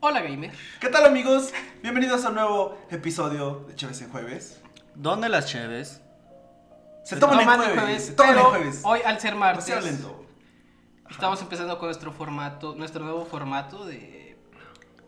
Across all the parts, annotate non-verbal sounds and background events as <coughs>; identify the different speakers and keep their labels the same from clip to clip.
Speaker 1: Hola gamer.
Speaker 2: ¿Qué tal amigos? Bienvenidos a un nuevo episodio de Chéves en Jueves.
Speaker 3: ¿Dónde las cheves?
Speaker 2: Se toman en
Speaker 1: Toman
Speaker 2: Pues jueves,
Speaker 1: jueves,
Speaker 2: se toman en
Speaker 1: pero
Speaker 2: jueves.
Speaker 1: Hoy al ser martes.
Speaker 2: Demasiado lento.
Speaker 1: Estamos empezando con nuestro formato, nuestro nuevo formato de,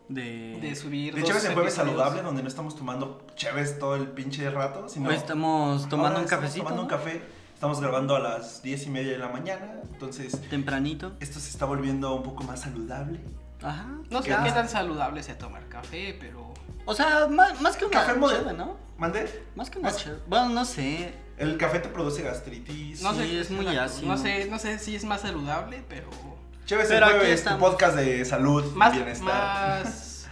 Speaker 3: De...
Speaker 1: de subir.
Speaker 2: De
Speaker 1: dos
Speaker 2: Chéves en Jueves
Speaker 1: episodios.
Speaker 2: saludable, donde no estamos tomando Chéves todo el pinche rato, sino...
Speaker 3: Hoy estamos tomando
Speaker 2: ahora
Speaker 3: un
Speaker 2: estamos
Speaker 3: cafecito.
Speaker 2: Tomando un
Speaker 3: ¿no?
Speaker 2: café. Estamos grabando a las diez y media de la mañana, entonces
Speaker 3: Tempranito.
Speaker 2: esto se está volviendo un poco más saludable.
Speaker 3: Ajá.
Speaker 1: No sé
Speaker 2: Ya.
Speaker 1: qué tan saludable sea tomar café, pero.
Speaker 3: O sea, más, más que una
Speaker 2: Café moderno.
Speaker 3: cheve, ¿no?
Speaker 2: ¿Mande?
Speaker 3: Más que una
Speaker 2: Más-
Speaker 3: cheve. Bueno, no sé.
Speaker 2: El café te produce gastritis.
Speaker 1: No
Speaker 3: Sí,
Speaker 1: sé,
Speaker 3: es muy ácido.
Speaker 1: No sé, no sé si es más saludable, pero.
Speaker 2: Chéves en
Speaker 3: Pero aquí
Speaker 2: Jueves, tu
Speaker 3: estamos.
Speaker 2: podcast de salud y
Speaker 1: Más.
Speaker 2: bienestar.
Speaker 1: Más.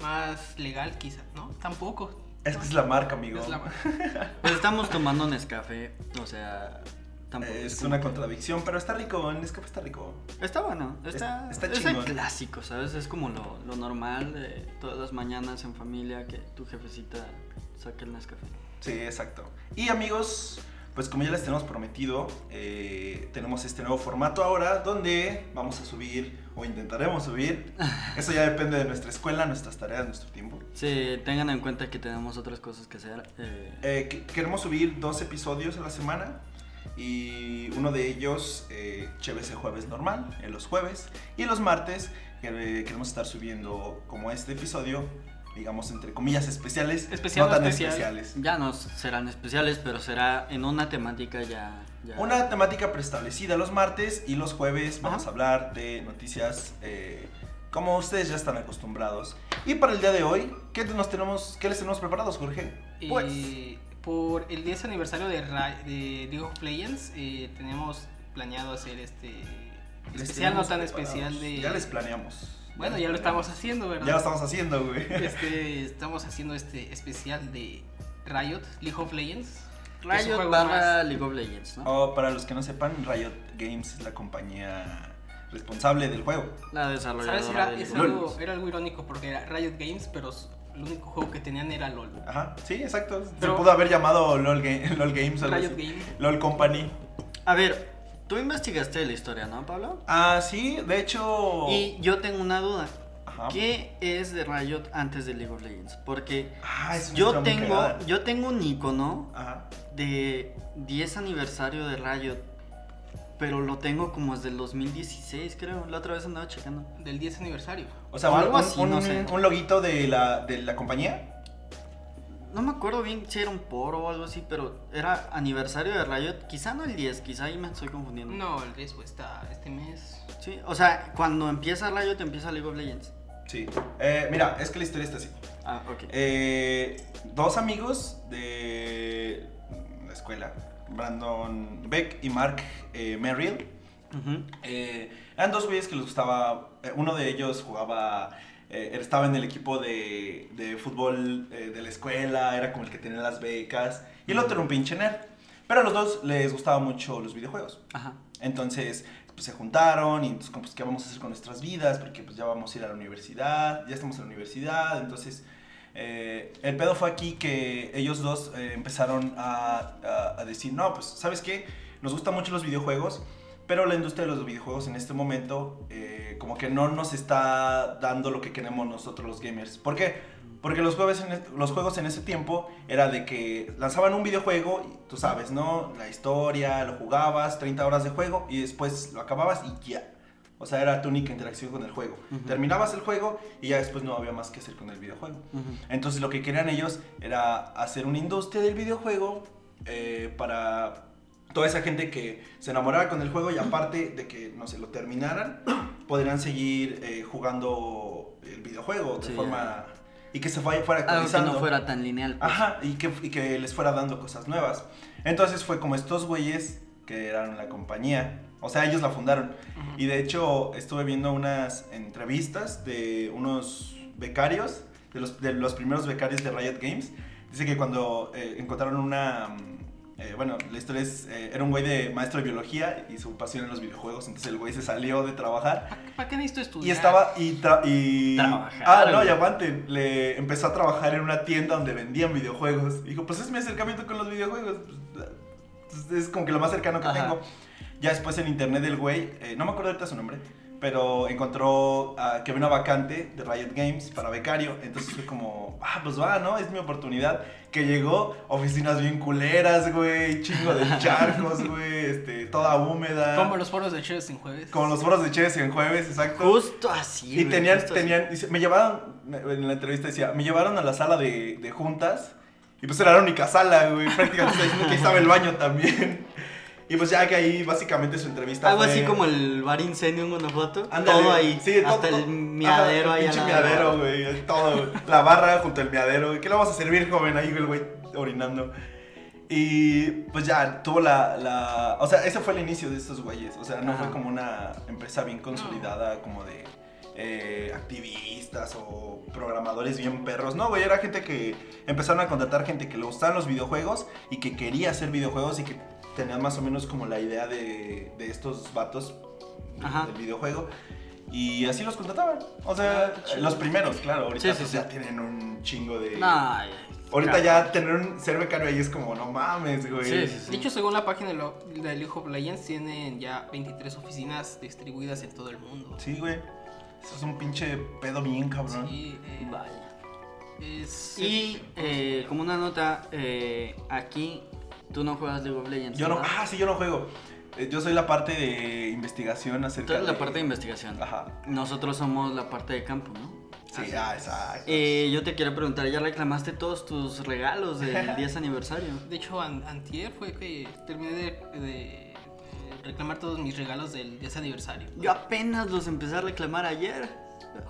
Speaker 1: más legal, quizá, ¿no? Tampoco.
Speaker 2: Es que es la marca, amigo.
Speaker 1: Es la-
Speaker 3: Pues estamos tomando Nescafé. O sea, tampoco.
Speaker 2: Eh, Es
Speaker 3: como
Speaker 2: una
Speaker 3: que-
Speaker 2: contradicción, pero está rico, en Nescafé está rico.
Speaker 3: Está bueno. Está,
Speaker 2: Es- está
Speaker 3: es
Speaker 2: chingón.
Speaker 3: el clásico, ¿sabes? Es como lo, lo normal de todas las mañanas en familia que tu jefecita saque el Nescafé.
Speaker 2: Sí, exacto. Y amigos, pues como ya les tenemos prometido, eh, tenemos este nuevo formato ahora donde vamos a subir o intentaremos
Speaker 1: <laughs>
Speaker 2: subir. Eso ya depende de nuestra escuela, nuestras tareas, nuestro tiempo.
Speaker 3: Sí, tengan en cuenta que tenemos otras cosas que hacer. eh,
Speaker 2: Eh, que- queremos subir dos episodios a la semana y uno de ellos, eh, Chévez el jueves normal, en los jueves, y los martes que- eh, queremos estar subiendo como este episodio, digamos entre comillas especiales,
Speaker 1: Especial,
Speaker 2: no tan
Speaker 1: especial.
Speaker 2: especiales.
Speaker 3: Ya no serán especiales, pero será en una temática ya. ya-
Speaker 2: Una temática preestablecida los martes y los jueves vamos
Speaker 3: Ajá.
Speaker 2: a hablar de noticias eh, como ustedes ya están acostumbrados. Y para el día de hoy, ¿qué, nos tenemos, qué les tenemos preparados, Jorge? Pues,
Speaker 1: Eh, por el 10 aniversario de, Ra- de League of Legends, eh, tenemos planeado hacer este
Speaker 2: les
Speaker 1: especial, no
Speaker 2: tenemos
Speaker 1: tan
Speaker 2: preparados.
Speaker 1: especial de.
Speaker 2: Ya les planeamos.
Speaker 1: Bueno,
Speaker 2: les
Speaker 1: ya lo
Speaker 2: planeamos.
Speaker 1: estamos haciendo, ¿verdad?
Speaker 2: Ya lo estamos haciendo, güey.
Speaker 1: <laughs> Este, estamos haciendo este especial de Riot, League of Legends. que es un
Speaker 3: Riot
Speaker 1: juego
Speaker 3: barra
Speaker 1: más-
Speaker 3: League of Legends, ¿no?
Speaker 2: Oh, para los que no sepan, Riot Games es la compañía responsable del juego.
Speaker 3: La
Speaker 1: ¿Sabes?
Speaker 3: desarrolladora
Speaker 1: Era,
Speaker 3: de
Speaker 1: es
Speaker 3: League
Speaker 2: LOL.
Speaker 3: of
Speaker 1: algo, era algo irónico porque era Riot Games, pero s- el único juego que tenían era LOL.
Speaker 2: Ajá, sí, exacto.
Speaker 1: Pero-
Speaker 2: Se pudo haber llamado LOL, Ga- <laughs> LOL Games o algo
Speaker 1: Riot
Speaker 2: así.
Speaker 1: Games.
Speaker 2: LOL Company.
Speaker 3: Legends. A ver, tú investigaste la historia, ¿no, Pablo?
Speaker 2: Ah, sí, de hecho.
Speaker 3: Y yo tengo una duda.
Speaker 2: Ajá.
Speaker 3: ¿Qué es de Riot antes de League of Legends? Porque
Speaker 2: Ah, es una
Speaker 3: yo
Speaker 2: historia muy
Speaker 3: tengo,
Speaker 2: cagada.
Speaker 3: yo tengo un icono
Speaker 2: Ajá.
Speaker 3: de 10 aniversario de Riot, pero lo tengo como desde el 2016, creo. La otra vez andaba checando.
Speaker 1: Del 10 aniversario.
Speaker 2: O sea,
Speaker 3: O
Speaker 2: un-
Speaker 3: algo
Speaker 2: un,
Speaker 3: así,
Speaker 2: un-
Speaker 3: no sé.
Speaker 2: un loguito de la, de la compañía.
Speaker 3: No me acuerdo bien si era un poro o algo así, pero era aniversario de Riot. Quizá no el 10, quizá ahí me estoy confundiendo.
Speaker 1: No, el riesgo está este mes.
Speaker 3: Sí, o sea, cuando empieza Riot empieza League of Legends.
Speaker 2: Sí. Eh, mira, es que la historia está así.
Speaker 3: Ah, ok.
Speaker 2: Eh, dos amigos de la escuela, Brandon Beck y Mark eh, Merrill,
Speaker 3: Ujú.
Speaker 2: eh, eran dos güeyes que les gustaba. eh, uno de ellos jugaba. eh, estaba en el equipo de, de fútbol eh, de la escuela, era como el que tenía las becas. Y el otro era un pinche nerd. Pero a los dos les gustaban mucho los videojuegos.
Speaker 3: Ajá.
Speaker 2: Entonces, pues se juntaron y entonces, como, pues, ¿qué vamos a hacer con nuestras vidas? Porque pues ya vamos a ir a la universidad, ya estamos en la universidad. Entonces, eh, el pedo fue aquí que ellos dos eh, empezaron a, a- a decir, no, pues, ¿sabes qué? Nos gustan mucho los videojuegos, pero la industria de los videojuegos en este momento eh, como que no nos está dando lo que queremos nosotros los gamers. ¿Por qué? Porque los juegos, en, e- los juegos en ese tiempo era de que lanzaban un videojuego, y tú sabes, ¿no? La historia, lo jugabas, 30 horas de juego y después lo acababas y ya. O sea, era tu única interacción con el juego.
Speaker 3: Ujú.
Speaker 2: Terminabas el juego y ya después no había más que hacer con el videojuego.
Speaker 3: Ujú.
Speaker 2: Entonces lo que querían ellos era hacer una industria del videojuego eh, para toda esa gente que se enamorara con el juego y aparte de que no se lo terminaran, podrían seguir eh, jugando el videojuego de
Speaker 3: Sí,
Speaker 2: forma... Y que se fue- fuera
Speaker 3: Algo que
Speaker 2: actualizando.
Speaker 3: no fuera tan lineal. pues.
Speaker 2: Ajá, y que, y que les fuera dando cosas nuevas. Entonces fue como estos güeyes que eran la compañía. O sea, ellos la fundaron. Y de hecho estuve viendo unas entrevistas de unos becarios, de los, de los primeros becarios de Riot Games. Dice que cuando eh, encontraron una... mm, eh, bueno, la historia es, eh, era un güey de maestro de biología y su pasión en los videojuegos, entonces el güey se salió de trabajar
Speaker 1: ¿Para qué necesito estudiar?
Speaker 2: y estaba y, tra- y-
Speaker 3: Trabajar.
Speaker 2: Ah, no, y aguanten, le empezó a trabajar en una tienda donde vendían videojuegos. Y dijo, pues es mi acercamiento con los videojuegos. Pues, Es como que lo más cercano que
Speaker 3: Ajá.
Speaker 2: tengo. Ya después en internet el güey, eh, no me acuerdo ahorita su nombre, pero encontró ah, que había una vacante de Riot Games para becario. Entonces fue como, ah, pues va, ¿no? Es mi oportunidad. Que llegó, oficinas bien culeras, güey, chingo
Speaker 3: <laughs>
Speaker 2: de charcos, güey, este, toda húmeda.
Speaker 1: Como los foros de Cheers en jueves.
Speaker 2: Como los foros de Chess en jueves, exacto.
Speaker 3: Justo así.
Speaker 2: Y
Speaker 3: güey,
Speaker 2: tenían,
Speaker 3: justo así.
Speaker 2: tenían, dice, me llevaron, me- en la entrevista decía, me llevaron a la sala de, de juntas y pues era la única sala, güey, prácticamente <laughs> está diciendo que ahí estaba el baño también. <laughs> Y pues ya que ahí básicamente su entrevista
Speaker 3: Algo
Speaker 2: fue-
Speaker 3: así como el bar incendio en Guanajuato.
Speaker 2: Ándale,
Speaker 3: todo ahí.
Speaker 2: sí, todo-
Speaker 3: hasta
Speaker 2: todo-
Speaker 3: el miadero
Speaker 2: ajá,
Speaker 3: ahí al
Speaker 2: pinche
Speaker 3: lado.
Speaker 2: miadero, güey, todo, güey. la barra junto al miadero, güey, ¿qué le vamos a servir, joven? Ahí el güey orinando. Y pues ya tuvo la, la- O sea, ese fue el inicio de estos güeyes. O sea, no
Speaker 3: Ajá.
Speaker 2: fue como una empresa bien consolidada, como de eh, activistas o programadores bien perros. No, güey, era gente que empezaron a contratar gente que le gustaban los videojuegos y que quería hacer videojuegos y que tenían más o menos como la idea de, de estos vatos de-
Speaker 3: Ajá.
Speaker 2: del videojuego. Y así los contrataban. O sea,
Speaker 3: Ah, chido.
Speaker 2: los primeros, claro. Ahorita
Speaker 3: Sí, sí,
Speaker 2: pues,
Speaker 3: sí.
Speaker 2: ya tienen un chingo de...
Speaker 3: Nah, ya,
Speaker 2: Ahorita
Speaker 3: claro.
Speaker 2: ya tener un ser becario ahí es como, no mames, güey.
Speaker 3: Sí, sí, sí.
Speaker 1: De hecho, según la página de lo- de League of Legends, tienen ya 23 oficinas distribuidas en todo el mundo.
Speaker 2: Sí, güey. Eso es un pinche pedo bien cabrón.
Speaker 1: Sí, eh,
Speaker 3: Vaya.
Speaker 1: es-
Speaker 3: Y eh, como una nota, eh, aquí tú no juegas League of Legends.
Speaker 2: Yo no...
Speaker 3: ¿verdad?
Speaker 2: Ah, sí, yo no juego. Eh, Yo soy la parte de investigación acerca
Speaker 3: Tú eres
Speaker 2: de...
Speaker 3: la parte de investigación.
Speaker 2: Ajá.
Speaker 3: Nosotros somos la parte de campo, ¿no?
Speaker 2: Sí, ah, exacto.
Speaker 3: Eh, yo te quiero preguntar, ¿ya reclamaste todos tus regalos del 10 aniversario?
Speaker 1: De hecho, an- antier fue que terminé de, de, eh, reclamar todos mis regalos del, de ese aniversario.
Speaker 3: Yo apenas los empecé a reclamar ayer.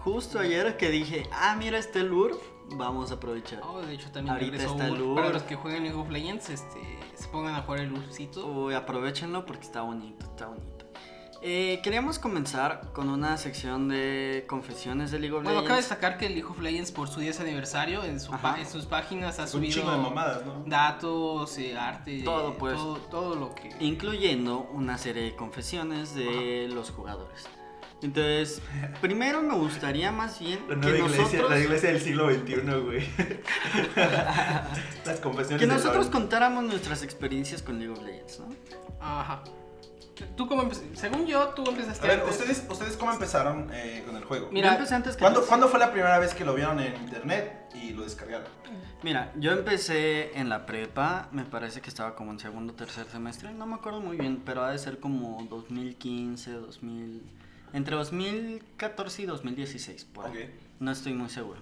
Speaker 3: Justo ayer que dije, ah, mira este lure, vamos a aprovechar.
Speaker 1: Oh, de hecho, también
Speaker 3: Ahorita
Speaker 1: regresó
Speaker 3: está
Speaker 1: Ur.
Speaker 3: Lur.
Speaker 1: Para los que juegan League of Legends, este, se pongan a jugar el Urcito.
Speaker 3: Uy, aprovechenlo porque está bonito, está bonito. Eh, queríamos comenzar con una sección de confesiones de League of
Speaker 1: Bueno, cabe
Speaker 3: Legends.
Speaker 1: destacar que League of Legends, por su 10 aniversario, en, su
Speaker 3: Ajá.
Speaker 1: pa- en sus páginas ha
Speaker 2: un
Speaker 1: subido
Speaker 2: chingo de mamadas, ¿no?
Speaker 1: datos, eh, arte,
Speaker 3: Todo, pues.
Speaker 1: todo, todo lo que...
Speaker 3: incluyendo una serie de confesiones de los jugadores. Entonces, primero me gustaría más bien
Speaker 2: La
Speaker 3: que
Speaker 2: nueva iglesia,
Speaker 3: nosotros,
Speaker 2: la iglesia del siglo XXI,
Speaker 3: <laughs>
Speaker 2: güey. Las confesiones de
Speaker 3: que nosotros
Speaker 2: Lawrence.
Speaker 3: contáramos nuestras experiencias con League of Legends, ¿no?
Speaker 1: Ajá. ¿Tú cómo empe- Según yo, tú
Speaker 2: A
Speaker 1: empezaste
Speaker 2: ver,
Speaker 1: antes.
Speaker 2: ¿ustedes, ¿ustedes cómo empezaron eh, con el juego?
Speaker 1: Mira,
Speaker 3: yo empecé antes que
Speaker 2: ¿Cuándo,
Speaker 3: tú.
Speaker 2: cuándo fue la primera vez que lo vieron en internet y lo descargaron?
Speaker 3: Mira, yo empecé en la prepa, me parece que estaba como en segundo o tercer semestre, no me acuerdo muy bien, pero ha de ser como 2015, 2000, entre 2014 y 2016, por ahí.
Speaker 2: Ok.
Speaker 3: No estoy muy seguro.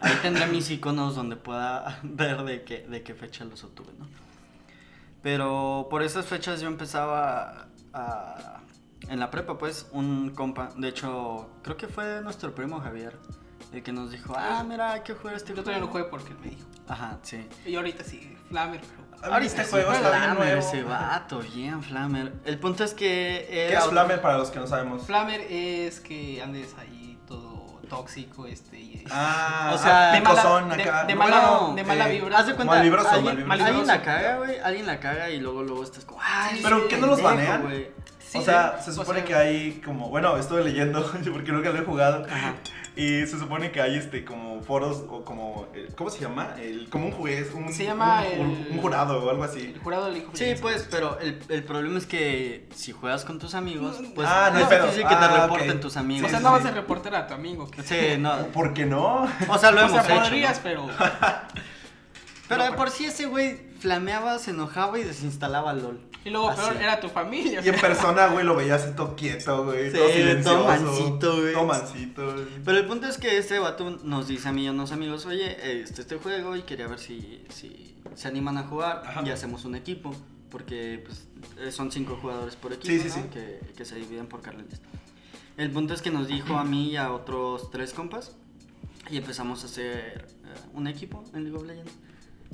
Speaker 3: Ahí tendré mis iconos donde pueda <laughs> ver de qué, de qué fecha los obtuve, ¿no? Pero por esas fechas yo empezaba a- en la prepa, pues, un compa. De hecho, creo que fue nuestro primo Javier el que nos dijo, ah, mira, hay que jugar este
Speaker 1: Yo todavía no jugué porque él me dijo.
Speaker 3: Ajá, sí.
Speaker 1: Y ahorita sí, Flamer, pero...
Speaker 2: A ver, este
Speaker 3: sí,
Speaker 2: juego está bien
Speaker 3: Flamer,
Speaker 2: nuevo.
Speaker 3: ese vato, bien Flamer. El punto es que
Speaker 2: ¿Qué
Speaker 3: era
Speaker 2: es
Speaker 3: otro-
Speaker 2: Flamer para los que no sabemos?
Speaker 1: Flamer es que andes ahí todo tóxico, este... y-
Speaker 2: Ah,
Speaker 3: O sea,
Speaker 2: ah,
Speaker 1: de mala-
Speaker 2: picosón
Speaker 1: de-
Speaker 2: acá.
Speaker 1: de
Speaker 2: No,
Speaker 1: mala-
Speaker 2: bueno,
Speaker 1: de mala
Speaker 2: eh,
Speaker 1: vibra.
Speaker 3: Haz de cuenta,
Speaker 2: Malvibroso,
Speaker 3: alguien,
Speaker 2: malvibroso.
Speaker 3: alguien la caga, güey, alguien la caga y luego luego estás como, ay,
Speaker 1: Pero,
Speaker 3: sí,
Speaker 1: ¿qué no los
Speaker 3: pendejo,
Speaker 2: banean?
Speaker 3: güey".
Speaker 1: Sí,
Speaker 2: o sea, se
Speaker 1: o
Speaker 2: supone
Speaker 1: sea-
Speaker 2: que hay como, bueno, estuve leyendo <laughs> porque nunca lo he jugado
Speaker 3: Ajá.
Speaker 2: y se supone que hay este como foros o como, eh, ¿cómo se llama? El, como un juez, un,
Speaker 1: Se llama
Speaker 2: un, un-
Speaker 1: el-
Speaker 2: un jurado o algo así.
Speaker 1: El jurado le dijo...
Speaker 3: Sí, pues, pero el, el problema es que si juegas con tus amigos,
Speaker 1: Mm,
Speaker 3: pues
Speaker 2: Ah, no hay
Speaker 3: es
Speaker 2: pedo.
Speaker 3: difícil que te
Speaker 2: Ah, ok.
Speaker 3: reporten tus amigos.
Speaker 1: O sea,
Speaker 2: sí,
Speaker 1: no
Speaker 2: sí.
Speaker 1: vas a reportar a tu amigo. Que...
Speaker 3: Sí, no.
Speaker 2: ¿Por
Speaker 1: <laughs>
Speaker 2: qué no?
Speaker 3: O sea, lo
Speaker 1: o
Speaker 3: hemos
Speaker 1: sea,
Speaker 3: hecho. ¿no?
Speaker 1: podrías, pero...
Speaker 3: Pero
Speaker 1: no,
Speaker 3: de por
Speaker 1: pero-
Speaker 3: sí ese güey flameaba, se enojaba y desinstalaba LOL.
Speaker 1: Y luego
Speaker 3: Así.
Speaker 1: peor era tu familia. o
Speaker 2: Ah, Y en
Speaker 1: sea.
Speaker 2: persona, güey, lo veías así todo quieto, güey,
Speaker 3: Sí,
Speaker 2: todo
Speaker 3: todo
Speaker 2: silencioso.
Speaker 3: mansito, güey.
Speaker 2: Todo mansito, güey.
Speaker 3: Pero el punto es que este vato nos dice a mí y a unos amigos, oye, este, este juego y quería ver si, si se animan a jugar
Speaker 2: Ajá.
Speaker 3: y hacemos un equipo. Porque pues, eh, son cinco jugadores por equipo,
Speaker 2: Sí, sí,
Speaker 3: ¿no?
Speaker 2: sí.
Speaker 3: Que, que se dividen por carriles. El punto es que nos dijo a mí y a otros tres compas y empezamos a hacer eh, un equipo en League of Legends.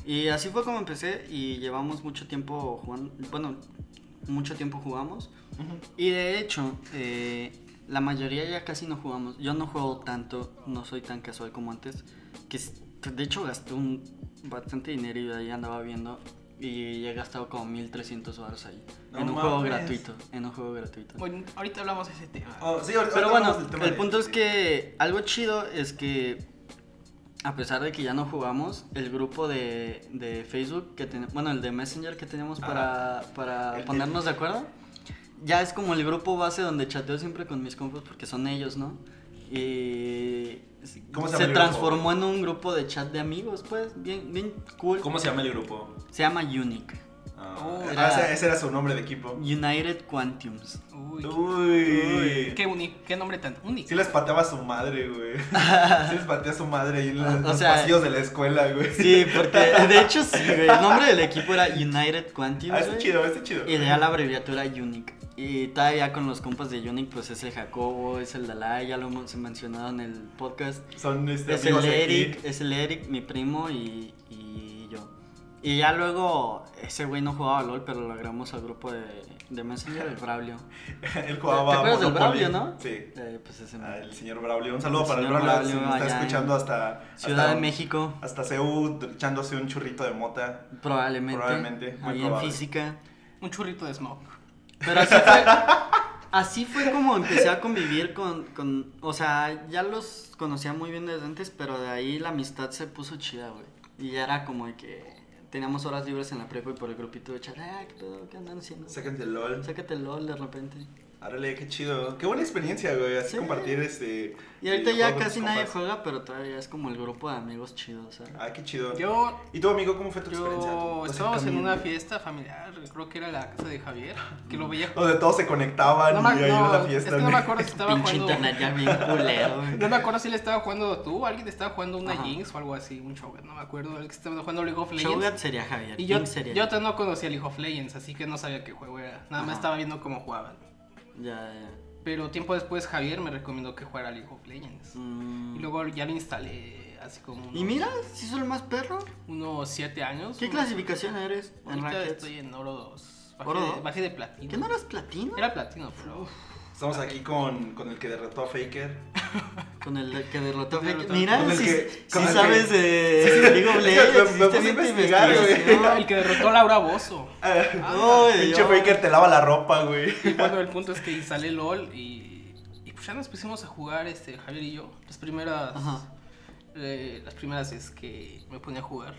Speaker 3: Y así fue como empecé y llevamos mucho tiempo jugando, bueno, mucho tiempo jugamos. Y de hecho, eh, la mayoría ya casi no jugamos. Yo no juego tanto, no soy tan casual como antes. Que s- de hecho gasté un bastante dinero y yo ahí andaba viendo. Y he gastado como 1300 baros ahí.
Speaker 2: No
Speaker 3: en un juego
Speaker 2: mames.
Speaker 3: gratuito. En un juego gratuito.
Speaker 1: Bueno, ahorita hablamos de ese tema.
Speaker 2: Oh, sí, ahorita
Speaker 3: Pero
Speaker 2: hablamos
Speaker 3: bueno,
Speaker 2: del tema
Speaker 3: el
Speaker 2: de-
Speaker 3: punto es
Speaker 2: de-
Speaker 3: que algo chido es que a pesar de que ya no jugamos, el grupo de, de Facebook que ten- bueno, el de Messenger que tenemos para, para
Speaker 2: El-
Speaker 3: ponernos de acuerdo, ya es como el grupo base donde chateo siempre con mis compas porque son ellos, ¿no? Y
Speaker 2: ¿Cómo se
Speaker 3: se,
Speaker 2: llama el grupo?
Speaker 3: transformó en un grupo de chat de amigos, pues, bien, bien cool.
Speaker 4: ¿Cómo se llama el grupo?
Speaker 3: Se llama Unique.
Speaker 2: Ah,
Speaker 1: Oh,
Speaker 2: ah,
Speaker 3: era-
Speaker 2: ese, ese era su nombre de equipo.
Speaker 3: United
Speaker 2: <laughs>
Speaker 3: Quantiums.
Speaker 1: Uy, qué-
Speaker 2: Uy.
Speaker 1: qué, uni- qué nombre tan único.
Speaker 2: Sí les pateaba a su madre, güey.
Speaker 3: <laughs>
Speaker 2: Sí les pateaba a su madre ahí en los,
Speaker 3: Ah, O
Speaker 2: los
Speaker 3: sea-
Speaker 2: pasillos de la escuela, güey.
Speaker 3: Sí, porque de hecho sí, güey. El nombre del equipo era United
Speaker 2: <laughs>
Speaker 3: Quantiums.
Speaker 2: Ah, está
Speaker 3: güey.
Speaker 2: chido, está chido.
Speaker 3: Y de ahí la abreviatura Unique. Y todavía con los compas de Unique, pues es el Jacobo, es el Dalai, ya lo hemos mencionado en el podcast.
Speaker 2: Son este,
Speaker 3: Es el
Speaker 2: amigos de aquí.
Speaker 3: Eric, es el Eric, mi primo y, y yo. Y ya luego, ese güey no jugaba LOL, pero lo agregamos al grupo de, de Messenger, el Braulio.
Speaker 2: <laughs> Él jugaba
Speaker 3: ¿Te acuerdas del
Speaker 2: Monopoly.
Speaker 3: Braulio, no?
Speaker 2: Sí.
Speaker 3: Eh, pues ese
Speaker 2: Ah,
Speaker 3: güey.
Speaker 2: el señor Braulio. Un saludo
Speaker 3: El
Speaker 2: para el
Speaker 3: señor
Speaker 2: Braulio. si
Speaker 3: Braulio
Speaker 2: nos está
Speaker 3: allá en
Speaker 2: escuchando hasta.
Speaker 3: Ciudad
Speaker 2: hasta-
Speaker 3: de México,
Speaker 2: Hasta Seúl, echándose un churrito de mota.
Speaker 3: probablemente.
Speaker 2: Probablemente, muy
Speaker 3: Ahí en
Speaker 2: probable.
Speaker 3: física.
Speaker 1: Un churrito de smoke.
Speaker 3: Pero así fue, así fue como empecé a convivir con, con- O sea, ya los conocía muy bien desde antes, pero de ahí la amistad se puso chida, güey. Y ya era como de que teníamos horas libres en la prepa y por el grupito de chat, ah, qué pedo, qué andan haciendo.
Speaker 2: Sáquense el LOL.
Speaker 3: Sácate el LOL de repente.
Speaker 2: Árale, qué chido. Qué buena experiencia, güey. Así
Speaker 3: Sí.
Speaker 2: compartir este.
Speaker 3: Y ahorita ya
Speaker 2: videojuegos con
Speaker 3: casi
Speaker 2: tus
Speaker 3: nadie
Speaker 2: compas.
Speaker 3: juega, pero todavía es como el grupo de amigos chidos, ¿sabes?
Speaker 2: Ah, qué chido.
Speaker 1: Yo,
Speaker 2: ¿Y tu amigo cómo fue tu experiencia?
Speaker 1: yo
Speaker 2: Tu
Speaker 1: estábamos en una
Speaker 2: acercamiento.
Speaker 1: fiesta familiar, creo que era la casa de Javier, <laughs> que lo veía.
Speaker 2: Donde todos se conectaban
Speaker 1: No me,
Speaker 2: y ahí Ah, era
Speaker 1: no,
Speaker 2: la
Speaker 1: es
Speaker 2: fiesta.
Speaker 1: que no me
Speaker 2: güey.
Speaker 1: acuerdo si estaba
Speaker 3: Pinche
Speaker 1: jugando.
Speaker 3: internet ya bien culero, güey.
Speaker 1: No me acuerdo si le estaba jugando tú, alguien te estaba jugando una
Speaker 3: Ajá.
Speaker 1: Jinx o algo así, un Shogun, no me acuerdo. Alguien estaba jugando League of Legends.
Speaker 3: Shogat sería Javier.
Speaker 1: Y yo,
Speaker 3: King sería.
Speaker 1: yo todavía no conocía League of Legends, así que no sabía qué juego era. Nada
Speaker 3: Ajá.
Speaker 1: más estaba viendo cómo jugaban.
Speaker 3: Ya, ya.
Speaker 1: Pero tiempo después Javier me recomendó que jugara League of Legends.
Speaker 3: Mm.
Speaker 1: Y luego ya lo instalé hace como unos,
Speaker 3: Y mira, si soy el más perro.
Speaker 1: unos siete años.
Speaker 3: ¿Qué
Speaker 1: un-
Speaker 3: clasificación eres? en
Speaker 1: Ahorita
Speaker 3: Rackets?
Speaker 1: estoy en oro 2. Bajé,
Speaker 3: ¿Oro
Speaker 1: de-
Speaker 3: dos?
Speaker 1: bajé de platino.
Speaker 3: ¿Que no eras platino?
Speaker 1: Era platino, pero.
Speaker 2: Estamos aquí con, con el que derrotó
Speaker 1: <laughs>
Speaker 2: a Faker.
Speaker 3: Con el que derrotó a
Speaker 1: Derrotó.
Speaker 3: Fake. Mira,
Speaker 2: Con el
Speaker 3: si,
Speaker 2: que-
Speaker 3: si
Speaker 2: con el que-
Speaker 3: sabes de League of
Speaker 2: Es que me- me puse
Speaker 3: Legends, hiciste
Speaker 2: a
Speaker 3: bien tu
Speaker 2: investigar, güey.
Speaker 1: <laughs>
Speaker 3: investigación.
Speaker 1: El que derrotó a Laura Bozo.
Speaker 3: Ay,
Speaker 2: Pinche
Speaker 3: Dios.
Speaker 2: Faker te lava la
Speaker 1: <laughs>
Speaker 2: ropa, güey.
Speaker 1: Y bueno, el punto es que instalé LOL y. Y pues ya nos pusimos a jugar, este, Javier y yo. Las primeras.
Speaker 3: Ajá.
Speaker 1: eh, las primeras es que me ponía a jugar.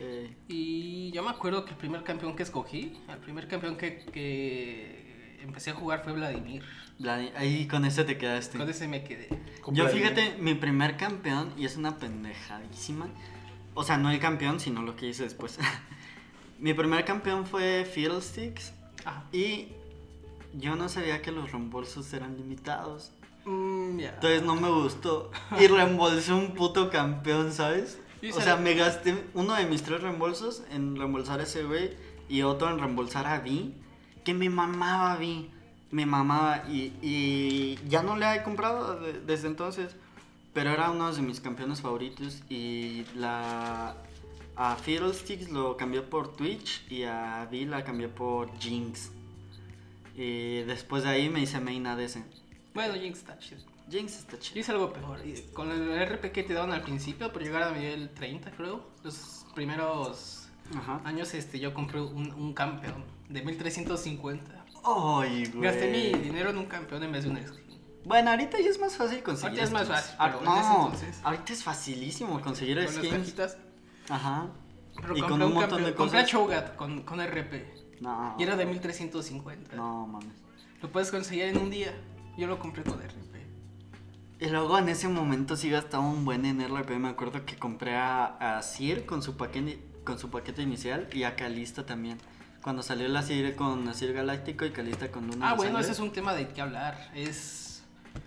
Speaker 3: Eh,
Speaker 1: Y yo me acuerdo que el primer campeón que escogí, el primer campeón que, que empecé a jugar fue Vladimir.
Speaker 3: la- ahí con ese te quedaste.
Speaker 1: Con ese me quedé.
Speaker 3: Yo fíjate, mi primer campeón, y es una pendejadísima. O sea, no el campeón, sino lo que hice después. <laughs> mi primer campeón fue Fiddlesticks.
Speaker 1: Ajá.
Speaker 3: Y yo no sabía que los reembolsos eran limitados.
Speaker 1: Mm, ya.
Speaker 3: Entonces no me gustó. Y reembolsé un puto campeón, ¿sabes?
Speaker 1: Y
Speaker 3: O
Speaker 1: se-
Speaker 3: sea, me gasté uno de mis tres reembolsos en reembolsar a ese güey y otro en reembolsar a Vi. Que me mamaba Vi. Me mamaba. Y, y ya no le he comprado de- desde entonces. Pero era uno de mis campeones favoritos. Y la. A Fiddlesticks lo cambié por Twitch y a Vi la cambié por Jinx. Y después de ahí me hice main ADC.
Speaker 1: Bueno, Jinx está chido.
Speaker 3: Jinx está chido.
Speaker 1: Yo hice algo peor. y- Con el RP que te daban al principio, por llegar a nivel 30, creo. Los primeros
Speaker 3: Ajá.
Speaker 1: años, este, yo compré un, un campeón de 1350.
Speaker 3: Ay, güey.
Speaker 1: Gasté mi dinero en un campeón en vez de un skin.
Speaker 3: Bueno, ahorita ya es más fácil conseguir.
Speaker 1: Ahorita es más
Speaker 3: skins.
Speaker 1: fácil,
Speaker 3: Ah,
Speaker 1: pero en ese
Speaker 3: no,
Speaker 1: entonces-
Speaker 3: ahorita es facilísimo conseguir
Speaker 1: Con las
Speaker 3: skins.
Speaker 1: cajitas.
Speaker 3: Ajá.
Speaker 1: Pero
Speaker 3: y
Speaker 1: compré
Speaker 3: con un,
Speaker 1: un,
Speaker 3: montón
Speaker 1: campeón.
Speaker 3: de
Speaker 1: Compré a
Speaker 3: cosas.
Speaker 1: Shogat con, con RP.
Speaker 3: No.
Speaker 1: Y era de 1350.
Speaker 3: No, mames.
Speaker 1: Lo puedes conseguir en un día. Yo lo compré con RP.
Speaker 3: Y luego en ese momento sí gastaba un buen en RP. Me acuerdo que compré a, a Sir con su paquete con su paquete inicial y a Calista también. Cuando salió la Sir con Asir Galáctico y Calista con Luna.
Speaker 1: Ah,
Speaker 3: de
Speaker 1: bueno,
Speaker 3: Sangre.
Speaker 1: ese es un tema de qué hablar. Es.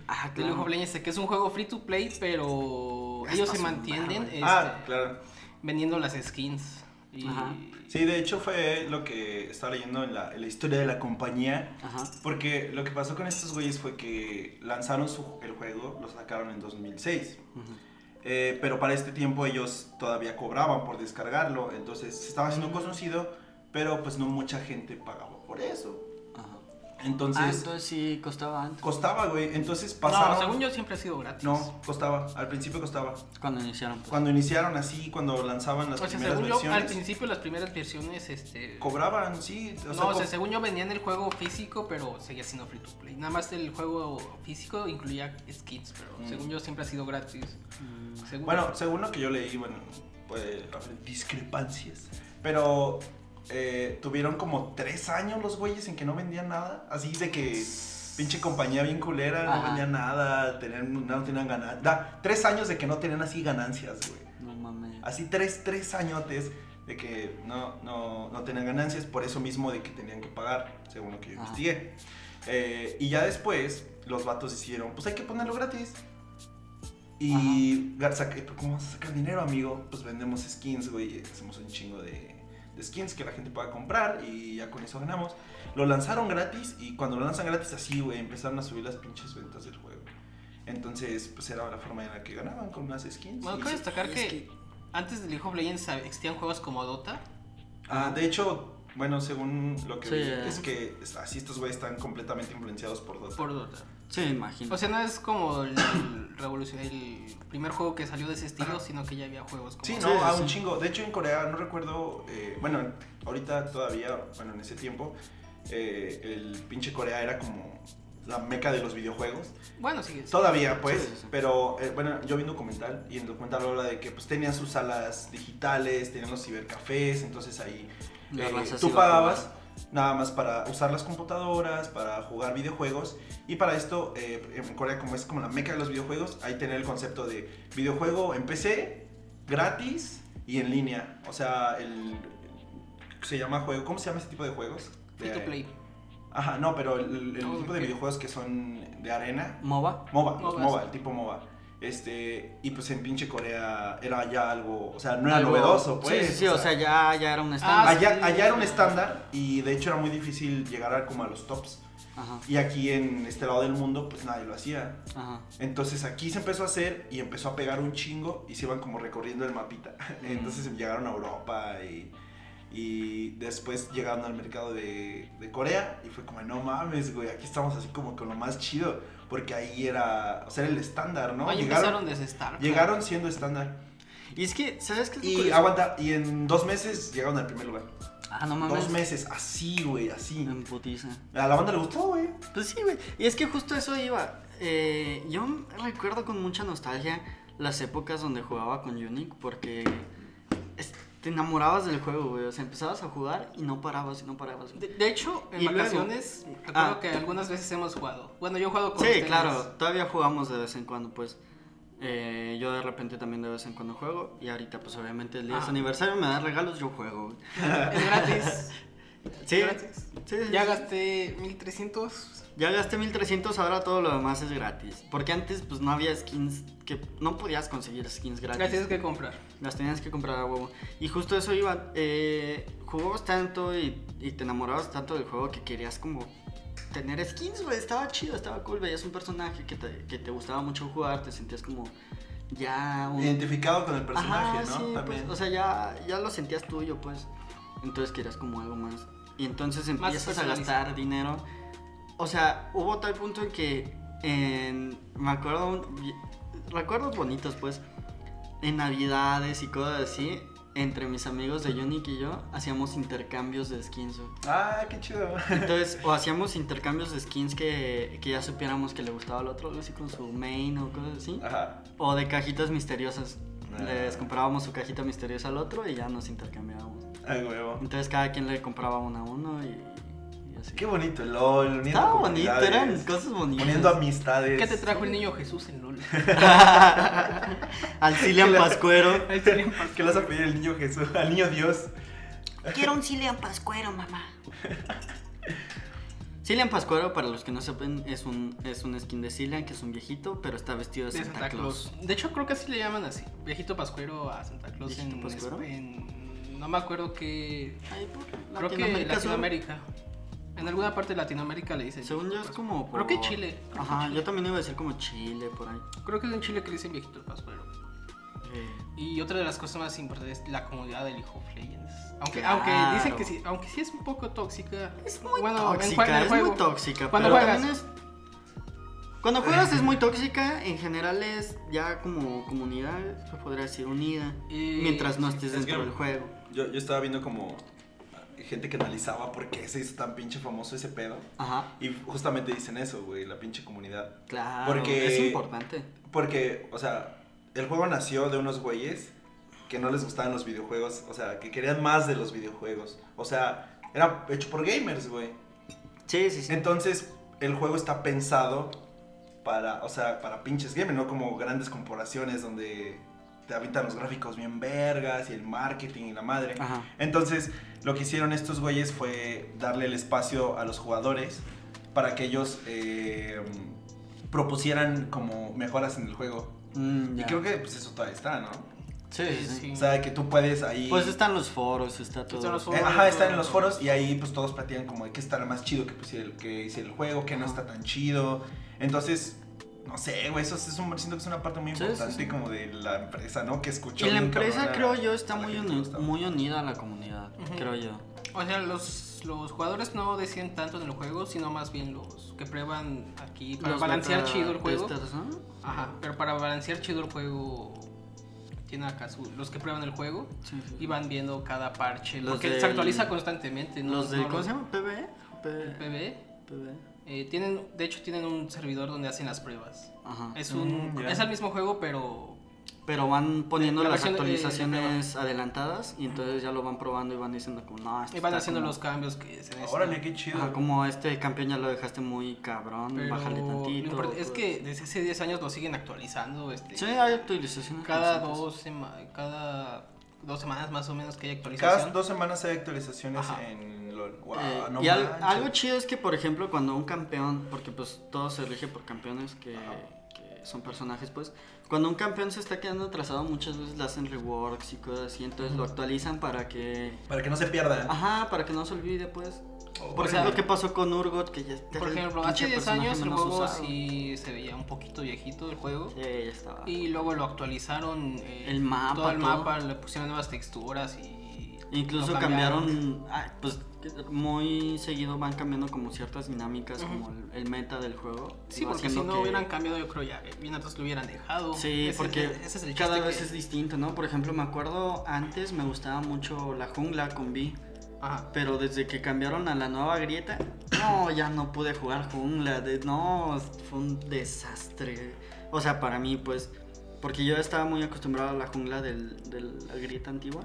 Speaker 3: Ah,
Speaker 1: De
Speaker 3: claro.
Speaker 1: League of Legends, que es un juego free to play, pero
Speaker 3: Gastas
Speaker 1: ellos se
Speaker 3: un
Speaker 1: mantienen
Speaker 3: barro,
Speaker 1: este,
Speaker 2: Ah, claro.
Speaker 1: vendiendo las skins. Y...
Speaker 3: Ajá.
Speaker 2: Sí, de hecho fue lo que estaba leyendo en la, en la historia de la compañía.
Speaker 3: Ajá.
Speaker 2: Porque lo que pasó con estos güeyes fue que lanzaron su- el juego, lo sacaron en 2006.
Speaker 3: ujú.
Speaker 2: Eh, pero para este tiempo ellos todavía cobraban por descargarlo. Entonces se estaba
Speaker 1: Mm.
Speaker 2: haciendo conocido, pero pues no mucha gente pagaba por eso.
Speaker 3: Ajá. Ah,
Speaker 2: Entonces
Speaker 3: entonces sí costaba antes.
Speaker 2: costaba, güey. Entonces pasaron.
Speaker 1: No, según yo siempre ha sido gratis.
Speaker 2: No, costaba. Al principio costaba.
Speaker 3: Cuando iniciaron. pues.
Speaker 2: Cucuando iniciaron así, cuando lanzaban las
Speaker 1: o sea,
Speaker 2: primeras
Speaker 1: según yo, al
Speaker 2: versiones,
Speaker 1: principio las primeras versiones, este...
Speaker 2: cobraban, sí. O sea,
Speaker 1: no, o sea,
Speaker 2: co-
Speaker 1: según yo vendían el juego físico, pero seguía siendo free to play. Nada más el juego físico incluía skins, pero
Speaker 2: Mm.
Speaker 1: según yo siempre ha sido gratis.
Speaker 3: Mm.
Speaker 1: Según-
Speaker 2: Bueno, según lo que yo leí, bueno, pues discrepancias. Pero eh, tuvieron como tres años los güeyes en que no vendían nada. Así de que pinche compañía bien culera, no
Speaker 3: Ajá.
Speaker 2: vendían nada, tenían, no tenían ganancias. Da, tres años de que no tenían así ganancias, güey.
Speaker 3: No mames.
Speaker 2: Así tres, tres añotes de que no, no, no tenían ganancias, por eso mismo de que tenían que pagar, según lo que yo
Speaker 3: Ajá.
Speaker 2: investigué. Eh, y ya después los vatos hicieron, pues hay que ponerlo gratis. Y, gar- saca- ¿cómo vas a sacar dinero, amigo? Pues vendemos skins, güey, hacemos un chingo de, de skins que la gente pueda comprar y ya con eso ganamos. Lo lanzaron gratis y cuando lo lanzan gratis así, güey, empezaron a subir las pinches ventas del juego. Entonces, pues era la forma en la que ganaban con unas skins.
Speaker 1: Bueno,
Speaker 2: y
Speaker 1: cabe
Speaker 2: se-
Speaker 1: destacar
Speaker 3: y es
Speaker 1: que,
Speaker 3: que-
Speaker 1: antes de League of Legends ah, existían juegos como Dota.
Speaker 2: Ah, de hecho, bueno, según lo que
Speaker 3: Sí,
Speaker 2: vi,
Speaker 3: eh.
Speaker 2: es que es- así estos güeyes están completamente influenciados por Dota.
Speaker 1: Por Dota.
Speaker 3: Sí, imagino.
Speaker 1: O sea, no es como el, <coughs> el revolucion- el primer juego que salió de ese estilo, sino que ya había juegos como.
Speaker 2: Sí,
Speaker 3: Sí,
Speaker 2: no, a
Speaker 3: sí,
Speaker 2: un
Speaker 3: sí.
Speaker 2: chingo. De hecho, en Corea, no recuerdo, eh, bueno, ahorita todavía, bueno, en ese tiempo, eh, el pinche Corea era como la meca de los videojuegos.
Speaker 1: Bueno, sí. sí.
Speaker 2: Todavía, pues,
Speaker 3: Sí, sí, sí.
Speaker 2: pero eh, bueno, yo vi un documental y en el documental habla de que pues tenían sus salas digitales, tenían los cibercafés, entonces ahí
Speaker 3: La
Speaker 2: Eh,
Speaker 3: raza sí
Speaker 2: tú
Speaker 3: va a
Speaker 2: pagabas
Speaker 3: probar.
Speaker 2: nada más para usar las computadoras, para jugar videojuegos. Y para esto, eh, en Corea, como es como la meca de los videojuegos, ahí tener el concepto de videojuego en PC, gratis y en línea. O sea, el, se llama juego. ¿Cómo se llama ese tipo de juegos?
Speaker 1: Free to
Speaker 2: De-
Speaker 1: play.
Speaker 2: Ajá, no, pero el, el
Speaker 1: Oh,
Speaker 2: tipo
Speaker 1: ok.
Speaker 2: de videojuegos que son de arena.
Speaker 3: ¿MOBA?
Speaker 2: MOBA, los
Speaker 1: MOBAs.
Speaker 2: MOBA, el tipo MOBA. Este, y pues en pinche Corea era ya algo, o sea, no era
Speaker 3: Algo-
Speaker 2: novedoso, pues.
Speaker 3: Sí, sí, sí, o sea, ya, ya era un
Speaker 1: Ah,
Speaker 3: estándar.
Speaker 2: Allá,
Speaker 1: sí.
Speaker 2: allá era un estándar y de hecho era muy difícil llegar a, como a los tops.
Speaker 3: Ajá,
Speaker 2: Y aquí en este lado del mundo pues nadie lo hacía.
Speaker 3: ajá.
Speaker 2: Entonces aquí se empezó a hacer y empezó a pegar un chingo y se iban como recorriendo el mapita. <laughs> Entonces llegaron a Europa y, y después llegaron al mercado de, de Corea y fue como, no mames, güey, aquí estamos así como con lo más chido. Porque ahí era, o sea, era el estándar, ¿no?
Speaker 1: Ahí empezaron
Speaker 2: llegaron,
Speaker 1: desde Starcraft.
Speaker 2: llegaron siendo estándar.
Speaker 3: Y es que, ¿sabes qué? es lo
Speaker 2: Y
Speaker 3: curioso?
Speaker 2: aguanta, y en dos meses llegaron al primer lugar.
Speaker 3: Ah, no mames.
Speaker 2: Dos meses, así, güey, así.
Speaker 3: En putiza.
Speaker 2: A la banda le gustó, güey.
Speaker 3: Pues sí, güey. Y es que justo eso iba. Eh, yo m- recuerdo con mucha nostalgia las épocas donde jugaba con Unique porque es- te enamorabas del juego, güey. O sea, empezabas a jugar y no parabas y no parabas. güey.
Speaker 1: De, de hecho, en
Speaker 3: Y luego-
Speaker 1: vacaciones, recuerdo
Speaker 3: Ah.
Speaker 1: que algunas veces hemos jugado. Bueno, yo he jugado con
Speaker 3: Sí,
Speaker 1: ustedes.
Speaker 3: claro. Todavía jugamos de vez en cuando, pues. Eh, yo de repente también de vez en cuando juego. Y ahorita, pues obviamente el día de su
Speaker 1: Ah.
Speaker 3: aniversario me da regalos, yo juego. güey.
Speaker 1: Es gratis.
Speaker 3: <laughs> Sí.
Speaker 1: Gratis.
Speaker 3: Sí, sí,
Speaker 1: Ya
Speaker 3: sí.
Speaker 1: gasté 1300.
Speaker 3: Ya gasté 1300, ahora todo lo demás es gratis. Porque antes, pues no había skins que no podías conseguir skins gratis.
Speaker 1: Las tienes que comprar.
Speaker 3: Las tenías que comprar a huevo. Y justo eso iba. Eh, jugabas tanto y, y te enamorabas tanto del juego que querías como tener skins, güey. Estaba chido, estaba cool. Veías un personaje que te, que te gustaba mucho jugar, te sentías como ya un.
Speaker 2: Identificado con el personaje,
Speaker 3: Ajá,
Speaker 2: ¿no?
Speaker 3: sí,
Speaker 2: También.
Speaker 3: pues, o sea, ya, ya lo sentías tuyo, pues. Entonces querías como algo más. Y entonces
Speaker 1: Más
Speaker 3: empiezas a
Speaker 1: personalizado.
Speaker 3: gastar dinero. O sea, hubo tal punto en que en- me acuerdo un- vi- recuerdos bonitos, pues. En navidades y cosas así, entre mis amigos de Unique y yo hacíamos intercambios de skins. güey.
Speaker 2: Ah, qué chido.
Speaker 3: Entonces, o hacíamos intercambios de skins que, que ya supiéramos que le gustaba al otro, algo así con su main o cosas así.
Speaker 2: Ajá.
Speaker 3: O de cajitas misteriosas.
Speaker 2: Ah.
Speaker 3: Les comprábamos su cajita misteriosa al otro y ya nos intercambiábamos.
Speaker 2: Ay, huevo.
Speaker 3: Entonces cada quien le compraba una a uno y, y así.
Speaker 2: Qué bonito eh. el LOL. uniendo
Speaker 3: Estaba bonito,
Speaker 2: comunidades,
Speaker 3: eran cosas bonitas.
Speaker 2: Uniendo amistades.
Speaker 1: ¿Qué te trajo el niño Jesús en
Speaker 3: <laughs>
Speaker 1: LOL?
Speaker 2: <laughs>
Speaker 3: al Cilian Pascuero.
Speaker 1: Ahí tenía un pastel.
Speaker 2: ¿Qué le vas a pedir al niño Jesús? Al niño Dios.
Speaker 3: Quiero un Cilian Pascuero, mamá. Cilian Pascuero, para los que no sepan, es un, es un skin de Cilian, que es un viejito, pero está vestido de
Speaker 1: de
Speaker 3: Santa,
Speaker 1: Santa
Speaker 3: Claus.
Speaker 1: Claus. De hecho, creo que así le llaman así. Viejito Pascuero a Santa Claus
Speaker 3: ¿Viejito
Speaker 1: en,
Speaker 3: Pascuero?
Speaker 1: en- No me acuerdo qué.
Speaker 3: Ay, por
Speaker 1: Creo que
Speaker 3: Latinoamérica,
Speaker 1: Latinoamérica. En alguna parte de Latinoamérica le dicen.
Speaker 3: Según yo es
Speaker 1: Pascuero.
Speaker 3: como...
Speaker 1: Creo que
Speaker 3: por-
Speaker 1: Chile. creo que
Speaker 3: Ajá,
Speaker 1: Chile.
Speaker 3: yo también iba a decir como Chile, por ahí.
Speaker 1: Creo que es en Chile que le dicen Viejito Pascuero. Y otra de las cosas más importantes es la comunidad del hijo Legends. Aunque,
Speaker 3: Claro.
Speaker 1: aunque dicen que sí, aunque sí es un poco tóxica.
Speaker 3: Es muy
Speaker 1: Bueno, en jue- en
Speaker 3: tóxica,
Speaker 1: el
Speaker 3: es
Speaker 1: juego.
Speaker 3: muy tóxica.
Speaker 1: Cuando
Speaker 3: pero
Speaker 1: juegas.
Speaker 3: también es- Cuando juegas es muy tóxica, en general es ya como comunidad, se podría decir, unida,
Speaker 1: Y-
Speaker 3: mientras no estés
Speaker 2: Es
Speaker 3: dentro
Speaker 2: que-
Speaker 3: del juego.
Speaker 2: Yo, yo estaba viendo como gente que analizaba por qué se hizo tan pinche famoso ese pedo.
Speaker 3: Ajá,
Speaker 2: Y justamente dicen eso, güey, la pinche comunidad.
Speaker 3: claro,
Speaker 2: Porque-
Speaker 3: es importante.
Speaker 2: Porque, o sea, el juego nació de unos güeyes que no les gustaban los videojuegos, o sea, que querían más de los videojuegos. O sea, era hecho por gamers, güey.
Speaker 3: Sí, sí, sí.
Speaker 2: Entonces, el juego está pensado para, o sea, para pinches gamers, no como grandes corporaciones donde te habitan los gráficos bien vergas y el marketing y la madre.
Speaker 3: Ajá.
Speaker 2: Entonces, lo que hicieron estos güeyes fue darle el espacio a los jugadores para que ellos eh, propusieran como mejoras en el juego.
Speaker 3: Mm,
Speaker 2: Y
Speaker 3: ya.
Speaker 2: creo que pues eso todavía está, ¿no?
Speaker 3: Sí, sí, sí.
Speaker 2: O sea, que tú puedes ahí...
Speaker 3: Pues están los foros, está todo.
Speaker 1: Están los
Speaker 2: Eh,
Speaker 1: foros.
Speaker 2: ajá, están en los foros y ahí pues todos platican como de qué está más chido que, pues, el, que hice el juego, que no está tan chido. Entonces, no sé, güey, eso es es un, siento que es una parte muy
Speaker 3: Sí, sí,
Speaker 2: importante
Speaker 3: sí.
Speaker 2: como de la empresa, ¿no? Que escuchó.
Speaker 3: Y la
Speaker 2: bien
Speaker 3: empresa,
Speaker 2: cabrón a-
Speaker 3: creo yo, está
Speaker 2: a la
Speaker 3: muy,
Speaker 2: gente que
Speaker 3: uni-
Speaker 2: le gustaba.
Speaker 3: muy unida a la comunidad,
Speaker 1: Ujú.
Speaker 3: creo yo.
Speaker 1: O sea, los, los jugadores no deciden tanto en el juego, sino más bien los que prueban aquí para
Speaker 3: Los
Speaker 1: balancear
Speaker 3: beta
Speaker 1: chido el juego.
Speaker 3: testers, ¿no?
Speaker 1: Ajá, pero para balancear chido el juego tiene acá su- los que prueban el juego
Speaker 3: Sí, sí.
Speaker 1: y van viendo cada parche,
Speaker 3: Los
Speaker 1: porque
Speaker 3: del-
Speaker 1: se actualiza constantemente. ¿no?
Speaker 3: Los de,
Speaker 1: No
Speaker 3: ¿cómo
Speaker 1: los-
Speaker 3: se llama? PBE.
Speaker 1: el E. PvE.
Speaker 3: PBE.
Speaker 1: eh, tienen, de hecho, tienen un servidor donde hacen las pruebas.
Speaker 3: Ajá.
Speaker 1: Es un,
Speaker 2: Mm, ya.
Speaker 1: es el mismo juego, pero
Speaker 3: Pero van poniendo
Speaker 1: La
Speaker 3: las
Speaker 1: versión, eh,
Speaker 3: actualizaciones adelantadas y entonces ya lo van probando y van diciendo como, no, esto
Speaker 1: y van
Speaker 3: está
Speaker 1: haciendo
Speaker 3: como-
Speaker 1: los cambios que se necesitan.
Speaker 2: Órale, qué chido.
Speaker 3: Ajá, como este campeón ya lo dejaste muy cabrón,
Speaker 1: Pero
Speaker 3: bájale
Speaker 1: lo
Speaker 3: tantito. pues".
Speaker 1: importante es que desde hace 10 años lo siguen actualizando. Este,
Speaker 3: Sí, hay actualizaciones.
Speaker 1: cada
Speaker 3: constantes.
Speaker 1: dos, sema- cada dos semanas más o menos que hay actualización.
Speaker 2: Cada dos semanas hay actualizaciones
Speaker 1: Ajá.
Speaker 2: en LOL. Wow,
Speaker 3: Eh,
Speaker 2: no
Speaker 3: y al-
Speaker 2: manches.
Speaker 3: algo chido es que, por ejemplo, cuando un campeón, porque pues todo se elige por campeones que, que son personajes, pues, cuando un campeón se está quedando atrasado, muchas veces le hacen reworks y cosas así, entonces lo actualizan para que...
Speaker 2: Para que no se pierdan.
Speaker 3: Ajá, para que no se olvide, pues.
Speaker 2: Oh,
Speaker 3: Por
Speaker 1: O sea,
Speaker 3: ejemplo, ¿qué pasó con Urgot? Que ya está
Speaker 1: Por
Speaker 3: el
Speaker 1: ejemplo,
Speaker 3: pinche
Speaker 1: hace 10
Speaker 3: personaje
Speaker 1: años el
Speaker 3: menos
Speaker 1: juego
Speaker 3: usado.
Speaker 1: sí se veía un poquito viejito el juego.
Speaker 3: Sí, ya estaba.
Speaker 1: Y luego lo actualizaron. eh,
Speaker 3: El mapa,
Speaker 1: Todo el
Speaker 3: todo.
Speaker 1: mapa, le pusieron nuevas texturas y.
Speaker 3: Incluso
Speaker 1: lo
Speaker 3: cambiaron, ah, pues muy seguido van cambiando como ciertas dinámicas,
Speaker 1: Ujú.
Speaker 3: como el, el meta del juego.
Speaker 1: Sí,
Speaker 3: Va
Speaker 1: porque si
Speaker 3: haciendo
Speaker 1: no
Speaker 3: que-
Speaker 1: hubieran cambiado, yo creo ya. eh, Bien, entonces lo hubieran dejado.
Speaker 3: Sí,
Speaker 1: Ese es
Speaker 3: porque
Speaker 1: el- ese es el
Speaker 3: cada
Speaker 1: chiste
Speaker 3: vez
Speaker 1: que-
Speaker 3: es distinto, ¿no? Por ejemplo, me acuerdo antes me gustaba mucho la jungla con B,
Speaker 1: Ajá.
Speaker 3: pero desde que cambiaron a la nueva grieta, no, ya no pude jugar jungla, de- no, fue un desastre. O sea, para mí, pues, porque yo estaba muy acostumbrado a la jungla del- de la grieta antigua.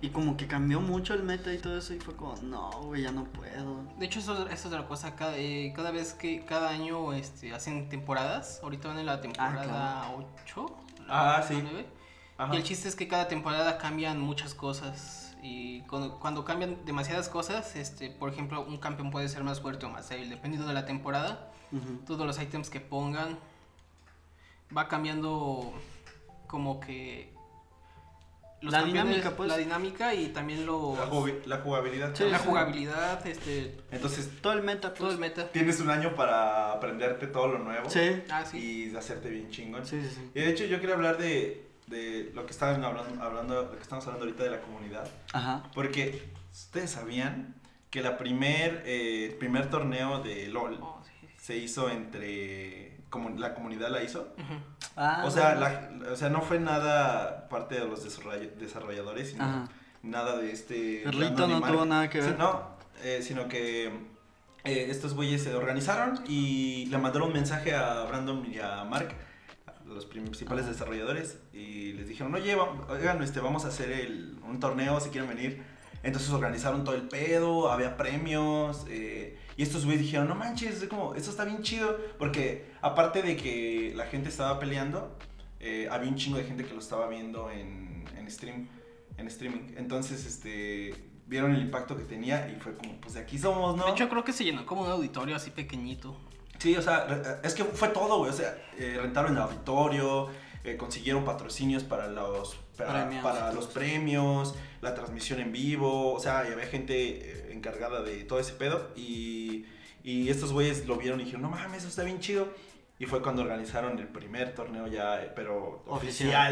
Speaker 3: Y como que cambió mucho el meta y todo eso y fue como, no, güey, ya no puedo.
Speaker 1: De hecho, eso, eso es otra cosa. Cada, eh, cada vez que. Cada año este, hacen temporadas. Ahorita van en
Speaker 3: Ah,
Speaker 1: la temporada 8.
Speaker 2: Ah, sí. Ajá.
Speaker 1: Y el chiste es que cada temporada cambian muchas cosas. Y cuando, cuando cambian demasiadas cosas, este, por ejemplo, un campeón puede ser más fuerte o más débil, dependiendo de la temporada.
Speaker 3: Ujú.
Speaker 1: Todos los ítems que pongan va cambiando como que
Speaker 3: La
Speaker 1: campeones-
Speaker 3: dinámica, pues.
Speaker 1: la dinámica y también los,
Speaker 2: La, jugabi- la jugabilidad.
Speaker 3: Sí,
Speaker 1: la
Speaker 3: sí.
Speaker 1: jugabilidad, este,
Speaker 2: Entonces,
Speaker 3: Todo el meta,
Speaker 1: todo
Speaker 3: pues.
Speaker 1: el meta.
Speaker 2: tienes un año para aprenderte todo lo nuevo.
Speaker 3: Sí.
Speaker 1: Ah, sí.
Speaker 2: Y hacerte bien chingón.
Speaker 3: Sí, sí, sí.
Speaker 2: Y de hecho yo quería hablar de, de lo que estaban hablando, hablando, lo que estamos hablando ahorita de la comunidad.
Speaker 3: Ajá.
Speaker 2: Porque ustedes sabían que la primer, eh, el primer torneo de LOL
Speaker 1: Oh, sí.
Speaker 2: se hizo entre... Como la comunidad la hizo.
Speaker 1: Ujú.
Speaker 3: Ah,
Speaker 2: o, sea,
Speaker 3: bueno.
Speaker 2: la- o sea, no fue nada parte de los desarroll- desarrolladores, sino
Speaker 3: Ajá.
Speaker 2: nada de este...
Speaker 3: Perlito
Speaker 2: Random
Speaker 3: no
Speaker 2: Animal.
Speaker 3: tuvo nada que
Speaker 2: Sí,
Speaker 3: ver.
Speaker 2: no, eh, sino que eh, estos güeyes se organizaron y le mandaron un mensaje a Brandon y a Mark, a los principales
Speaker 3: Ajá.
Speaker 2: desarrolladores, y les dijeron, oye, va- oigan, este, vamos a hacer el- un torneo si quieren venir. Entonces organizaron todo el pedo, había premios, eh, y estos güeyes dijeron, no manches, es como, esto está bien chido, porque aparte de que la gente estaba peleando, eh, había un chingo de gente que lo estaba viendo en, en stream, en streaming. Entonces, este, vieron el impacto que tenía y fue como, pues de aquí somos, ¿no?
Speaker 1: De hecho, creo que se llenó como un auditorio así pequeñito.
Speaker 2: Sí, o sea, re- eh, es que fue todo, güey. O sea, eh, rentaron el auditorio, eh, consiguieron patrocinios para los, para,
Speaker 3: Premios.
Speaker 2: para los premios, la transmisión en vivo, o sea, y había gente eh, encargada de todo ese pedo. Y, y estos güeyes lo vieron y dijeron, no mames, eso está bien chido. Y fue cuando organizaron el primer torneo ya, eh, pero
Speaker 3: Oficial.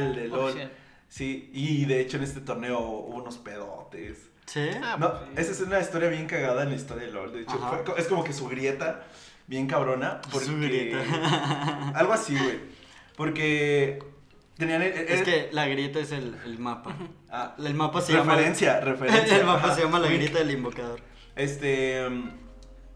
Speaker 2: oficial, de LOL.
Speaker 1: Oficial.
Speaker 2: Sí, y de hecho en este torneo hubo unos pedotes.
Speaker 3: Sí.
Speaker 1: Ah,
Speaker 2: No,
Speaker 1: pues, sí.
Speaker 2: esa es una historia bien cagada en la historia de LOL. De hecho,
Speaker 3: Ajá.
Speaker 2: fue- es como que su grieta, bien cabrona. Porque,
Speaker 3: Su grieta.
Speaker 2: <laughs> algo así, güey. Porque tenían. el- el-
Speaker 3: Es que la grieta es el, el mapa.
Speaker 2: Ah,
Speaker 3: El mapa se llama.
Speaker 2: referencia, referencia.
Speaker 3: <laughs> el mapa
Speaker 2: ajá.
Speaker 3: se llama la
Speaker 2: Ubica-
Speaker 3: grieta del invocador.
Speaker 2: Este. mm,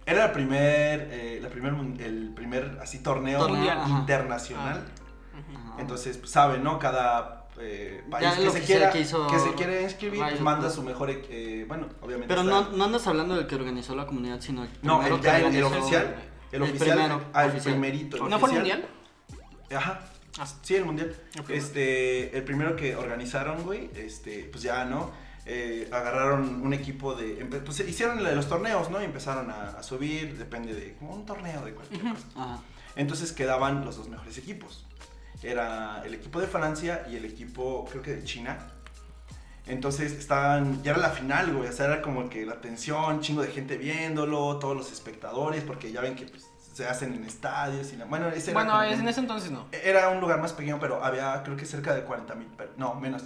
Speaker 2: Era el primer. eh, la primer mun- el primer así torneo
Speaker 3: Torneo, ajá.
Speaker 2: internacional.
Speaker 1: Ujú.
Speaker 3: Ajá.
Speaker 2: Entonces, pues, saben, ¿no? Cada eh,
Speaker 3: Ya
Speaker 2: país
Speaker 3: el
Speaker 2: que se,
Speaker 3: oficial
Speaker 2: quiera,
Speaker 3: que
Speaker 2: que,
Speaker 3: hizo
Speaker 2: se quiere inscribir, pues
Speaker 3: Riot
Speaker 2: manda
Speaker 3: Club.
Speaker 2: su mejor. e- eh, bueno, obviamente.
Speaker 3: Pero
Speaker 2: está-
Speaker 3: no, no andas hablando del que organizó la comunidad, sino el
Speaker 2: No,
Speaker 3: primero
Speaker 2: el,
Speaker 3: que
Speaker 2: ya el- el
Speaker 3: organizó-
Speaker 2: oficial. El,
Speaker 3: el
Speaker 2: oficial.
Speaker 3: primero,
Speaker 2: ah, el
Speaker 3: oficial.
Speaker 2: primerito.
Speaker 1: ¿No fue el
Speaker 2: oficial.
Speaker 1: mundial?
Speaker 2: Ajá.
Speaker 1: Ah.
Speaker 2: Sí, el mundial.
Speaker 1: El primero.
Speaker 2: Este, el primero que organizaron, güey, este, pues ya, ¿no? Eh, agarraron un equipo de. empe- Pues hicieron la de los torneos, ¿no? Y empezaron a, a subir, depende de. Como un torneo de cualquier cosa.
Speaker 3: Ajá.
Speaker 2: Entonces quedaban los dos mejores equipos. Era el equipo de Francia y el equipo, creo que de China. Entonces estaban, ya era la final, güey. O sea, era como que la tensión, chingo de gente viéndolo, todos los espectadores, porque ya ven que pues, se hacen en estadios. Y la- bueno, ese era,
Speaker 1: Bueno,
Speaker 2: como
Speaker 1: es- en
Speaker 2: un,
Speaker 1: ese entonces no.
Speaker 2: era un lugar más pequeño, pero había creo que cerca de 40 mil, no, menos,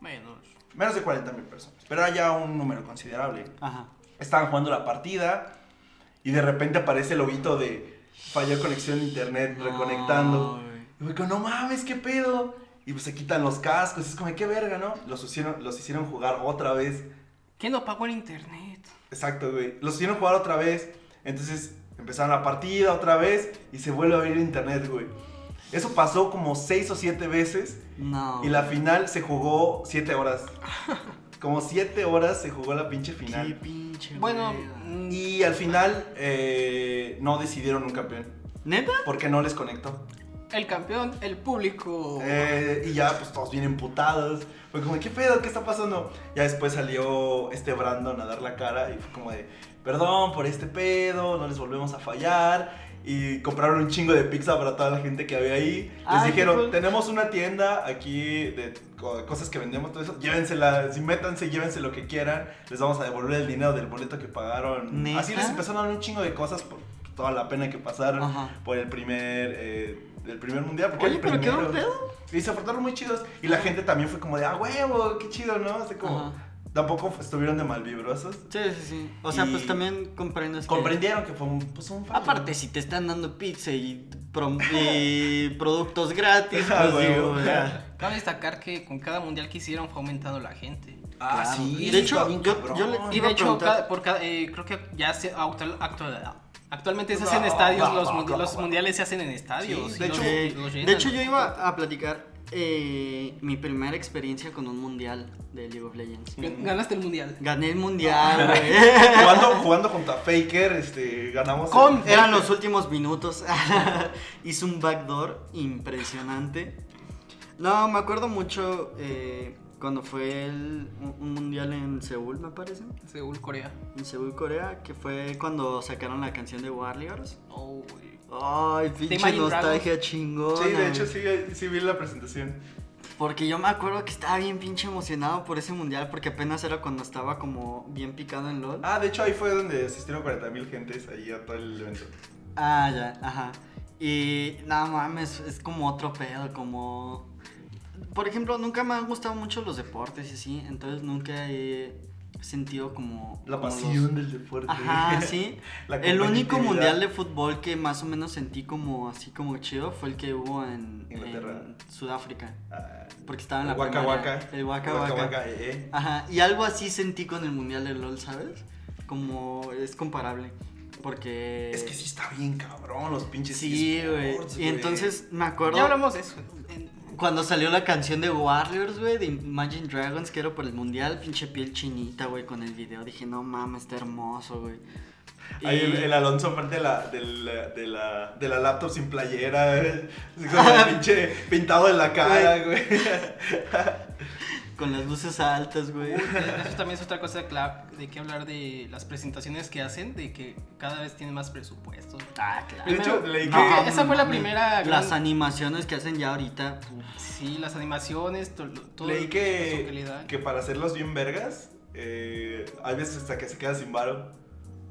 Speaker 1: Bueno,
Speaker 2: menos de 40 mil personas. Pero era ya un número considerable
Speaker 3: Ajá.
Speaker 2: estaban jugando la partida y de repente aparece el loguito de falló conexión de internet, reconectando.
Speaker 3: Ay.
Speaker 2: Y güey, como, no mames, qué pedo. Y pues se quitan los cascos, es como, qué verga, ¿no? Los hicieron, los hicieron jugar otra vez.
Speaker 1: ¿quién no pagó el internet?
Speaker 2: Exacto, güey. Los hicieron jugar otra vez. Entonces empezaron la partida otra vez y se vuelve a abrir internet, güey. Eso pasó como seis o siete veces
Speaker 3: No.
Speaker 2: y la final se jugó siete horas. Como siete horas se jugó la pinche final.
Speaker 3: Qué pinche.
Speaker 1: Bueno,
Speaker 3: wea.
Speaker 1: mm,
Speaker 2: Y al final eh, no decidieron un campeón.
Speaker 3: ¿Neta?
Speaker 2: Porque no les conectó.
Speaker 1: el campeón, el público.
Speaker 2: Eh, y ya, pues todos bien emputados. Fue como, ¿qué pedo? ¿Qué está pasando? Ya después salió este Brandon a dar la cara y fue como de, perdón por este pedo, no les volvemos a fallar. Y compraron un chingo de pizza para toda la gente que había ahí. Les
Speaker 3: Ay, qué
Speaker 2: dijeron,
Speaker 3: cool.
Speaker 2: tenemos una tienda aquí de co- cosas que vendemos, todo eso. Llévensela, si métanse, llévense lo que quieran. Les vamos a devolver el dinero del boleto que pagaron.
Speaker 3: ¿Neta?
Speaker 2: Así les empezaron a dar un chingo de cosas por toda la pena que pasaron
Speaker 3: Ajá.
Speaker 2: por el primer, eh, el primer mundial. Porque
Speaker 3: Oye,
Speaker 2: el
Speaker 3: pero quedó
Speaker 2: primero-
Speaker 3: un pedo.
Speaker 2: y se portaron muy chidos. Y la gente también fue como de, ah, huevo, qué chido, ¿no? Así como,
Speaker 3: Ajá.
Speaker 2: tampoco f- estuvieron de malvibrosos.
Speaker 3: Sí, sí, sí. O sea,
Speaker 2: Y-
Speaker 3: pues también comprendes. que-
Speaker 2: Comprendieron que fue un, pues, un fallo. <laughs>
Speaker 3: Aparte, si te están dando pizza y, prom- y <laughs> productos gratis,
Speaker 2: Ah,
Speaker 3: pues
Speaker 2: huevo.
Speaker 3: digo, ya.
Speaker 1: Cabe destacar que con cada mundial que hicieron fue aumentando la gente.
Speaker 2: Ah,
Speaker 3: Claro.
Speaker 2: sí.
Speaker 3: Y
Speaker 2: eso
Speaker 3: de hecho,
Speaker 2: está bien
Speaker 3: yo-
Speaker 2: cabrón.
Speaker 3: yo <laughs> le-
Speaker 1: Y de
Speaker 3: Iba a
Speaker 1: hecho,
Speaker 3: preguntar-
Speaker 1: cada- por cada- eh, creo que ya se actual, actual- ah, actualmente se hacen
Speaker 2: No,
Speaker 1: estadios,
Speaker 2: no,
Speaker 1: los,
Speaker 2: no,
Speaker 1: mun-
Speaker 2: no,
Speaker 1: los
Speaker 2: no.
Speaker 1: mundiales se hacen en estadios.
Speaker 2: Sí,
Speaker 1: y
Speaker 2: de
Speaker 1: los-
Speaker 2: hecho-
Speaker 3: Eh,
Speaker 1: los llenan.
Speaker 3: de hecho, yo iba a platicar eh, mi primera experiencia con un mundial de League of Legends.
Speaker 1: Gan- Ganaste el mundial.
Speaker 3: Gané
Speaker 2: <laughs>
Speaker 3: el mundial, güey.
Speaker 2: jugando, jugando junto a Faker, este, ganamos.
Speaker 1: Con-
Speaker 2: el-
Speaker 3: Eran los últimos minutos. <laughs> Hice un backdoor impresionante. No, me acuerdo mucho eh, cuando fue el- un, un mundial en Seúl, me parece.
Speaker 1: Seúl, Corea.
Speaker 3: En Seúl, Corea, que fue cuando sacaron la canción de Warriors.
Speaker 1: Oh, güey.
Speaker 3: Ay, pinche
Speaker 1: Imagine
Speaker 3: nostalgia chingona.
Speaker 2: Sí, de hecho, sí, sí vi la presentación.
Speaker 3: Porque yo me acuerdo que estaba bien pinche emocionado por ese mundial, porque apenas era cuando estaba como bien picado en LOL.
Speaker 2: Ah, de hecho, ahí fue donde asistieron 40.000 gentes ahí a todo el evento.
Speaker 3: Ah, ya, ajá. Y nada mames, es como otro pedo, como... Por ejemplo, nunca me han gustado mucho los deportes y así, entonces nunca he sentido como...
Speaker 2: La
Speaker 3: como los-
Speaker 2: pasión del deporte.
Speaker 3: Ajá, sí.
Speaker 2: <laughs> La
Speaker 3: el único
Speaker 2: competitividad.
Speaker 3: mundial de fútbol que más o menos sentí como así como chido fue el que hubo en,
Speaker 2: Inglaterra.
Speaker 3: en Sudáfrica,
Speaker 2: Ah,
Speaker 3: porque estaba en la
Speaker 2: el Waka
Speaker 3: primaria.
Speaker 2: Waka.
Speaker 3: El Waka
Speaker 2: Waka
Speaker 3: Waka.
Speaker 2: Waka, eh, eh.
Speaker 3: Ajá, y algo así sentí con el mundial de LOL, ¿sabes? Como es comparable, porque...
Speaker 2: Es que sí está bien cabrón los pinches
Speaker 3: Sí, güey.
Speaker 2: esports,
Speaker 3: Y entonces me acuerdo
Speaker 1: Ya hablamos de eso. En-
Speaker 3: cuando salió la canción de Warriors, güey, de Imagine Dragons, que era por el mundial, pinche piel chinita, güey, con el video. Dije, no mames, está hermoso, güey.
Speaker 2: Ahí el, el Alonso aparte de la, de, la, de, la, de la laptop sin playera, eh, con el pinche pintado en la
Speaker 3: <laughs>
Speaker 2: cara, güey.
Speaker 3: Con las luces altas, güey.
Speaker 1: Eso también es otra cosa de, cla- de que hablar de las presentaciones que hacen, de que cada vez tienen más presupuesto.
Speaker 3: Ah, claro.
Speaker 2: De hecho, leí
Speaker 1: No,
Speaker 2: que...
Speaker 1: esa fue la
Speaker 3: mames.
Speaker 1: primera gran-
Speaker 3: Las animaciones que hacen ya ahorita. puf.
Speaker 1: Sí, las animaciones, to- todo
Speaker 2: Leí
Speaker 1: el presupuesto le
Speaker 2: que,
Speaker 1: dan.
Speaker 2: que para hacerlos bien vergas, eh, hay veces hasta que se queda sin varo.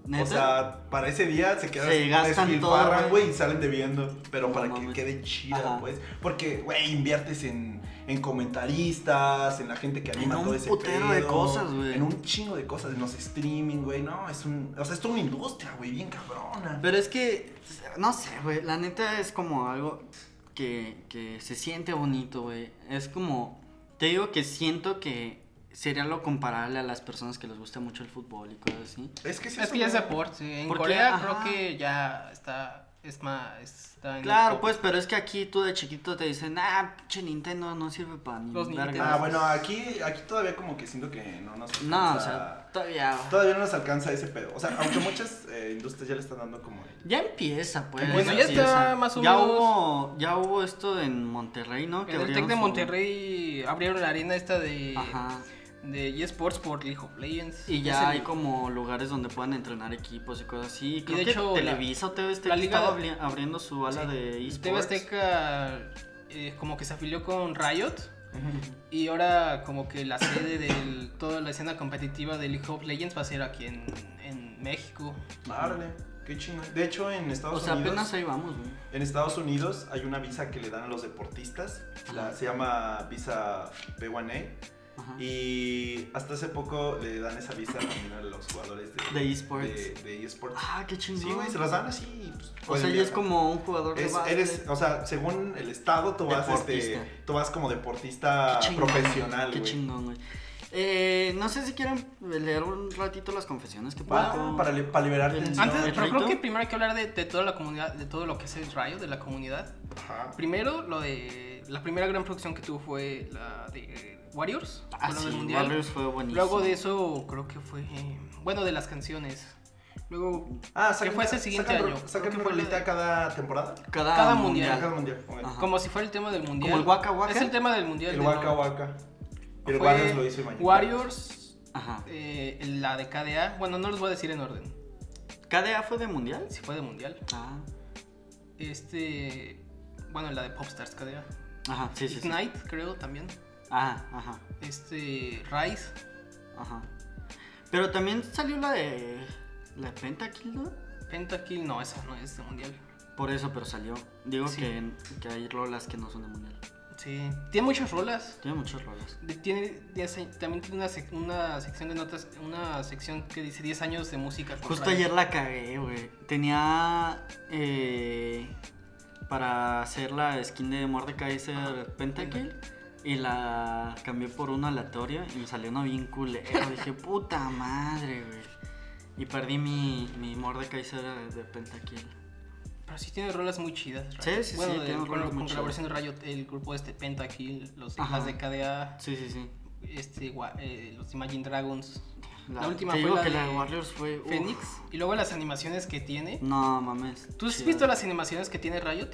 Speaker 3: ¿Neta?
Speaker 2: O sea, para ese día se quedan
Speaker 3: Se gastan
Speaker 2: despilfarran,
Speaker 3: todo, güey.
Speaker 2: güey, y salen debiendo. Pero
Speaker 3: No
Speaker 2: para
Speaker 3: mames.
Speaker 2: que quede chida,
Speaker 3: Ajá.
Speaker 2: pues. Porque, güey, inviertes en, en comentaristas, en la gente que
Speaker 3: En
Speaker 2: anima
Speaker 3: un
Speaker 2: todo ese
Speaker 3: putero de
Speaker 2: pedo,
Speaker 3: cosas, güey.
Speaker 2: En un chingo de cosas, en los streaming, güey. No, es un. O sea, es toda una industria, güey, bien cabrona.
Speaker 3: Pero es que, no sé, güey, la neta es como algo que, que se siente bonito, güey. Es como, te digo que siento que sería lo comparable a las personas que les gusta mucho el fútbol y cosas así.
Speaker 2: es que sí
Speaker 1: Es que ya es
Speaker 2: una-
Speaker 1: deporte. En
Speaker 3: Porque,
Speaker 1: Corea
Speaker 3: ajá.
Speaker 1: creo que ya está es más, está en el
Speaker 3: Claro,
Speaker 1: top.
Speaker 3: pues, pero es que aquí tú de chiquito te dicen, ah, pinche Nintendo no sirve para ni
Speaker 1: Los
Speaker 3: verga".
Speaker 1: Nintendo.
Speaker 2: Ah, bueno, aquí, aquí todavía como que siento que no nos
Speaker 3: No, o
Speaker 2: alcanza-
Speaker 3: sea, todavía.
Speaker 2: Todavía no nos alcanza ese pedo. O sea, aunque muchas eh, industrias ya le están dando como
Speaker 3: <laughs>
Speaker 2: el-
Speaker 3: Ya empieza, pues.
Speaker 1: Bueno, ya está
Speaker 3: empieza.
Speaker 1: más o
Speaker 3: ya
Speaker 1: menos-
Speaker 3: Hubo, ya hubo esto en Monterrey, ¿no?
Speaker 1: En el
Speaker 3: abrieron
Speaker 1: Tec de
Speaker 3: su-
Speaker 1: Monterrey abrieron la arena esta de,
Speaker 3: Ajá.
Speaker 1: de eSports por League of Legends.
Speaker 3: Y
Speaker 1: Es
Speaker 3: ya
Speaker 1: el-
Speaker 3: hay como lugares donde puedan entrenar equipos y cosas así. Creo
Speaker 1: de
Speaker 3: que
Speaker 1: hecho, la-
Speaker 3: Televisa o TV
Speaker 1: la
Speaker 3: Azteca
Speaker 1: liga-
Speaker 3: estaba abri- abriendo su ala
Speaker 1: sí.
Speaker 3: de esports.
Speaker 1: TV Azteca eh, como que se afilió con Riot y ahora como que la sede de toda la escena competitiva de League of Legends va a ser aquí en, en México.
Speaker 2: Árale, qué chingón. De hecho, en Estados
Speaker 3: O sea,
Speaker 2: Unidos.
Speaker 3: apenas ahí vamos, güey.
Speaker 2: En Estados Unidos hay una visa que le dan a los deportistas. la- se llama visa B1A.
Speaker 3: Ajá.
Speaker 2: Y hasta hace poco le dan esa visa también a los jugadores de,
Speaker 3: De esports.
Speaker 2: de- de esports.
Speaker 3: Ah, qué chingón.
Speaker 2: Sí, güey, se las dan así. y, pues,
Speaker 3: o
Speaker 2: pueden
Speaker 3: sea, ya es
Speaker 2: viajar.
Speaker 3: como un jugador de
Speaker 2: Es-
Speaker 3: básquet.
Speaker 2: eres, o sea, según el estado, tú vas, este,
Speaker 3: Deportista.
Speaker 2: tú vas como deportista
Speaker 3: Qué chingón,
Speaker 2: profesional,
Speaker 3: Qué
Speaker 2: güey.
Speaker 3: chingón, güey. Eh, no sé si quieren leer un ratito las confesiones que
Speaker 2: Va,
Speaker 3: publicó.
Speaker 2: para, li- para liberarte.
Speaker 3: El-
Speaker 2: en-
Speaker 3: Ah,
Speaker 1: Antes,
Speaker 3: ¿El
Speaker 1: pero creo
Speaker 3: rito?
Speaker 1: que primero hay que hablar de, de toda la comunidad, de todo lo que es el Riot, de la comunidad.
Speaker 2: Ajá.
Speaker 1: Primero, lo de la primera gran producción que tuvo fue la de Warriors,
Speaker 3: Ah,
Speaker 1: fue lo
Speaker 3: sí,
Speaker 1: del mundial.
Speaker 3: Warriors fue buenísimo.
Speaker 1: Luego de eso, creo que fue. Bueno, de las canciones. Luego,
Speaker 2: Ah,
Speaker 1: que fue ese siguiente
Speaker 2: sacan,
Speaker 1: año.
Speaker 2: ro- Sacan
Speaker 1: Creo que
Speaker 2: una
Speaker 1: fue la
Speaker 2: rolita
Speaker 1: de-
Speaker 2: cada temporada.
Speaker 3: Cada,
Speaker 1: cada
Speaker 3: mundial.
Speaker 2: Cada mundial. ok.
Speaker 3: Ajá.
Speaker 1: como si fuera el tema del mundial.
Speaker 3: el Waka Waka?
Speaker 1: Es el tema del mundial.
Speaker 2: El
Speaker 1: de
Speaker 2: Waka
Speaker 1: nuevo.
Speaker 2: Waka. El
Speaker 1: Fue
Speaker 2: Warriors lo hizo el mañana.
Speaker 1: Warriors,
Speaker 3: Ajá.
Speaker 1: eh, la de KDA. Bueno, no los voy a decir en orden.
Speaker 3: ¿KDA fue de mundial?
Speaker 1: Si fue de mundial.
Speaker 3: Ah.
Speaker 1: Este. Bueno, la de Popstars KDA.
Speaker 3: Ajá, sí, sí. sí.
Speaker 1: Ignite, creo también.
Speaker 3: Ajá, ajá,
Speaker 1: Este. Rise.
Speaker 3: ajá. Pero también salió la de. La de Pentakill, ¿no?
Speaker 1: Pentakill, no, esa no es de mundial.
Speaker 3: Por eso, pero salió. Digo
Speaker 1: Sí.
Speaker 3: que, que hay rolas que no son de mundial.
Speaker 1: Sí. Tiene muchas rolas.
Speaker 3: Tiene muchas rolas.
Speaker 1: De- Tiene, tiene- también tiene una, sec- una sección de notas, una sección que dice 10 años de música. con
Speaker 3: Justo
Speaker 1: Ray.
Speaker 3: ayer la cagué, güey. Tenía. Eh, para hacer la skin de Mordekaiser Pentakill. Y la cambié por una aleatoria y me salió una bien culera. Dije, puta madre, güey. Y perdí mi, mi Mordekaiser de Pentakill.
Speaker 1: Pero sí tiene rolas muy chidas. Ray.
Speaker 3: Sí, sí, sí,
Speaker 1: Bueno, de-
Speaker 3: tiene
Speaker 1: con,
Speaker 3: rolas
Speaker 1: con
Speaker 3: muy
Speaker 1: colaboración de Riot, el grupo este Pentakill, los de,
Speaker 3: Ajá.
Speaker 1: las de KDA,
Speaker 3: Sí, sí, sí.
Speaker 1: este, gua- eh, los Imagine Dragons,
Speaker 3: La,
Speaker 1: La última
Speaker 3: te
Speaker 1: fue
Speaker 3: digo
Speaker 1: la
Speaker 3: que la
Speaker 1: de
Speaker 3: de Warriors fue. uf.
Speaker 1: Phoenix. Y luego las animaciones que tiene.
Speaker 3: No mames.
Speaker 1: ¿Tú has
Speaker 3: chido.
Speaker 1: visto las animaciones que tiene Riot?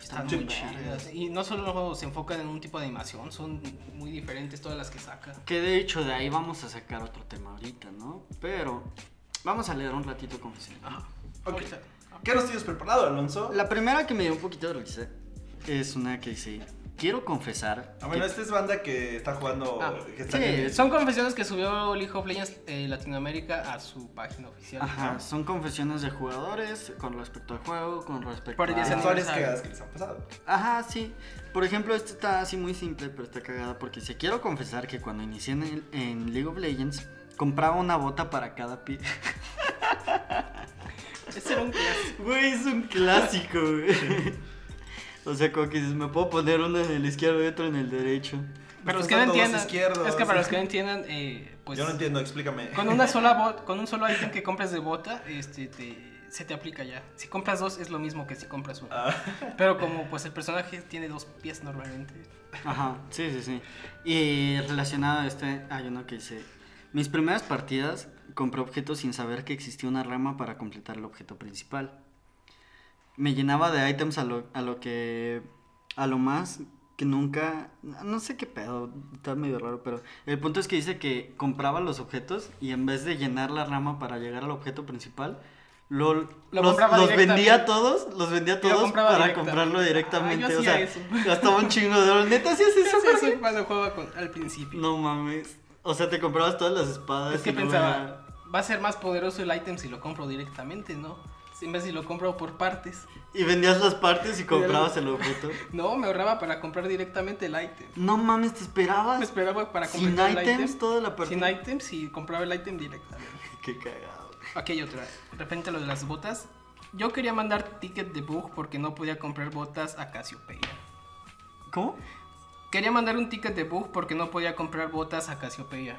Speaker 1: Están
Speaker 3: Sí.
Speaker 1: muy chidas. Y no solo se enfocan en un tipo de animación, son muy diferentes todas las que saca.
Speaker 3: Que de hecho de ahí vamos a sacar otro tema ahorita, ¿no? Pero vamos a leer un ratito confesiones.
Speaker 2: Ok.
Speaker 1: Ahorita.
Speaker 2: ¿Qué nos tienes preparado, Alonso?
Speaker 3: La primera que me dio un poquito de risa es una que dice: Quiero confesar.
Speaker 2: Ah, bueno,
Speaker 3: que-
Speaker 2: esta es banda que está jugando.
Speaker 1: Ah,
Speaker 2: que está
Speaker 3: sí,
Speaker 2: en el-
Speaker 1: Son confesiones que subió League of Legends eh, Latinoamérica a su página oficial.
Speaker 3: Ajá, son confesiones de jugadores con respecto al juego, con respecto
Speaker 1: Por el
Speaker 3: a.
Speaker 1: diseño.
Speaker 2: historias
Speaker 1: aniversario.
Speaker 2: que, las que les han pasado.
Speaker 3: Ajá, sí. Por ejemplo, esta está así muy simple, pero está cagada porque dice: Quiero confesar que cuando inicié en, el- en League of Legends, compraba una bota para cada <laughs> pie.
Speaker 1: Ese era un clásico.
Speaker 3: Güey, es un clásico, güey. O sea, como que dices, me puedo poner uno en el izquierdo y otro en el derecho.
Speaker 1: Para
Speaker 2: Estás
Speaker 1: los que no
Speaker 2: dando dos
Speaker 1: entiendan,
Speaker 2: izquierdos.
Speaker 1: es que para los que no entiendan, eh, pues
Speaker 2: Yo no entiendo, explícame. <laughs>
Speaker 1: con una sola bot, con un solo ítem que compras de bota, este, te- se te aplica ya. Si compras dos es lo mismo que si compras uno.
Speaker 2: Ah,
Speaker 1: Pero como pues el personaje tiene dos pies normalmente.
Speaker 3: Ajá, sí, sí, sí. Y relacionado a este, hay uno que dice, mis primeras partidas compré objetos sin saber que existía una rama para completar el objeto principal. Me llenaba de ítems a lo, a lo que, a lo más que nunca, no sé qué pedo, está medio raro, pero el punto es que dice que compraba los objetos y en vez de llenar la rama para llegar al objeto principal, lo, los,
Speaker 1: compraba
Speaker 3: los vendía
Speaker 1: directamente.
Speaker 3: a todos, los vendía a
Speaker 1: Y lo
Speaker 3: todos
Speaker 1: compraba
Speaker 3: para
Speaker 1: directamente.
Speaker 3: comprarlo
Speaker 1: Ah, yo
Speaker 3: directamente, o
Speaker 1: hacía
Speaker 2: <laughs>
Speaker 3: sea,
Speaker 1: eso.
Speaker 3: gastaba un chingo de dólares, neta, sí haces eso,
Speaker 1: Eso
Speaker 3: güey?
Speaker 1: sí, cuando jugaba con- al principio.
Speaker 3: No mames. O sea, te comprabas todas las espadas.
Speaker 1: es que
Speaker 3: y luego
Speaker 1: pensaba, va a ser más poderoso el ítem si lo compro directamente, ¿no? Si- En vez de si lo compro por partes.
Speaker 3: ya- Y vendías las partes y comprabas el objeto.
Speaker 1: No, me ahorraba para comprar directamente el ítem.
Speaker 3: No mames, te esperabas.
Speaker 1: Me esperaba para
Speaker 3: Sin
Speaker 1: comprar el ítem.
Speaker 3: items toda la
Speaker 1: Sin
Speaker 3: partida.
Speaker 1: items y compraba el ítem directamente.
Speaker 3: Qué cagado.
Speaker 1: Aquí hay otra. Referente a lo de las botas. Yo quería mandar ticket de bug porque no podía comprar botas a Casiopeia.
Speaker 3: ¿Cómo?
Speaker 1: Quería mandar un ticket de bug porque no podía comprar botas a Casiopeia.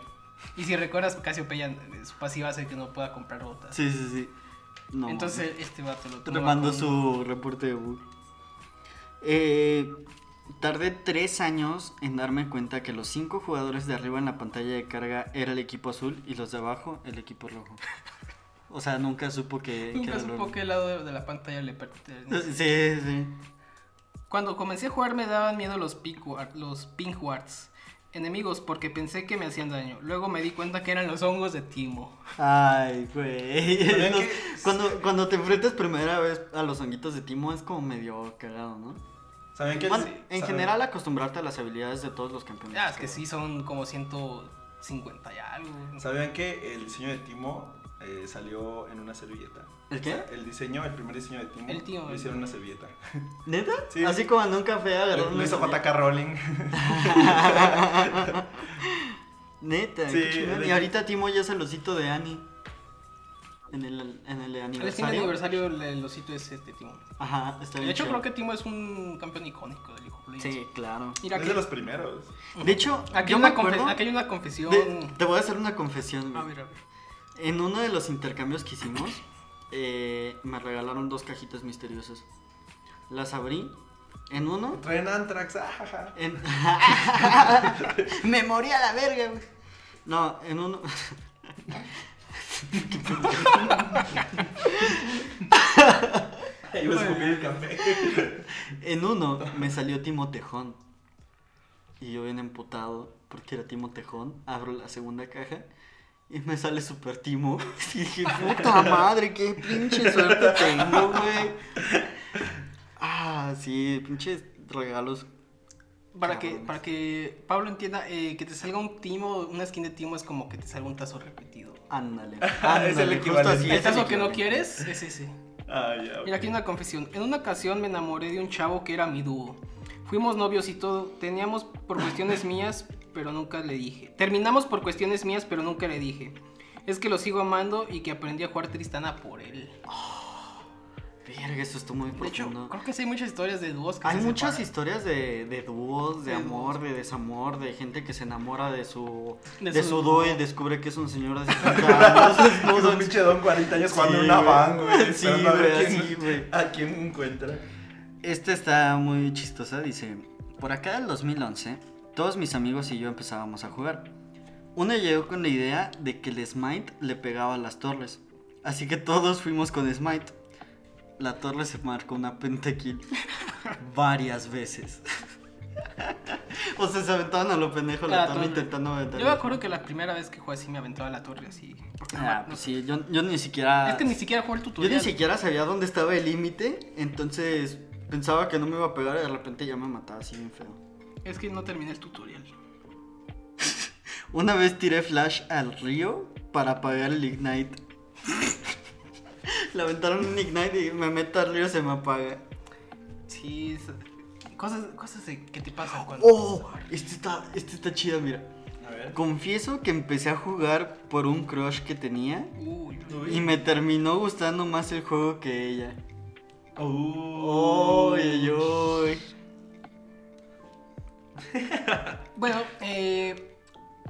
Speaker 1: Y si recuerdas, Casiopeia, eh, su pasiva hace que no pueda comprar botas.
Speaker 3: Sí, sí, sí. No,
Speaker 1: Entonces este vato lo
Speaker 3: Te
Speaker 1: toma
Speaker 3: mando
Speaker 1: con-
Speaker 3: su reporte de bug. Eh, tardé tres años en darme cuenta que los cinco jugadores de arriba en la pantalla de carga era el equipo azul y los de abajo el equipo rojo. O sea, nunca supo que, que
Speaker 1: Nunca
Speaker 3: era
Speaker 1: supo
Speaker 3: rojo.
Speaker 1: qué lado de, de la pantalla le pertenece.
Speaker 3: <laughs> Sí, sí.
Speaker 1: Cuando comencé a jugar me daban miedo los pingwar- los pingwards. Enemigos, porque pensé que me hacían daño. Luego me di cuenta que eran los hongos de Timo.
Speaker 3: Ay, güey.
Speaker 2: Pero
Speaker 3: Los-
Speaker 2: es que-
Speaker 3: cuando, cuando te enfrentas primera vez a los honguitos de Timo es como medio cagado, ¿no?
Speaker 2: ¿Saben qué?
Speaker 3: Bueno,
Speaker 2: Sí,
Speaker 3: en
Speaker 2: saben-
Speaker 3: general acostumbrarte a las habilidades de todos los campeones.
Speaker 1: Ah, es que sí, son como 150 y algo.
Speaker 2: ¿Sabían que el diseño de Timo eh, salió en una servilleta?
Speaker 3: ¿El qué?
Speaker 2: El diseño, el primer diseño de Timo,
Speaker 1: El tío,
Speaker 2: lo
Speaker 1: el
Speaker 2: hicieron
Speaker 1: tío.
Speaker 2: en una servilleta.
Speaker 3: ¿Neta?
Speaker 2: Sí.
Speaker 3: Así como en un café agarró
Speaker 2: Lo
Speaker 3: una
Speaker 2: lo hizo
Speaker 3: servilleta.
Speaker 2: Pataka Rowling.
Speaker 3: <laughs> Neta,
Speaker 2: Sí,
Speaker 3: qué chingón.
Speaker 2: de
Speaker 3: Y
Speaker 2: hecho.
Speaker 3: ahorita Timo ya es el osito de Annie. En el, en el
Speaker 1: El fin de
Speaker 3: aniversario.
Speaker 1: aniversario el osito es este Timo.
Speaker 3: Ajá, está bien.
Speaker 1: De hecho,
Speaker 3: chido.
Speaker 1: creo que Timo es un campeón icónico del hijo
Speaker 3: Sí, claro.
Speaker 1: Mira,
Speaker 2: <laughs> es
Speaker 1: aquí,
Speaker 2: de los primeros.
Speaker 3: De hecho,
Speaker 1: aquí
Speaker 3: yo
Speaker 1: hay una
Speaker 3: me acuerdo-
Speaker 1: confe- aquí hay una confesión.
Speaker 3: de- te voy a hacer una confesión.
Speaker 1: A
Speaker 3: güey.
Speaker 1: ver, a ver.
Speaker 3: En uno de los intercambios que hicimos, eh, me regalaron dos cajitas misteriosas. Las abrí. En uno.
Speaker 2: Traen ah, Antrax, ajaja.
Speaker 3: En... <laughs> me morí a la verga, güey. No, en uno.
Speaker 2: Iba a escupir
Speaker 1: <laughs>
Speaker 2: el café.
Speaker 3: En uno me salió Timo Tejón. Y yo bien emputado porque era Timo Tejón. Abro la segunda caja y me sale Super Timo. <laughs> Y dije, puta madre, qué pinche suerte tengo, güey. Ah, sí, pinches regalos.
Speaker 1: Para que,
Speaker 3: Cabrones.
Speaker 1: para que Pablo entienda, eh, que te salga un timo, una skin de timo es como que te salga un tazo repetido.
Speaker 3: Ándale.
Speaker 2: <laughs> Es el
Speaker 3: ándale, justo
Speaker 2: equivalente.
Speaker 3: así,
Speaker 2: Sí,
Speaker 1: el
Speaker 3: es el
Speaker 1: tazo que no
Speaker 3: equivalente.
Speaker 1: quieres es ese.
Speaker 2: Ah, ya.
Speaker 1: Mira, aquí hay una confesión. En una ocasión me enamoré de un chavo que era mi dúo. Fuimos novios y todo. Teníamos por
Speaker 3: <laughs>
Speaker 1: cuestiones mías, pero nunca le dije. Terminamos por cuestiones mías, pero nunca le dije. Es que lo sigo amando y que aprendí a jugar Tristana por él.
Speaker 3: Verga, eso estuvo muy
Speaker 1: De hecho,
Speaker 3: profundo.
Speaker 1: creo que sí hay muchas historias de dúos que
Speaker 3: Hay
Speaker 1: se
Speaker 3: muchas
Speaker 1: separan.
Speaker 3: historias de, de dúos, de
Speaker 1: De
Speaker 3: amor, de desamor, de gente que se enamora de su de,
Speaker 1: De
Speaker 3: su,
Speaker 1: su-
Speaker 3: dúo y descubre que es un señor de 70 años <laughs>
Speaker 2: Es
Speaker 3: desnudo.
Speaker 2: un pinche don 40 años jugando en
Speaker 3: Sí,
Speaker 2: una
Speaker 3: güey.
Speaker 2: van, güey.
Speaker 3: Sí,
Speaker 2: esperando a ver
Speaker 3: güey,
Speaker 2: quién-
Speaker 3: sí, güey.
Speaker 2: A quién encuentra.
Speaker 3: Esta está muy chistosa, dice, por acá del 2011, todos mis amigos y yo empezábamos a jugar. Uno llegó con la idea de que el Smite le pegaba a las torres, así que todos fuimos con Smite. La torre se marcó
Speaker 1: <laughs>
Speaker 3: una pentakill varias veces. <laughs> o sea, se aventaban a lo pendejo la,
Speaker 1: La
Speaker 3: torre
Speaker 1: torre.
Speaker 3: intentando aventar.
Speaker 1: Yo me acuerdo que la primera vez que jugué así me aventaba a la torre así. porque no
Speaker 3: Ah,
Speaker 1: me-
Speaker 3: pues
Speaker 1: no-
Speaker 3: sí, yo, yo ni siquiera...
Speaker 1: Es que ni siquiera jugué el
Speaker 3: Yo
Speaker 1: tutorial.
Speaker 3: ni siquiera sabía dónde estaba el límite, entonces pensaba que no me iba a pegar y de repente ya me mataba así bien feo.
Speaker 1: Es que no terminé el tutorial.
Speaker 3: Una vez tiré flash al río para apagar el ignite. <laughs> Le aventaron un ignite y me meto al río se me apaga.
Speaker 1: Sí, es- cosas, cosas de- que te pasan cuando.
Speaker 3: ¡Oh! Este está, este está chido, mira.
Speaker 2: A ver.
Speaker 3: Confieso que empecé a jugar por un crush que tenía
Speaker 1: Uy,
Speaker 2: Uy.
Speaker 3: y me terminó gustando más el juego que ella.
Speaker 2: Oh,
Speaker 3: ¡Oy, oy!
Speaker 1: Bueno, eh,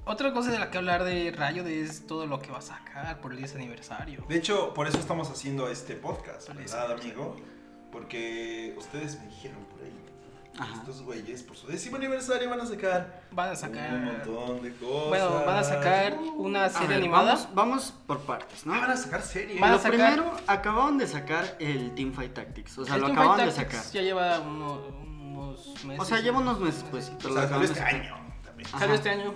Speaker 1: otra cosa de la que hablar de Rayo de es todo lo que va a sacar por el 10 aniversario.
Speaker 2: De hecho, por eso estamos haciendo este podcast,
Speaker 1: Por
Speaker 2: ¿verdad,
Speaker 1: eso.
Speaker 2: amigo? Porque ustedes me dijeron por ahí.
Speaker 3: Ajá.
Speaker 2: Estos güeyes por su décimo aniversario van a sacar,
Speaker 1: Van a sacar.
Speaker 2: un montón de cosas.
Speaker 1: Bueno, van a sacar una
Speaker 3: A
Speaker 1: serie
Speaker 3: ver,
Speaker 1: animada.
Speaker 3: Vamos, vamos por partes, ¿no?
Speaker 2: Ah, van a sacar series.
Speaker 1: Van a
Speaker 3: Lo
Speaker 1: sacar-
Speaker 3: primero, acababan de sacar el Team Fight Tactics. O sea,
Speaker 1: El
Speaker 3: lo
Speaker 1: Team
Speaker 3: acababan
Speaker 1: Fight
Speaker 3: de
Speaker 1: Tactics
Speaker 3: sacar.
Speaker 1: Ya lleva uno- unos meses.
Speaker 3: O sea, lleva unos meses, pues.
Speaker 2: O
Speaker 3: pero lo
Speaker 2: sea, tal
Speaker 3: acaban
Speaker 2: vez
Speaker 3: de
Speaker 2: este
Speaker 3: sacar.
Speaker 2: año también.
Speaker 3: Ah.
Speaker 1: Salió
Speaker 3: Ajá.
Speaker 1: este año.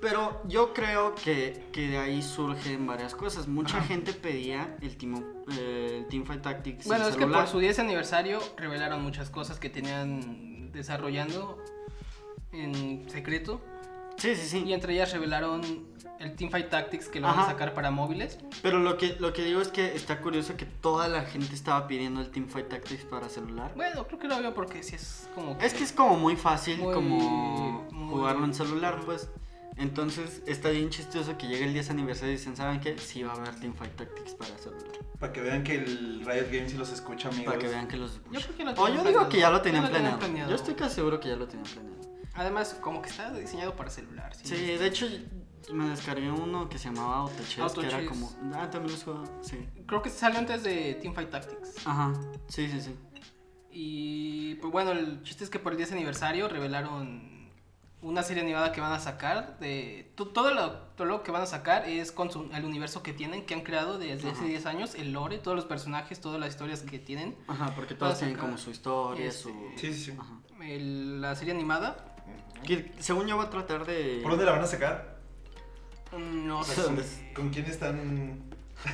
Speaker 3: Pero yo creo que, que de ahí surgen varias cosas. Mucha
Speaker 1: Ajá.
Speaker 3: gente pedía el Team, eh, el Team Fight Tactics. en
Speaker 1: Bueno, es que
Speaker 3: celular.
Speaker 1: por su 10 aniversario revelaron muchas cosas que tenían desarrollando en secreto.
Speaker 3: Sí, sí,
Speaker 1: Y
Speaker 3: sí.
Speaker 1: entre ellas revelaron el Teamfight Tactics que lo van
Speaker 3: Ajá.
Speaker 1: a sacar para móviles.
Speaker 3: Pero lo que, lo que digo es que está curioso que toda la gente estaba pidiendo el Team Fight Tactics para celular.
Speaker 1: Bueno, creo que lo veo porque sí es como
Speaker 3: Es que es como muy fácil
Speaker 1: Muy-
Speaker 3: como
Speaker 1: muy-
Speaker 3: jugarlo en celular, pues. Entonces está bien chistoso que llegue el 10 aniversario y dicen, ¿saben qué? Sí va a haber Team Fight Tactics para celular.
Speaker 2: Para que vean que el Riot Games sí los escucha, amigos.
Speaker 3: Para que vean que los...
Speaker 1: Yo creo que lo
Speaker 3: o
Speaker 1: tenían
Speaker 3: yo digo
Speaker 1: planeado.
Speaker 3: que ya lo
Speaker 1: Ya
Speaker 3: tenían
Speaker 1: lo tenían
Speaker 3: planeado.
Speaker 1: planeado.
Speaker 3: Yo estoy casi seguro que ya lo tenían planeado.
Speaker 1: Además, como que está diseñado para celular.
Speaker 3: Sí, de hecho Me descargué uno que se llamaba Autochess, que era
Speaker 1: Autochess.
Speaker 3: como. Ah, también los jugaba, sí.
Speaker 1: Creo que salió antes de Teamfight Tactics.
Speaker 3: Ajá, sí, sí, sí.
Speaker 1: Y pues bueno, el chiste es que por el 10 aniversario revelaron una serie animada que van a sacar. De, to- todo, lo, todo lo que van a sacar es con su- el universo que tienen, que han creado desde hace
Speaker 3: Ajá.
Speaker 1: 10 años, el lore, todos los personajes, todas las historias que tienen.
Speaker 3: Ajá, porque
Speaker 1: Todas
Speaker 3: todos tienen
Speaker 1: acá.
Speaker 3: como su historia,
Speaker 1: Este,
Speaker 3: su.
Speaker 2: Sí, sí, sí.
Speaker 3: Ajá.
Speaker 1: El- la serie animada,
Speaker 3: Que, según yo voy a tratar de.
Speaker 2: ¿Por dónde la van a sacar?
Speaker 1: no
Speaker 3: <laughs>
Speaker 2: O sea,
Speaker 1: sé.
Speaker 2: ¿Con quién están?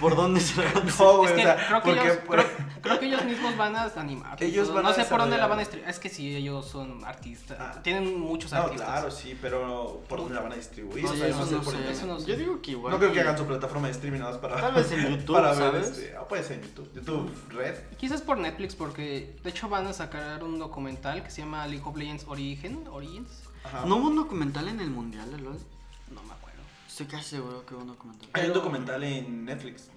Speaker 3: ¿Por dónde se la van a-
Speaker 1: <laughs>
Speaker 2: No,
Speaker 1: Es
Speaker 2: güey,
Speaker 1: que
Speaker 2: o sea,
Speaker 1: creo, que
Speaker 2: porque
Speaker 1: ellos,
Speaker 2: por-
Speaker 1: creo- creo que ellos mismos van a animar.
Speaker 2: Ellos
Speaker 1: todo.
Speaker 2: van
Speaker 1: no
Speaker 2: a
Speaker 1: sé por dónde la
Speaker 2: desarrollar.
Speaker 1: van a estrenar. Es que sí, ellos son artistas.
Speaker 2: Ah.
Speaker 1: Tienen muchos
Speaker 2: No,
Speaker 1: artistas.
Speaker 2: claro, sí, pero ¿por dónde la van a distribuir?
Speaker 3: No,
Speaker 2: O
Speaker 3: sí,
Speaker 2: sea,
Speaker 3: eso
Speaker 2: no sé
Speaker 3: no
Speaker 2: por
Speaker 3: sé.
Speaker 2: dónde.
Speaker 1: eso no sé.
Speaker 3: Yo digo que igual.
Speaker 2: No creo que hagan su plataforma de streaming nada más para.
Speaker 3: Tal vez
Speaker 2: <laughs>
Speaker 3: en YouTube,
Speaker 2: para ver
Speaker 3: ¿sabes?
Speaker 2: este. Ah, puede ser en YouTube. YouTube Red.
Speaker 1: Y quizás por Netflix, porque de hecho van a sacar un documental que se llama League of Legends Origin, Origins.
Speaker 2: Ajá.
Speaker 3: ¿No hubo un documental en el mundial de LOL?
Speaker 1: No me acuerdo.
Speaker 3: Estoy casi seguro que hubo un documental.
Speaker 2: Hay un documental en Netflix.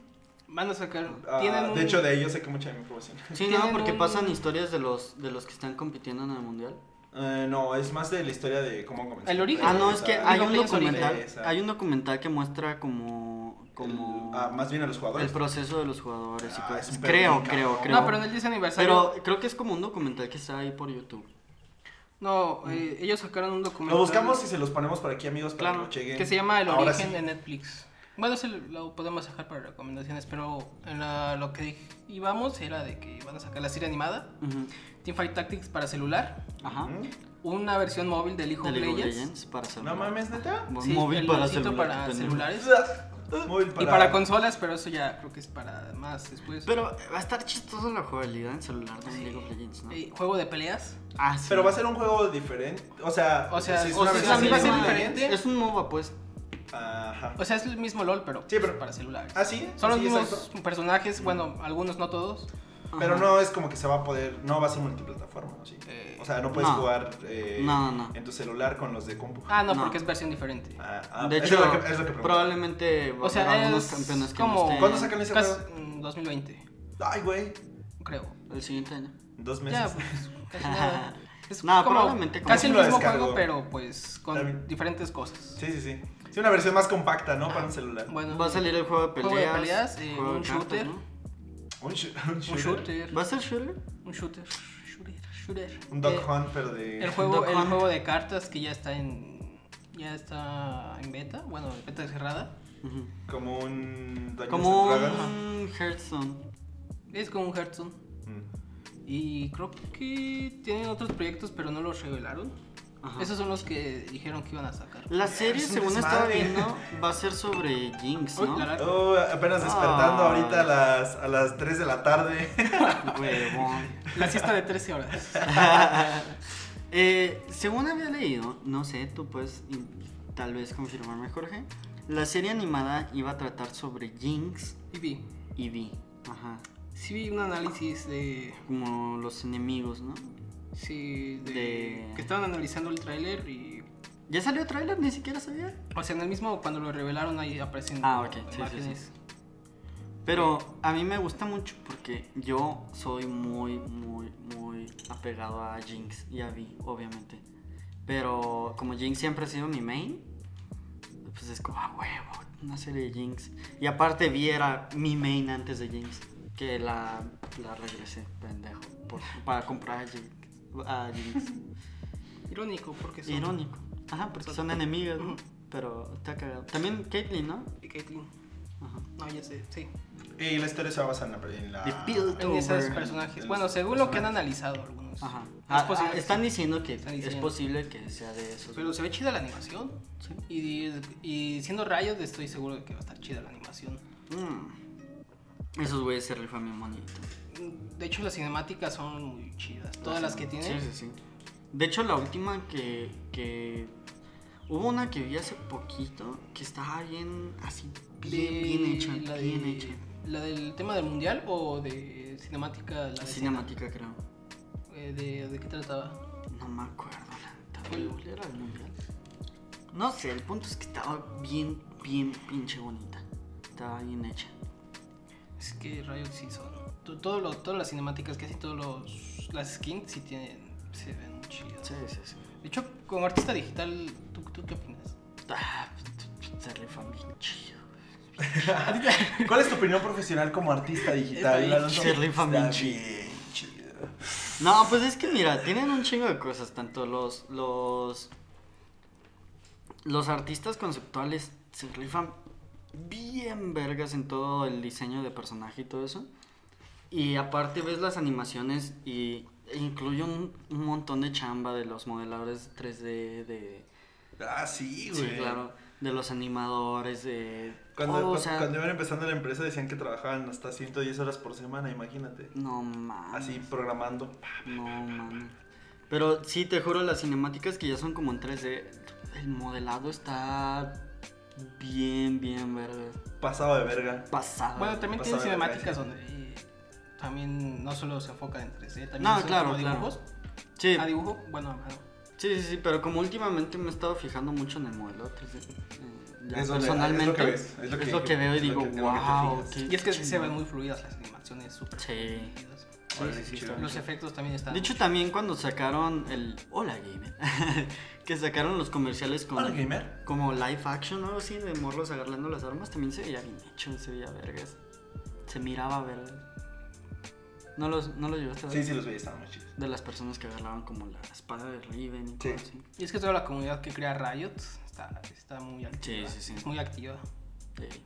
Speaker 1: Van a sacar.
Speaker 2: Ah,
Speaker 1: tienen un-
Speaker 2: De hecho, de ellos sé que mucha información. <laughs>
Speaker 3: Sí, no,
Speaker 1: Tienen
Speaker 3: porque
Speaker 1: un-
Speaker 3: pasan historias de los, de los que están compitiendo en el mundial.
Speaker 2: Eh, no, es más de la historia de cómo comenzó.
Speaker 1: El origen.
Speaker 3: Ah, no,
Speaker 1: o
Speaker 3: es
Speaker 1: sea,
Speaker 3: que hay
Speaker 1: League of
Speaker 3: un
Speaker 1: Legends
Speaker 3: documental.
Speaker 2: Origins.
Speaker 3: Hay un documental que muestra como. como
Speaker 2: El- ah, más bien a los
Speaker 3: el
Speaker 2: jugadores.
Speaker 3: proceso de los jugadores y
Speaker 2: Ah,
Speaker 3: cosas.
Speaker 2: es un
Speaker 3: Creo,
Speaker 2: pedo bien
Speaker 3: creo,
Speaker 2: cabrón.
Speaker 3: creo.
Speaker 1: No, pero en el 10 aniversario.
Speaker 3: Pero creo que es como un documental que está ahí por YouTube.
Speaker 1: No, eh, ellos sacaron un documental.
Speaker 2: Lo buscamos y se los ponemos por aquí, amigos, para que
Speaker 3: Claro,
Speaker 2: lo chequen.
Speaker 1: Que se llama El
Speaker 2: Ahora
Speaker 1: Origen
Speaker 2: sí.
Speaker 1: de Netflix. Bueno, se lo podemos dejar para recomendaciones, pero en la- lo que dij- íbamos era de que van a sacar la serie animada,
Speaker 3: Ujú.
Speaker 1: Teamfight Tactics para celular,
Speaker 3: Ajá.
Speaker 2: Ujú.
Speaker 1: una versión móvil del League
Speaker 3: De
Speaker 1: of
Speaker 3: League of
Speaker 1: Legends,
Speaker 3: Legends para celular.
Speaker 2: No mames, neta.
Speaker 3: Mo-
Speaker 1: Sí,
Speaker 3: móvil
Speaker 1: el
Speaker 3: para
Speaker 1: locito
Speaker 3: celular.
Speaker 1: para
Speaker 3: qué pendejo.
Speaker 1: celulares.
Speaker 2: <laughs> Móvil
Speaker 1: y para consolas, pero eso ya creo que es para más después.
Speaker 3: Pero eh, va a estar chistoso la jugabilidad en celular de
Speaker 1: Sí.
Speaker 3: League of Legends, ¿no?
Speaker 1: Eh, juego de peleas.
Speaker 3: Ah, sí.
Speaker 2: Pero va a ser un juego diferente. O sea,
Speaker 1: O sea,
Speaker 2: si es
Speaker 1: o
Speaker 2: una
Speaker 1: sea,
Speaker 2: versión
Speaker 1: sí va a ser
Speaker 2: de-
Speaker 1: diferente.
Speaker 3: Es un MOBA, pues.
Speaker 2: Ajá.
Speaker 1: O sea, es el mismo LOL, pero,
Speaker 2: Sí, pero-
Speaker 1: para celulares.
Speaker 2: Ah, sí.
Speaker 1: Son los
Speaker 2: sí,
Speaker 1: mismos
Speaker 2: exacto.
Speaker 1: personajes, bueno,
Speaker 3: Mm.
Speaker 1: algunos no todos.
Speaker 2: Pero
Speaker 3: Ajá.
Speaker 2: no es como que se va a poder. No va a ser multiplataforma, ¿no? Sí.
Speaker 1: Eh,
Speaker 2: o sea, no puedes
Speaker 3: no.
Speaker 2: jugar eh,
Speaker 3: No, no, no.
Speaker 2: en tu celular con los de compu.
Speaker 1: Ah, no,
Speaker 3: No.
Speaker 1: porque es versión diferente.
Speaker 2: Ah, ah,
Speaker 3: de
Speaker 2: eso
Speaker 3: hecho,
Speaker 2: es lo que, es lo que pregunté.
Speaker 3: probablemente va
Speaker 1: O sea,
Speaker 3: a haber algunos
Speaker 1: es
Speaker 3: campeones que no
Speaker 1: como...
Speaker 3: estén-
Speaker 2: ¿Cuándo sacan ese
Speaker 1: Casi-
Speaker 2: juego?
Speaker 1: mm, 2020,
Speaker 2: Ay, güey.
Speaker 1: creo.
Speaker 3: El siguiente año.
Speaker 2: Dos meses.
Speaker 1: Ya, pues, casi
Speaker 3: <laughs>
Speaker 1: nada. Es
Speaker 3: No,
Speaker 1: como
Speaker 3: probablemente como-
Speaker 1: casi el
Speaker 2: Lo
Speaker 1: mismo
Speaker 2: descargo.
Speaker 1: juego, pero pues con
Speaker 2: También.
Speaker 1: diferentes cosas.
Speaker 2: Sí, sí, sí. Sí, una versión más compacta, ¿no? Para un celular.
Speaker 1: pues. Bueno,
Speaker 3: Va a salir el juego de
Speaker 1: Juego
Speaker 3: peleas.
Speaker 1: de peleas, eh,
Speaker 3: juego de
Speaker 1: un
Speaker 3: cartas,
Speaker 1: shooter.
Speaker 3: ¿no?
Speaker 2: Un, sh-
Speaker 1: un shooter,
Speaker 3: ¿Va a ser shooter?
Speaker 1: un shooter, shooter, shooter.
Speaker 2: Un Duck
Speaker 1: Eh,
Speaker 2: Hunt, pero de.
Speaker 1: El juego,
Speaker 3: Duck
Speaker 1: el
Speaker 3: Hunt.
Speaker 1: juego de cartas que ya está en ya está en beta, bueno, en beta cerrada.
Speaker 3: Ujú.
Speaker 2: Como un. Dungeons
Speaker 3: Como
Speaker 2: and Dragons.
Speaker 3: un Hearthstone.
Speaker 1: Es como un Hearthstone
Speaker 2: Mm.
Speaker 1: y creo que tienen otros proyectos, pero no los revelaron.
Speaker 3: Ajá.
Speaker 1: Esos son los que dijeron que iban a sacar.
Speaker 3: La serie,
Speaker 2: Es un
Speaker 3: según estaba
Speaker 2: desmadre.
Speaker 3: viendo, va a ser sobre Jinx,
Speaker 1: Uy,
Speaker 3: ¿no?
Speaker 1: la
Speaker 3: <laughs>
Speaker 1: verdad,
Speaker 2: Oh, apenas despertando
Speaker 3: Ah.
Speaker 2: ahorita a las, a las 3 de la tarde.
Speaker 1: <laughs>
Speaker 3: Huevón.
Speaker 1: la siesta de 13 horas.
Speaker 3: Eh, según había leído, no sé, tú puedes in- tal vez confirmarme, Jorge. La serie animada iba a tratar sobre Jinx
Speaker 1: Y vi,
Speaker 3: y Vi. Ajá.
Speaker 1: sí vi un análisis de
Speaker 3: Como los enemigos, ¿no?
Speaker 1: Sí, de-
Speaker 3: De-
Speaker 1: que estaban analizando el tráiler y...
Speaker 3: ¿Ya salió trailer? Ni siquiera sabía.
Speaker 1: O sea, en el mismo cuando lo revelaron ahí aparecen
Speaker 3: Ah, ok, sí, sí,
Speaker 1: imágenes.
Speaker 3: Pero a mí me gusta mucho porque yo soy muy, muy, muy apegado a Jinx y a Vi, obviamente. Pero como Jinx siempre ha sido mi main, pues es como, ah, huevo, una serie de Jinx. Y aparte Vi era mi main antes de Jinx, que la, la regresé, pendejo, por- para comprar a Jinx. a Jinx.
Speaker 1: Irónico, porque son...
Speaker 3: Irónico. Ajá, porque son enemigas, ¿no? Pero está cagado. También Caitlyn, ¿no?
Speaker 1: Y Caitlyn.
Speaker 3: Ajá.
Speaker 1: No, ya sé, sí.
Speaker 2: Y la historia se va a basar en la. En la...
Speaker 3: The Build.
Speaker 1: En esos
Speaker 3: Over.
Speaker 1: personajes.
Speaker 2: En
Speaker 1: Bueno,
Speaker 2: los
Speaker 1: según lo que han
Speaker 2: personajes.
Speaker 1: analizado algunos.
Speaker 3: Ajá.
Speaker 1: Es
Speaker 3: Ah,
Speaker 1: posible
Speaker 3: ah,
Speaker 1: que
Speaker 3: están
Speaker 1: sí.
Speaker 3: diciendo que
Speaker 1: Están
Speaker 3: es
Speaker 1: diciendo.
Speaker 3: posible que sea de esos.
Speaker 1: Pero se ve chida la animación.
Speaker 3: Sí.
Speaker 1: Y, y siendo rayos estoy seguro de que va a estar chida la animación.
Speaker 3: Mm. Esos güeyes se rifan bien bonito.
Speaker 1: De hecho, las cinemáticas son muy chidas. Todas las que tienen.
Speaker 3: Sí, sí, sí. De hecho, la última que, que. Hubo una que vi hace poquito que estaba bien, así, bien,
Speaker 1: de-
Speaker 3: bien hecha.
Speaker 1: la de-
Speaker 3: bien hecha.
Speaker 1: ¿La del tema del mundial o de cinemática? La de-
Speaker 3: Cinemática, creo.
Speaker 1: eh, de, ¿De qué trataba?
Speaker 3: No me acuerdo, la neta, güey, ¿cuál era el mundial? No sé, el punto es que estaba bien, bien, pinche bonita. Estaba bien hecha.
Speaker 1: Es que Riot sí son. to- Todo lo, todas las cinemáticas, casi todos los. Las skins sí tienen. Se ven muy chidas.
Speaker 3: Sí, sí, sí.
Speaker 1: De hecho, como artista digital, ¿tú, tú qué opinas?
Speaker 3: Ah, pues, t- t- le fue bien chido.
Speaker 2: ¿Cuál es tu opinión profesional como artista digital?
Speaker 3: Está bien
Speaker 2: Alonso?
Speaker 3: chido, rifa bien
Speaker 2: Está
Speaker 3: chido.
Speaker 2: bien chido.
Speaker 3: No, pues es que mira, tienen un chingo de cosas, tanto los los los artistas conceptuales se rifan bien vergas en todo el diseño de personaje y todo eso. Y aparte ves las animaciones y e incluye un, un montón de chamba de los modeladores 3D de
Speaker 2: Ah, sí,
Speaker 3: sí,
Speaker 2: güey.
Speaker 3: claro, de los animadores de
Speaker 2: Cuando,
Speaker 3: todo, o
Speaker 2: cu-
Speaker 3: sea,
Speaker 2: cuando iban empezando la empresa decían que trabajaban hasta 110 horas por semana, imagínate.
Speaker 3: Ah, no mames.
Speaker 2: Así programando.
Speaker 3: No mames. Pero sí, te juro, las cinemáticas que ya son como en 3D, el modelado está bien, bien verga.
Speaker 2: Pasado de verga.
Speaker 3: Pasado.
Speaker 1: Bueno, también
Speaker 2: Pasado
Speaker 1: tiene
Speaker 2: de la
Speaker 1: cinemáticas
Speaker 2: calle.
Speaker 1: donde eh, también no solo se enfoca en 3D, también
Speaker 3: No,
Speaker 1: son
Speaker 3: claro,
Speaker 1: como
Speaker 3: claro.
Speaker 1: dibujos.
Speaker 3: sí,
Speaker 1: A dibujo, bueno, ah, a-
Speaker 3: sí, sí, sí, pero como últimamente me he estado fijando mucho en el modelado 3D. eh, ya
Speaker 2: Es donde-
Speaker 3: personalmente
Speaker 2: es lo que ves, es lo que-
Speaker 3: veo y
Speaker 2: es lo
Speaker 3: digo,
Speaker 2: que- en lo que te
Speaker 3: wow.
Speaker 2: fijas".
Speaker 3: qué
Speaker 1: y es que se
Speaker 3: chingón".
Speaker 1: ven muy fluidas las animaciones, súper
Speaker 3: Sí.
Speaker 1: fluidas.
Speaker 2: Órale,
Speaker 3: sí, sí,
Speaker 2: chido.
Speaker 3: está
Speaker 1: Los efectos también están.
Speaker 3: De hecho, también cuando sacaron el Hola Gamer, <laughs> que sacaron los comerciales con.
Speaker 2: Hola, gamer.
Speaker 3: como live action o algo así de morros agarrando las armas también se veía bien hecho, se veía vergas. Se miraba vergas. No los, no los llevaste a ver.
Speaker 2: Sí, sí, los veía, estaban muy chidos.
Speaker 3: De las personas que agarraban como la espada de Riven y
Speaker 2: Sí.
Speaker 3: cosas así.
Speaker 1: Y es que toda la comunidad que crea Riot está, está muy activa.
Speaker 3: sí, sí.
Speaker 1: Es muy activa.
Speaker 3: Sí.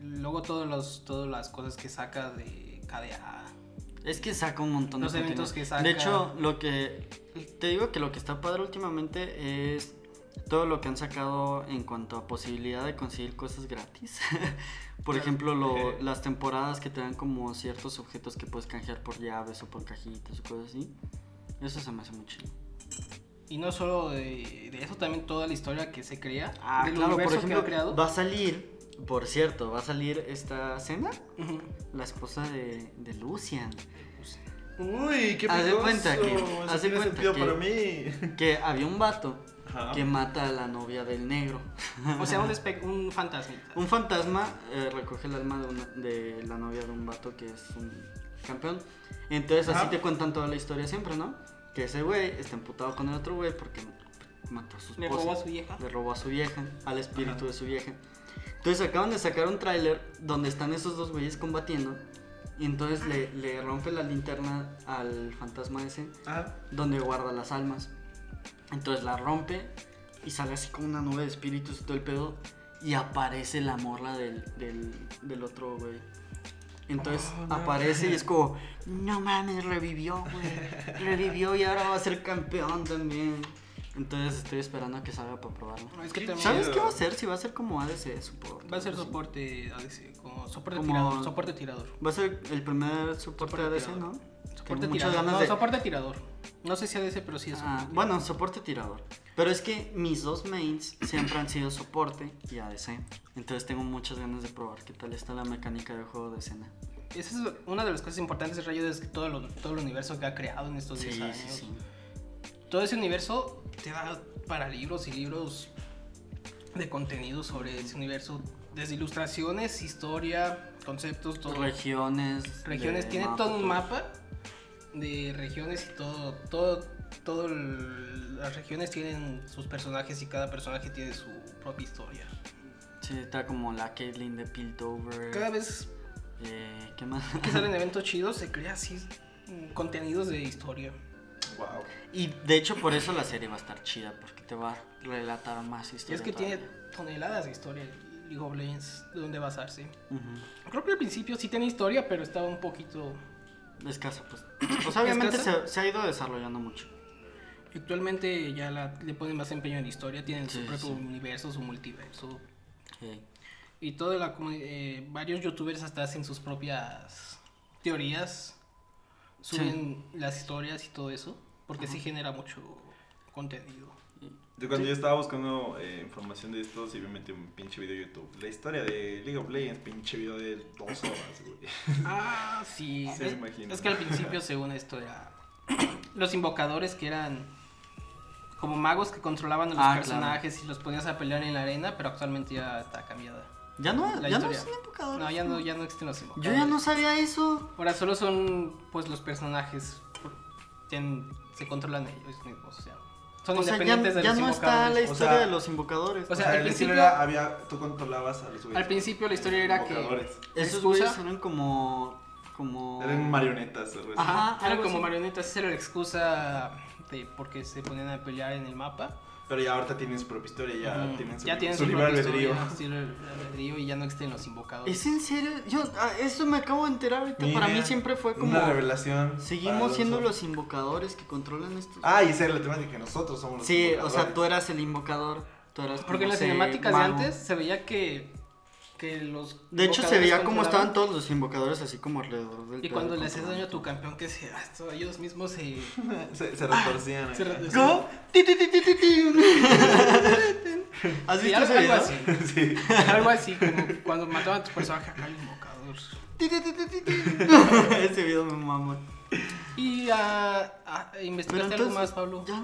Speaker 1: Luego todos los, todas las cosas que saca de KDA.
Speaker 3: Es que saca un montón
Speaker 1: Los
Speaker 3: de
Speaker 1: eventos
Speaker 3: contenido.
Speaker 1: que saca.
Speaker 3: De hecho, lo que te digo que lo que está padre últimamente es todo lo que han sacado en cuanto a posibilidad de conseguir cosas gratis. <laughs> por ejemplo, lo- las temporadas que te dan como ciertos objetos que puedes canjear por llaves o por cajitas o cosas así. Eso se me hace muy chido.
Speaker 1: Y no solo de, de eso, también toda la historia que se crea.
Speaker 3: Ah,
Speaker 1: del
Speaker 3: claro, por
Speaker 1: universo que ha
Speaker 3: ejemplo,
Speaker 1: creado.
Speaker 3: va a salir, por cierto, va a salir esta cena,
Speaker 1: Ujú.
Speaker 3: la esposa de, de Lucian.
Speaker 2: Uy, qué
Speaker 3: Haz de
Speaker 2: picoso.
Speaker 3: cuenta que-
Speaker 2: Eso
Speaker 3: haz de
Speaker 2: tiene
Speaker 3: cuenta
Speaker 2: sentido
Speaker 3: que-
Speaker 2: para mí.
Speaker 3: Que había un vato
Speaker 1: Ah.
Speaker 2: Ajá.
Speaker 3: que mata a la novia del negro.
Speaker 1: O sea, un, espe- un fantasmita.
Speaker 3: Un fantasma eh, recoge el alma de, una- de la novia de un vato que es un campeón. Entonces así
Speaker 2: Ajá.
Speaker 3: te cuentan toda la historia siempre, ¿no? Que ese güey está emputado con el otro güey porque mató a su
Speaker 1: Le
Speaker 3: esposa.
Speaker 1: robó a su vieja.
Speaker 3: Le robó a su vieja, al espíritu de su vieja. Entonces acaban de sacar un tráiler donde están esos dos güeyes combatiendo. Y entonces le, le rompe la linterna al fantasma ese
Speaker 2: Ajá.
Speaker 3: donde guarda las almas. Entonces la rompe y sale así como una nube de espíritus y todo el pedo. Y aparece la morla del, del, del otro, güey. Entonces
Speaker 2: Oh, no.
Speaker 3: aparece y es como, no mames, revivió, güey. Revivió y ahora va a ser campeón también. Entonces estoy esperando a que salga para probarlo.
Speaker 1: Es que
Speaker 2: Qué
Speaker 1: también
Speaker 3: ¿Sabes
Speaker 2: Chido.
Speaker 3: qué va a ser? Si va a ser como ADC, soporte.
Speaker 1: va a ser soporte ADC, como soporte
Speaker 3: Como-
Speaker 1: tirador, soporte tirador.
Speaker 3: Va a ser el primer soporte,
Speaker 1: Soporte
Speaker 3: ADC,
Speaker 1: tirador.
Speaker 3: ¿no?
Speaker 1: Soporte
Speaker 3: Tengo muchas
Speaker 1: tirador.
Speaker 3: ganas
Speaker 1: No,
Speaker 3: de-
Speaker 1: soporte tirador. No sé si ADC, pero sí es.
Speaker 3: Ah,
Speaker 1: soporte
Speaker 3: bueno, soporte tirador. Pero es que mis dos mains siempre han sido soporte y ADC. Entonces tengo muchas ganas de probar qué tal está la mecánica del juego de escena.
Speaker 1: tirador. Esa es una de las cosas importantes de Rayo, es que todo, lo- todo el universo que ha creado en estos 10 años. Todo ese universo te da para libros y libros de contenido sobre ese universo. Desde ilustraciones, historia, conceptos, todo.
Speaker 3: Regiones.
Speaker 1: regiones.
Speaker 3: de
Speaker 1: Tiene todo un
Speaker 3: todo.
Speaker 1: mapa de regiones y todo, todo, todo el- las regiones tienen sus personajes y cada personaje tiene su propia historia.
Speaker 3: Sí, está como la Caitlyn de Piltover.
Speaker 1: Cada vez
Speaker 3: Eh, ¿Qué más? <laughs>
Speaker 1: que salen eventos chidos se crea así mm, contenidos de historia.
Speaker 2: Wow.
Speaker 3: y de hecho por eso la serie va a estar chida, porque te va a relatar más
Speaker 1: Y
Speaker 3: historias.
Speaker 1: es que tiene toneladas de historia League of Legends de dónde basarse.
Speaker 3: Ujú.
Speaker 1: Creo que al principio sí tenía historia, pero estaba un poquito
Speaker 3: Escasa,
Speaker 1: <coughs>
Speaker 3: pues. Pues obviamente
Speaker 1: ¿Escasa?
Speaker 3: se, se ha ido desarrollando mucho.
Speaker 1: Actualmente ya la- le ponen más empeño en la historia, tienen
Speaker 3: Sí,
Speaker 1: su propio
Speaker 3: sí.
Speaker 1: universo, su multiverso.
Speaker 3: Sí.
Speaker 1: Y toda la comu- eh, varios youtubers hasta hacen sus propias teorías,
Speaker 3: Sí.
Speaker 1: suben las historias y todo eso, porque sí genera mucho contenido.
Speaker 2: Yo cuando yo estaba buscando eh, información de esto, sí me metí un pinche video de YouTube. La historia de League of Legends, pinche video de dos horas, <laughs> güey.
Speaker 1: Ah, sí.
Speaker 2: Se
Speaker 1: es,
Speaker 2: imagina.
Speaker 1: es que al principio, según esto, era <clears throat> los invocadores que eran como magos que controlaban a los
Speaker 3: Ah, claro.
Speaker 1: personajes y los ponías a pelear en la arena, pero actualmente ya está cambiada.
Speaker 3: Ya no,
Speaker 1: La
Speaker 3: ya no
Speaker 1: historia.
Speaker 3: son invocadores.
Speaker 1: No, ya no, ya no existen los invocadores.
Speaker 3: Yo ya no sabía eso.
Speaker 1: Ahora solo son pues los personajes tienen- se controlan ellos mismos, o sea, Son
Speaker 3: O sea, ya,
Speaker 1: independientes de
Speaker 3: ya
Speaker 1: los
Speaker 3: no está
Speaker 1: invocadores.
Speaker 3: la
Speaker 2: O
Speaker 3: historia
Speaker 2: sea-
Speaker 3: de los invocadores.
Speaker 1: O
Speaker 2: O
Speaker 1: sea,
Speaker 2: sea,
Speaker 1: al
Speaker 2: el estilo
Speaker 1: principio-
Speaker 2: era, había, tú controlabas a los güeyes.
Speaker 1: Al principio la historia era que-
Speaker 2: Invocadores.
Speaker 3: Esos
Speaker 1: excusa-
Speaker 3: güeyes eran como. como...
Speaker 2: Eran marionetas. o algo así.
Speaker 3: Ajá,
Speaker 1: Eran
Speaker 3: algo
Speaker 1: como
Speaker 3: así.
Speaker 1: marionetas, esa era la excusa de por qué se ponían a pelear en el mapa.
Speaker 2: Pero ya ahorita tienen su propia historia, ya
Speaker 1: Ujú.
Speaker 2: tienen su,
Speaker 1: ya tienen
Speaker 2: su libre
Speaker 1: propia
Speaker 2: albedrío. <laughs>
Speaker 1: historia, su libre albedrío y ya no existen los invocadores.
Speaker 3: ¿Es en serio? Yo, ah, eso me acabo de enterar ahorita. Para
Speaker 2: Mira,
Speaker 3: mí siempre fue como.
Speaker 2: Una revelación.
Speaker 3: Seguimos
Speaker 2: para
Speaker 3: siendo
Speaker 2: Alonso.
Speaker 3: los invocadores que controlan estos.
Speaker 2: Ah, y esa era la temática, que nosotros somos los
Speaker 3: sí, o sea,
Speaker 2: invocadores.
Speaker 3: tú eras el invocador. Tú eras
Speaker 1: Porque en
Speaker 3: como
Speaker 1: las
Speaker 3: ese
Speaker 1: cinemáticas
Speaker 3: mago.
Speaker 1: de antes se veía que, que los.
Speaker 3: De hecho, se
Speaker 1: invocadores
Speaker 3: veía como
Speaker 1: controlaban.
Speaker 3: estaban todos los invocadores así como alrededor del.
Speaker 1: Y cuando
Speaker 3: pedo
Speaker 1: le haces daño a
Speaker 3: controlando.
Speaker 1: tu campeón, que se, ah, esto, ellos mismos se.
Speaker 2: <laughs> Se, se retorcían.
Speaker 1: <laughs>
Speaker 2: eh.
Speaker 1: se
Speaker 2: acá.
Speaker 1: retorcían.
Speaker 3: ¿Cómo? Ti, ti, ti, ti, ti,
Speaker 1: <laughs>
Speaker 3: ti. ¿Has
Speaker 1: Sí,
Speaker 3: visto
Speaker 1: algo,
Speaker 3: ese
Speaker 1: algo
Speaker 3: video?
Speaker 1: así.
Speaker 2: <laughs> sí.
Speaker 1: Algo así, como cuando mataban a tu personaje acá el invocador.
Speaker 3: Ti, ti, ti, ti, ti, ti. <laughs> ese video me mama.
Speaker 1: Y ah, ah,
Speaker 3: Pero
Speaker 1: investigaste
Speaker 3: entonces,
Speaker 1: algo más, Pablo.
Speaker 3: Ya,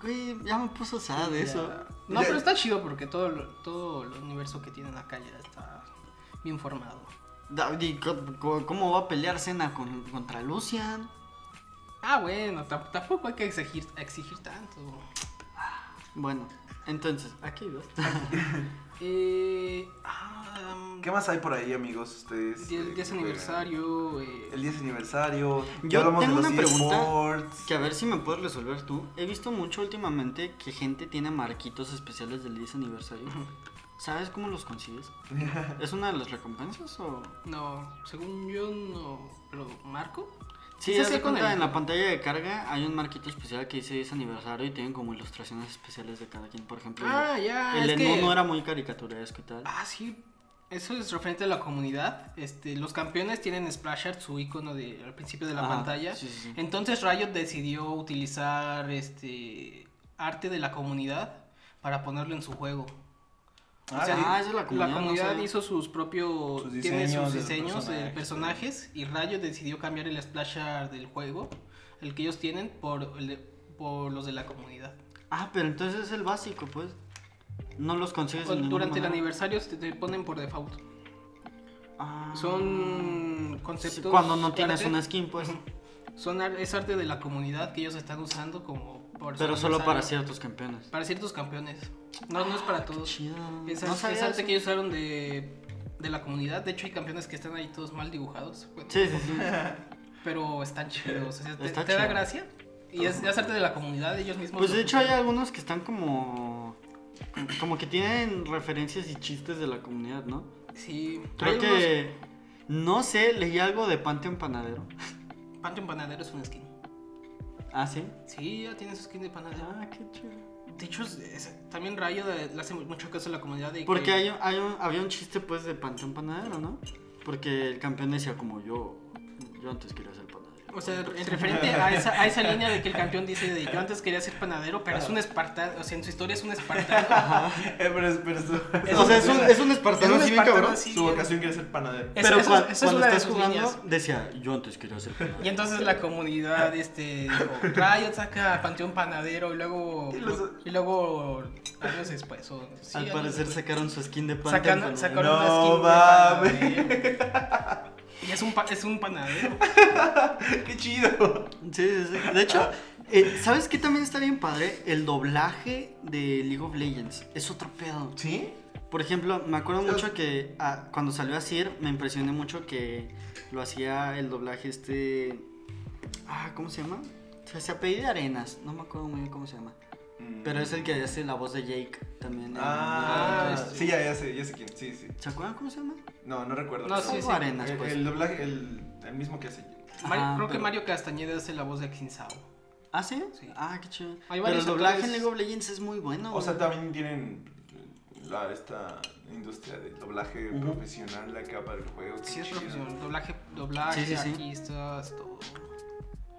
Speaker 3: güey, ya me puso sad de eso.
Speaker 1: Ya. No,
Speaker 2: Ya-
Speaker 1: pero está chido porque todo, lo- todo el universo que tienen acá ya está bien formado.
Speaker 3: Da- y co- co- ¿Cómo va a pelear Cena con- contra Lucian?
Speaker 1: Ah, bueno, tam- tampoco hay que exigir, exigir tanto.
Speaker 3: Bueno, entonces, aquí dos.
Speaker 1: Eh, ah, um,
Speaker 2: ¿Qué más hay por ahí, amigos? Ustedes.
Speaker 1: y el
Speaker 2: eh,
Speaker 1: 10
Speaker 2: que juegan?
Speaker 1: aniversario. eh,
Speaker 2: El 10 aniversario. ya
Speaker 3: Yo
Speaker 2: hablamos
Speaker 3: tengo
Speaker 2: de los
Speaker 3: una pregunta
Speaker 2: eSports. <laughs>
Speaker 3: Que a ver si me puedes resolver tú. He visto mucho últimamente que gente tiene marquitos especiales del 10 aniversario. ¿Sabes cómo los
Speaker 1: <laughs>
Speaker 3: consigues? ¿Es una de las recompensas o...?
Speaker 1: No, según yo no. ¿Pero Marco?
Speaker 3: Sí,
Speaker 1: se
Speaker 3: haz de
Speaker 1: hace con
Speaker 3: cuenta,
Speaker 1: el-
Speaker 3: en la pantalla de carga hay un marquito especial que dice 10 aniversario y tienen como ilustraciones especiales de cada quien. Por ejemplo,
Speaker 1: Ah, ya.
Speaker 3: el
Speaker 1: es
Speaker 3: del
Speaker 1: que...
Speaker 3: mono era muy caricaturesco y tal.
Speaker 1: Ah, sí. Eso es referente a la comunidad. Este, los campeones tienen Splash Art, su icono de, al principio de la
Speaker 3: Ajá,
Speaker 1: pantalla.
Speaker 3: sí, sí, sí.
Speaker 1: Entonces Riot decidió utilizar este arte de la comunidad para ponerlo en su juego.
Speaker 2: Ah,
Speaker 1: O sea,
Speaker 3: ah, es de la comunidad.
Speaker 1: la
Speaker 3: no
Speaker 1: comunidad
Speaker 3: sabía.
Speaker 1: hizo sus propios
Speaker 2: Sus
Speaker 1: tiene sus
Speaker 2: diseños de los
Speaker 1: diseños de
Speaker 2: personajes,
Speaker 1: personajes y Rayo decidió cambiar el splash art del juego, el que ellos tienen por el de- por los de la comunidad.
Speaker 3: Ah, pero entonces es el básico, pues. No los consigues
Speaker 1: O-
Speaker 3: de ninguna
Speaker 1: Pues, durante el
Speaker 3: manera.
Speaker 1: aniversario se te ponen por default.
Speaker 3: Ah.
Speaker 1: Son
Speaker 3: Mm, Sí,
Speaker 1: conceptos
Speaker 3: Cuando no tienes
Speaker 1: arte-
Speaker 3: una skin, pues.
Speaker 1: son ar- es arte de la comunidad que ellos están usando como por su
Speaker 3: Pero solo para
Speaker 1: aniversario.
Speaker 3: ciertos campeones.
Speaker 1: para ciertos campeones. No no es para
Speaker 3: Qué
Speaker 1: todos.
Speaker 3: chido.
Speaker 1: Es,
Speaker 3: No
Speaker 1: es
Speaker 3: sabía
Speaker 1: arte
Speaker 3: eso.
Speaker 1: que ellos usaron de, de la comunidad. De hecho, hay campeones que están ahí todos mal dibujados. Bueno,
Speaker 3: Sí, sí, sí.
Speaker 1: Pero están chidos. o sea, te,
Speaker 3: Está
Speaker 1: te da
Speaker 3: chido.
Speaker 1: gracia. Y es, es arte de la comunidad, ellos mismos.
Speaker 3: Pues
Speaker 1: lo
Speaker 3: de hecho hay
Speaker 1: pusieron.
Speaker 3: algunos que están como. Como que tienen referencias y chistes de la comunidad, ¿no?
Speaker 1: Sí,
Speaker 3: Creo
Speaker 1: hay
Speaker 3: que. No sé, leí algo de Panteón Panadero.
Speaker 1: algunos- Panteón Panadero es un skin.
Speaker 3: Ah, sí.
Speaker 1: Sí, ya tiene su skin de panadero.
Speaker 3: Ah, qué chido.
Speaker 1: De hecho, es- es- también Rayo de- le hace mucho caso a la comunidad. De
Speaker 3: Porque
Speaker 1: que-
Speaker 3: hay, un- hay un- había un chiste, pues, de Panteón Panadero, ¿no? Porque el campeón decía, como yo. Yo antes quería ser panadero.
Speaker 1: O sea, en referente a esa, a esa línea de que el campeón dice de yo antes quería ser panadero, pero es un espartano, o sea, en su historia es un
Speaker 3: <laughs>
Speaker 1: espartano.
Speaker 2: Eh, pero es, pero es,
Speaker 3: o sea, es un, es un
Speaker 1: Es
Speaker 3: espartano
Speaker 1: un
Speaker 3: así, bien
Speaker 1: espartano
Speaker 3: cabrón.
Speaker 1: así.
Speaker 2: su vocación quiere ser panadero.
Speaker 1: Es-
Speaker 3: Pero
Speaker 1: esa
Speaker 3: cua-
Speaker 1: es- esa es
Speaker 3: cuando
Speaker 1: una de
Speaker 3: estás
Speaker 1: sus
Speaker 3: jugando,
Speaker 1: líneas.
Speaker 3: decía, yo antes quería ser panadero.
Speaker 1: Y entonces la comunidad, este, dijo, Riot saca a Panteón Panadero y luego,
Speaker 2: Y los-
Speaker 1: y luego años después. o- sí,
Speaker 3: Al
Speaker 1: años
Speaker 3: parecer
Speaker 1: después.
Speaker 3: sacaron su skin de Panteón
Speaker 1: Sacan, sacaron
Speaker 3: Panadero.
Speaker 2: No
Speaker 1: una
Speaker 2: mames.
Speaker 1: skin de panadero. Y es un, pa- es un panadero.
Speaker 2: <laughs> ¡Qué chido!
Speaker 3: Sí, sí, sí. De hecho, eh, ¿sabes qué también está bien padre? El doblaje de League of Legends. Es otro pedo.
Speaker 2: ¿Sí?
Speaker 3: Por ejemplo, me acuerdo
Speaker 2: Dios.
Speaker 3: mucho que ah, cuando salió a Sir, me impresioné mucho que lo hacía el doblaje este... Ah, ¿cómo se llama? Se, se apellida Arenas. No me acuerdo muy bien cómo se llama. Mm. Pero es el que hace la voz de Jake también. en-
Speaker 2: Ah,
Speaker 1: Ah,
Speaker 2: sí, ya, ya sé, ya sé quién. Sí, sí.
Speaker 3: ¿Se acuerdan cómo se llama?
Speaker 2: No, no recuerdo.
Speaker 1: No,
Speaker 2: pero-
Speaker 1: sí,
Speaker 3: Algo
Speaker 1: sí.
Speaker 3: Arenas,
Speaker 2: El,
Speaker 3: pues.
Speaker 2: el doblaje, el, el mismo que hace.
Speaker 1: Mario-
Speaker 3: Ajá,
Speaker 1: creo que
Speaker 3: Ah, pero-
Speaker 1: Mario Castañeda hace la voz de Xin Sao.
Speaker 3: ¿Ah, sí?
Speaker 1: Sí.
Speaker 3: Ah, qué chido.
Speaker 1: Hay
Speaker 3: Pero el
Speaker 1: varios
Speaker 3: doblaje
Speaker 1: actores-
Speaker 3: en League of Legends es muy bueno.
Speaker 2: O sea,
Speaker 3: güey.
Speaker 2: también tienen la, esta industria del doblaje
Speaker 3: Ujú.
Speaker 2: profesional acá para el juego. qué
Speaker 1: Sí, es
Speaker 2: chido.
Speaker 1: profesional. Doblaje, doblaje,
Speaker 3: Sí, sí, sí.
Speaker 1: aquí estás, todo.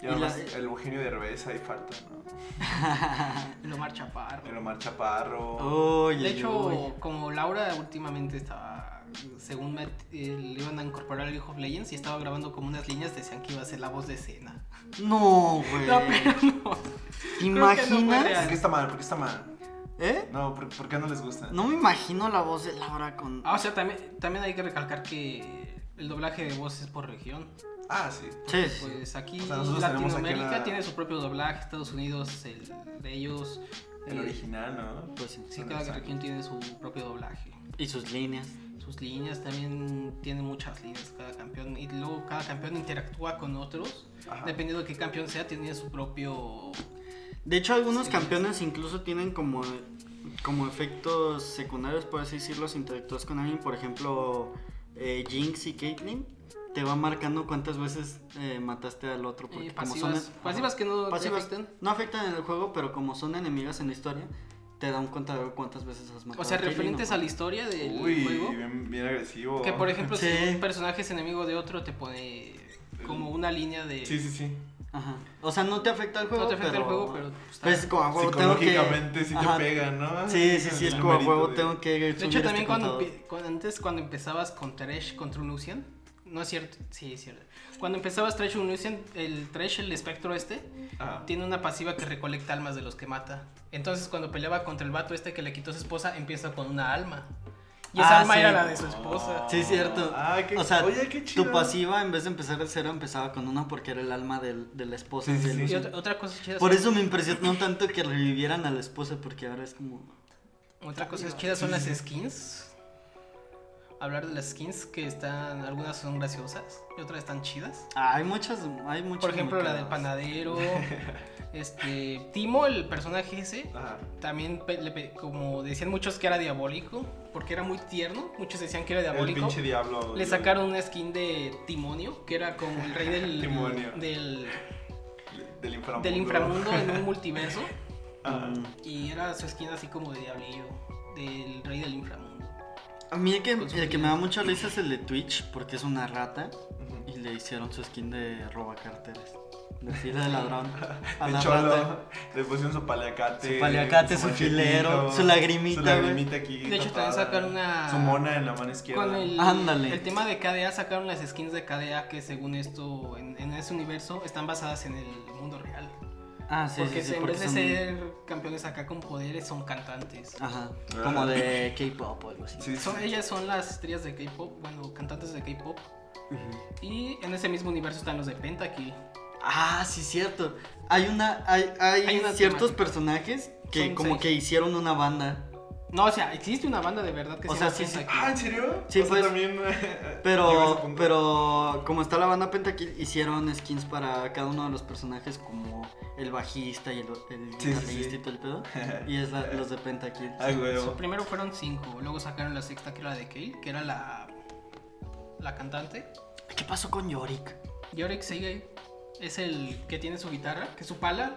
Speaker 2: Y
Speaker 3: Y
Speaker 2: además,
Speaker 3: la-
Speaker 2: el Eugenio Derbez ahí falta, ¿no?
Speaker 1: Lo marcha
Speaker 2: El Omar Chaparro.
Speaker 3: Oye,
Speaker 1: De
Speaker 3: oye.
Speaker 1: hecho, como Laura últimamente estaba, según me, eh, le iban a incorporar al League of Legends y estaba grabando como unas líneas, decían que iba a ser la voz de escena.
Speaker 3: No, güey.
Speaker 1: <laughs> No, pero no.
Speaker 3: ¿Te
Speaker 1: no fue
Speaker 3: imaginas?
Speaker 2: ¿Por
Speaker 1: real.
Speaker 2: qué está mal? ¿Por qué está mal?
Speaker 3: ¿Eh?
Speaker 2: No, ¿por, por qué no les gusta?
Speaker 3: No me imagino la voz de Laura con.
Speaker 1: Ah, o sea, también, también hay que recalcar que el doblaje de voz es por región.
Speaker 2: Ah, sí.
Speaker 3: Sí, sí.
Speaker 1: Pues aquí
Speaker 2: O sea, nosotros tenemos aquí
Speaker 1: Latinoamérica
Speaker 2: la-
Speaker 1: tiene su propio doblaje, Estados Unidos el de ellos.
Speaker 2: El
Speaker 1: eh,
Speaker 2: original, ¿no?
Speaker 3: Pues sí.
Speaker 1: Sí,
Speaker 2: Son
Speaker 1: cada
Speaker 2: exactos.
Speaker 1: región tiene su propio doblaje.
Speaker 3: Y sus líneas.
Speaker 1: Sus líneas también tienen muchas líneas cada campeón y luego cada campeón interactúa con otros.
Speaker 2: Ajá.
Speaker 1: Dependiendo de qué campeón sea, tiene su propio...
Speaker 3: De hecho, algunos
Speaker 1: Sí.
Speaker 3: campeones incluso tienen como, como efectos secundarios, por así decirlo, si interactúas con alguien. Por ejemplo, eh, Jinx y Caitlyn te va marcando cuántas veces eh, mataste al otro. Porque
Speaker 1: eh,
Speaker 3: como
Speaker 1: pasivas,
Speaker 3: son-
Speaker 1: pasivas que no te
Speaker 3: pasivas
Speaker 1: afectan.
Speaker 3: no afectan en el juego, pero como son enemigas en la historia, te da un contador de cuántas veces has matado.
Speaker 1: O sea,
Speaker 3: a Caitlyn
Speaker 1: referentes
Speaker 3: o-
Speaker 1: a la historia del
Speaker 2: Uy,
Speaker 1: juego.
Speaker 2: bien, bien agresivo.
Speaker 1: Que por ejemplo,
Speaker 3: Sí.
Speaker 1: si un personaje es enemigo de otro, te pone como una línea de.
Speaker 2: Sí, sí, sí.
Speaker 3: Ajá. O sea, no te afecta el juego.
Speaker 1: no te afecta
Speaker 3: pero...
Speaker 1: el juego, pero. pues, está-
Speaker 3: Pues como a huevo tengo que-
Speaker 2: Psicológicamente sí te
Speaker 3: Ajá.
Speaker 2: pegan, ¿no?
Speaker 3: Sí, sí, sí, es
Speaker 2: El
Speaker 3: como a
Speaker 2: numerito
Speaker 3: huevo
Speaker 2: de-
Speaker 3: tengo que.
Speaker 1: De hecho,
Speaker 3: subir este
Speaker 1: también cuando,
Speaker 3: contador.
Speaker 1: empe- cuando- antes cuando empezabas con Thresh contra un Lucian, no es cierto, sí es cierto. Cuando empezabas Thresh un Lucian, el Thresh, el espectro este,
Speaker 2: Ah.
Speaker 1: tiene una pasiva que recolecta almas de los que mata. Entonces cuando peleaba contra el vato este que le quitó a su esposa, empieza con una alma. Y esa
Speaker 3: Ah,
Speaker 1: alma
Speaker 3: sí.
Speaker 1: era la de su esposa.
Speaker 3: Sí, es cierto.
Speaker 2: Ah, qué-
Speaker 3: o sea,
Speaker 2: oye, qué chido.
Speaker 3: tu pasiva en vez de empezar de cero empezaba con una porque era el alma del, de la esposa.
Speaker 2: Sí, sí, sí.
Speaker 3: del
Speaker 1: Y
Speaker 3: Lucian.
Speaker 1: otra, otra cosa chida.
Speaker 3: Por
Speaker 1: son-
Speaker 3: eso me impresionó tanto que revivieran a la esposa porque ahora es como...
Speaker 1: Otra cosa es chida son las skins. Hablar de las skins que están, algunas son graciosas y otras están chidas.
Speaker 3: Ah, hay muchas, hay muchas.
Speaker 1: Por ejemplo, la
Speaker 3: mocadas.
Speaker 1: del
Speaker 3: <laughs>
Speaker 1: panadero. Este, Timo, el personaje ese,
Speaker 2: Ajá.
Speaker 1: también pe- le pe- como decían muchos que era diabólico, porque era muy tierno, muchos decían que era
Speaker 2: El
Speaker 1: diabólico.
Speaker 2: pinche diablo.
Speaker 1: Le sacaron una skin de Timonio, que era como el rey del
Speaker 2: Timonio.
Speaker 1: del,
Speaker 2: Del inframundo.
Speaker 1: del inframundo en un multiverso.
Speaker 2: Ajá.
Speaker 1: Y era su skin así como de diablillo, del rey del inframundo.
Speaker 3: A mí el que,
Speaker 1: Con su
Speaker 3: el que
Speaker 1: skin.
Speaker 3: me da mucha risa es el de Twitch porque es una rata
Speaker 2: Ujú.
Speaker 3: y le hicieron su skin de roba carteras. De fila de
Speaker 2: <laughs>
Speaker 3: ladrón. A
Speaker 2: El
Speaker 3: la
Speaker 2: cholo,
Speaker 3: rata.
Speaker 2: le pusieron su paliacate.
Speaker 3: Su paliacate, su
Speaker 2: machetito,
Speaker 3: filero, su lagrimita,
Speaker 2: Su lagrimita aquí.
Speaker 1: De hecho,
Speaker 2: tapada,
Speaker 1: también sacaron una-
Speaker 2: Su mona en la mano izquierda.
Speaker 1: Con el,
Speaker 3: Ándale.
Speaker 1: el tema de KDA sacaron las skins de KDA que según esto, en, en ese universo, están basadas en el mundo real.
Speaker 3: Ah, sí,
Speaker 1: porque se-
Speaker 3: sí, sí,
Speaker 1: en
Speaker 3: porque
Speaker 1: vez de
Speaker 3: son-
Speaker 1: ser campeones acá con poderes, son cantantes.
Speaker 3: Ajá,
Speaker 2: Ah.
Speaker 3: como de K-pop o algo así.
Speaker 2: Sí, sí.
Speaker 1: Son- ellas son las estrellas de K-pop, bueno, cantantes de K-pop.
Speaker 3: Ujú.
Speaker 1: Y en ese mismo universo están los de Pentakill.
Speaker 3: Ah, sí, cierto. Hay una, hay, hay,
Speaker 1: Hay una
Speaker 3: ciertos
Speaker 1: temática.
Speaker 3: personajes que
Speaker 1: Son
Speaker 3: como
Speaker 1: seis.
Speaker 3: que hicieron una banda.
Speaker 1: No, o sea, existe una banda de verdad que
Speaker 3: O
Speaker 1: se
Speaker 3: sea,
Speaker 1: llama
Speaker 3: sí, sí.
Speaker 1: Pentakill.
Speaker 2: Ah, ¿en serio?
Speaker 3: Sí,
Speaker 2: O sea,
Speaker 3: pues,
Speaker 2: también,
Speaker 3: <laughs>
Speaker 2: eh, llegó a ese
Speaker 3: Pero,
Speaker 2: punto.
Speaker 3: pero como está la banda Pentakill, hicieron skins para cada uno de los personajes como el bajista y el, el
Speaker 2: Sí, sí,
Speaker 3: guitarrista
Speaker 2: sí.
Speaker 3: y todo el pedo. Y es la- los de Pentakill.
Speaker 2: <laughs> Ay,
Speaker 1: Su
Speaker 2: huevo.
Speaker 1: primero fueron cinco, luego sacaron la sexta que era la de Kale, que era la, la cantante.
Speaker 3: ¿Qué pasó con Yorick?
Speaker 1: Yorick sigue es el que tiene su guitarra, que su pala.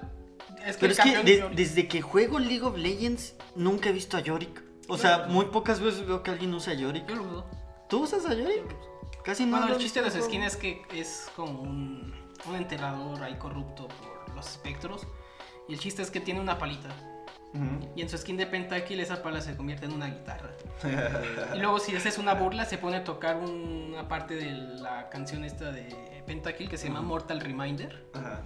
Speaker 1: Es que
Speaker 3: Pero
Speaker 1: el
Speaker 3: es que
Speaker 1: campeón
Speaker 3: de-
Speaker 1: Yorick-
Speaker 3: desde que juego League of Legends nunca he visto a Yorick. O sea, muy pocas veces veo que alguien usa a
Speaker 1: yo
Speaker 3: Yorick.
Speaker 1: lo dudo.
Speaker 3: ¿Tú usas a
Speaker 1: yo lo
Speaker 3: Yorick?
Speaker 1: dudo.
Speaker 3: Casi no.
Speaker 1: pues. Bueno,
Speaker 3: lo
Speaker 1: el
Speaker 3: he
Speaker 1: chiste de las
Speaker 3: visto.
Speaker 1: esquinas es que es como un, un enterrador ahí corrupto por los espectros. Y el chiste es que tiene una palita.
Speaker 2: Ujú.
Speaker 1: Y en su skin de Pentakill esa pala se convierte en una guitarra. y luego si haces una burla se pone a tocar una parte de la canción esta de Pentakill que se llama Mortal Reminder.
Speaker 2: Ajá.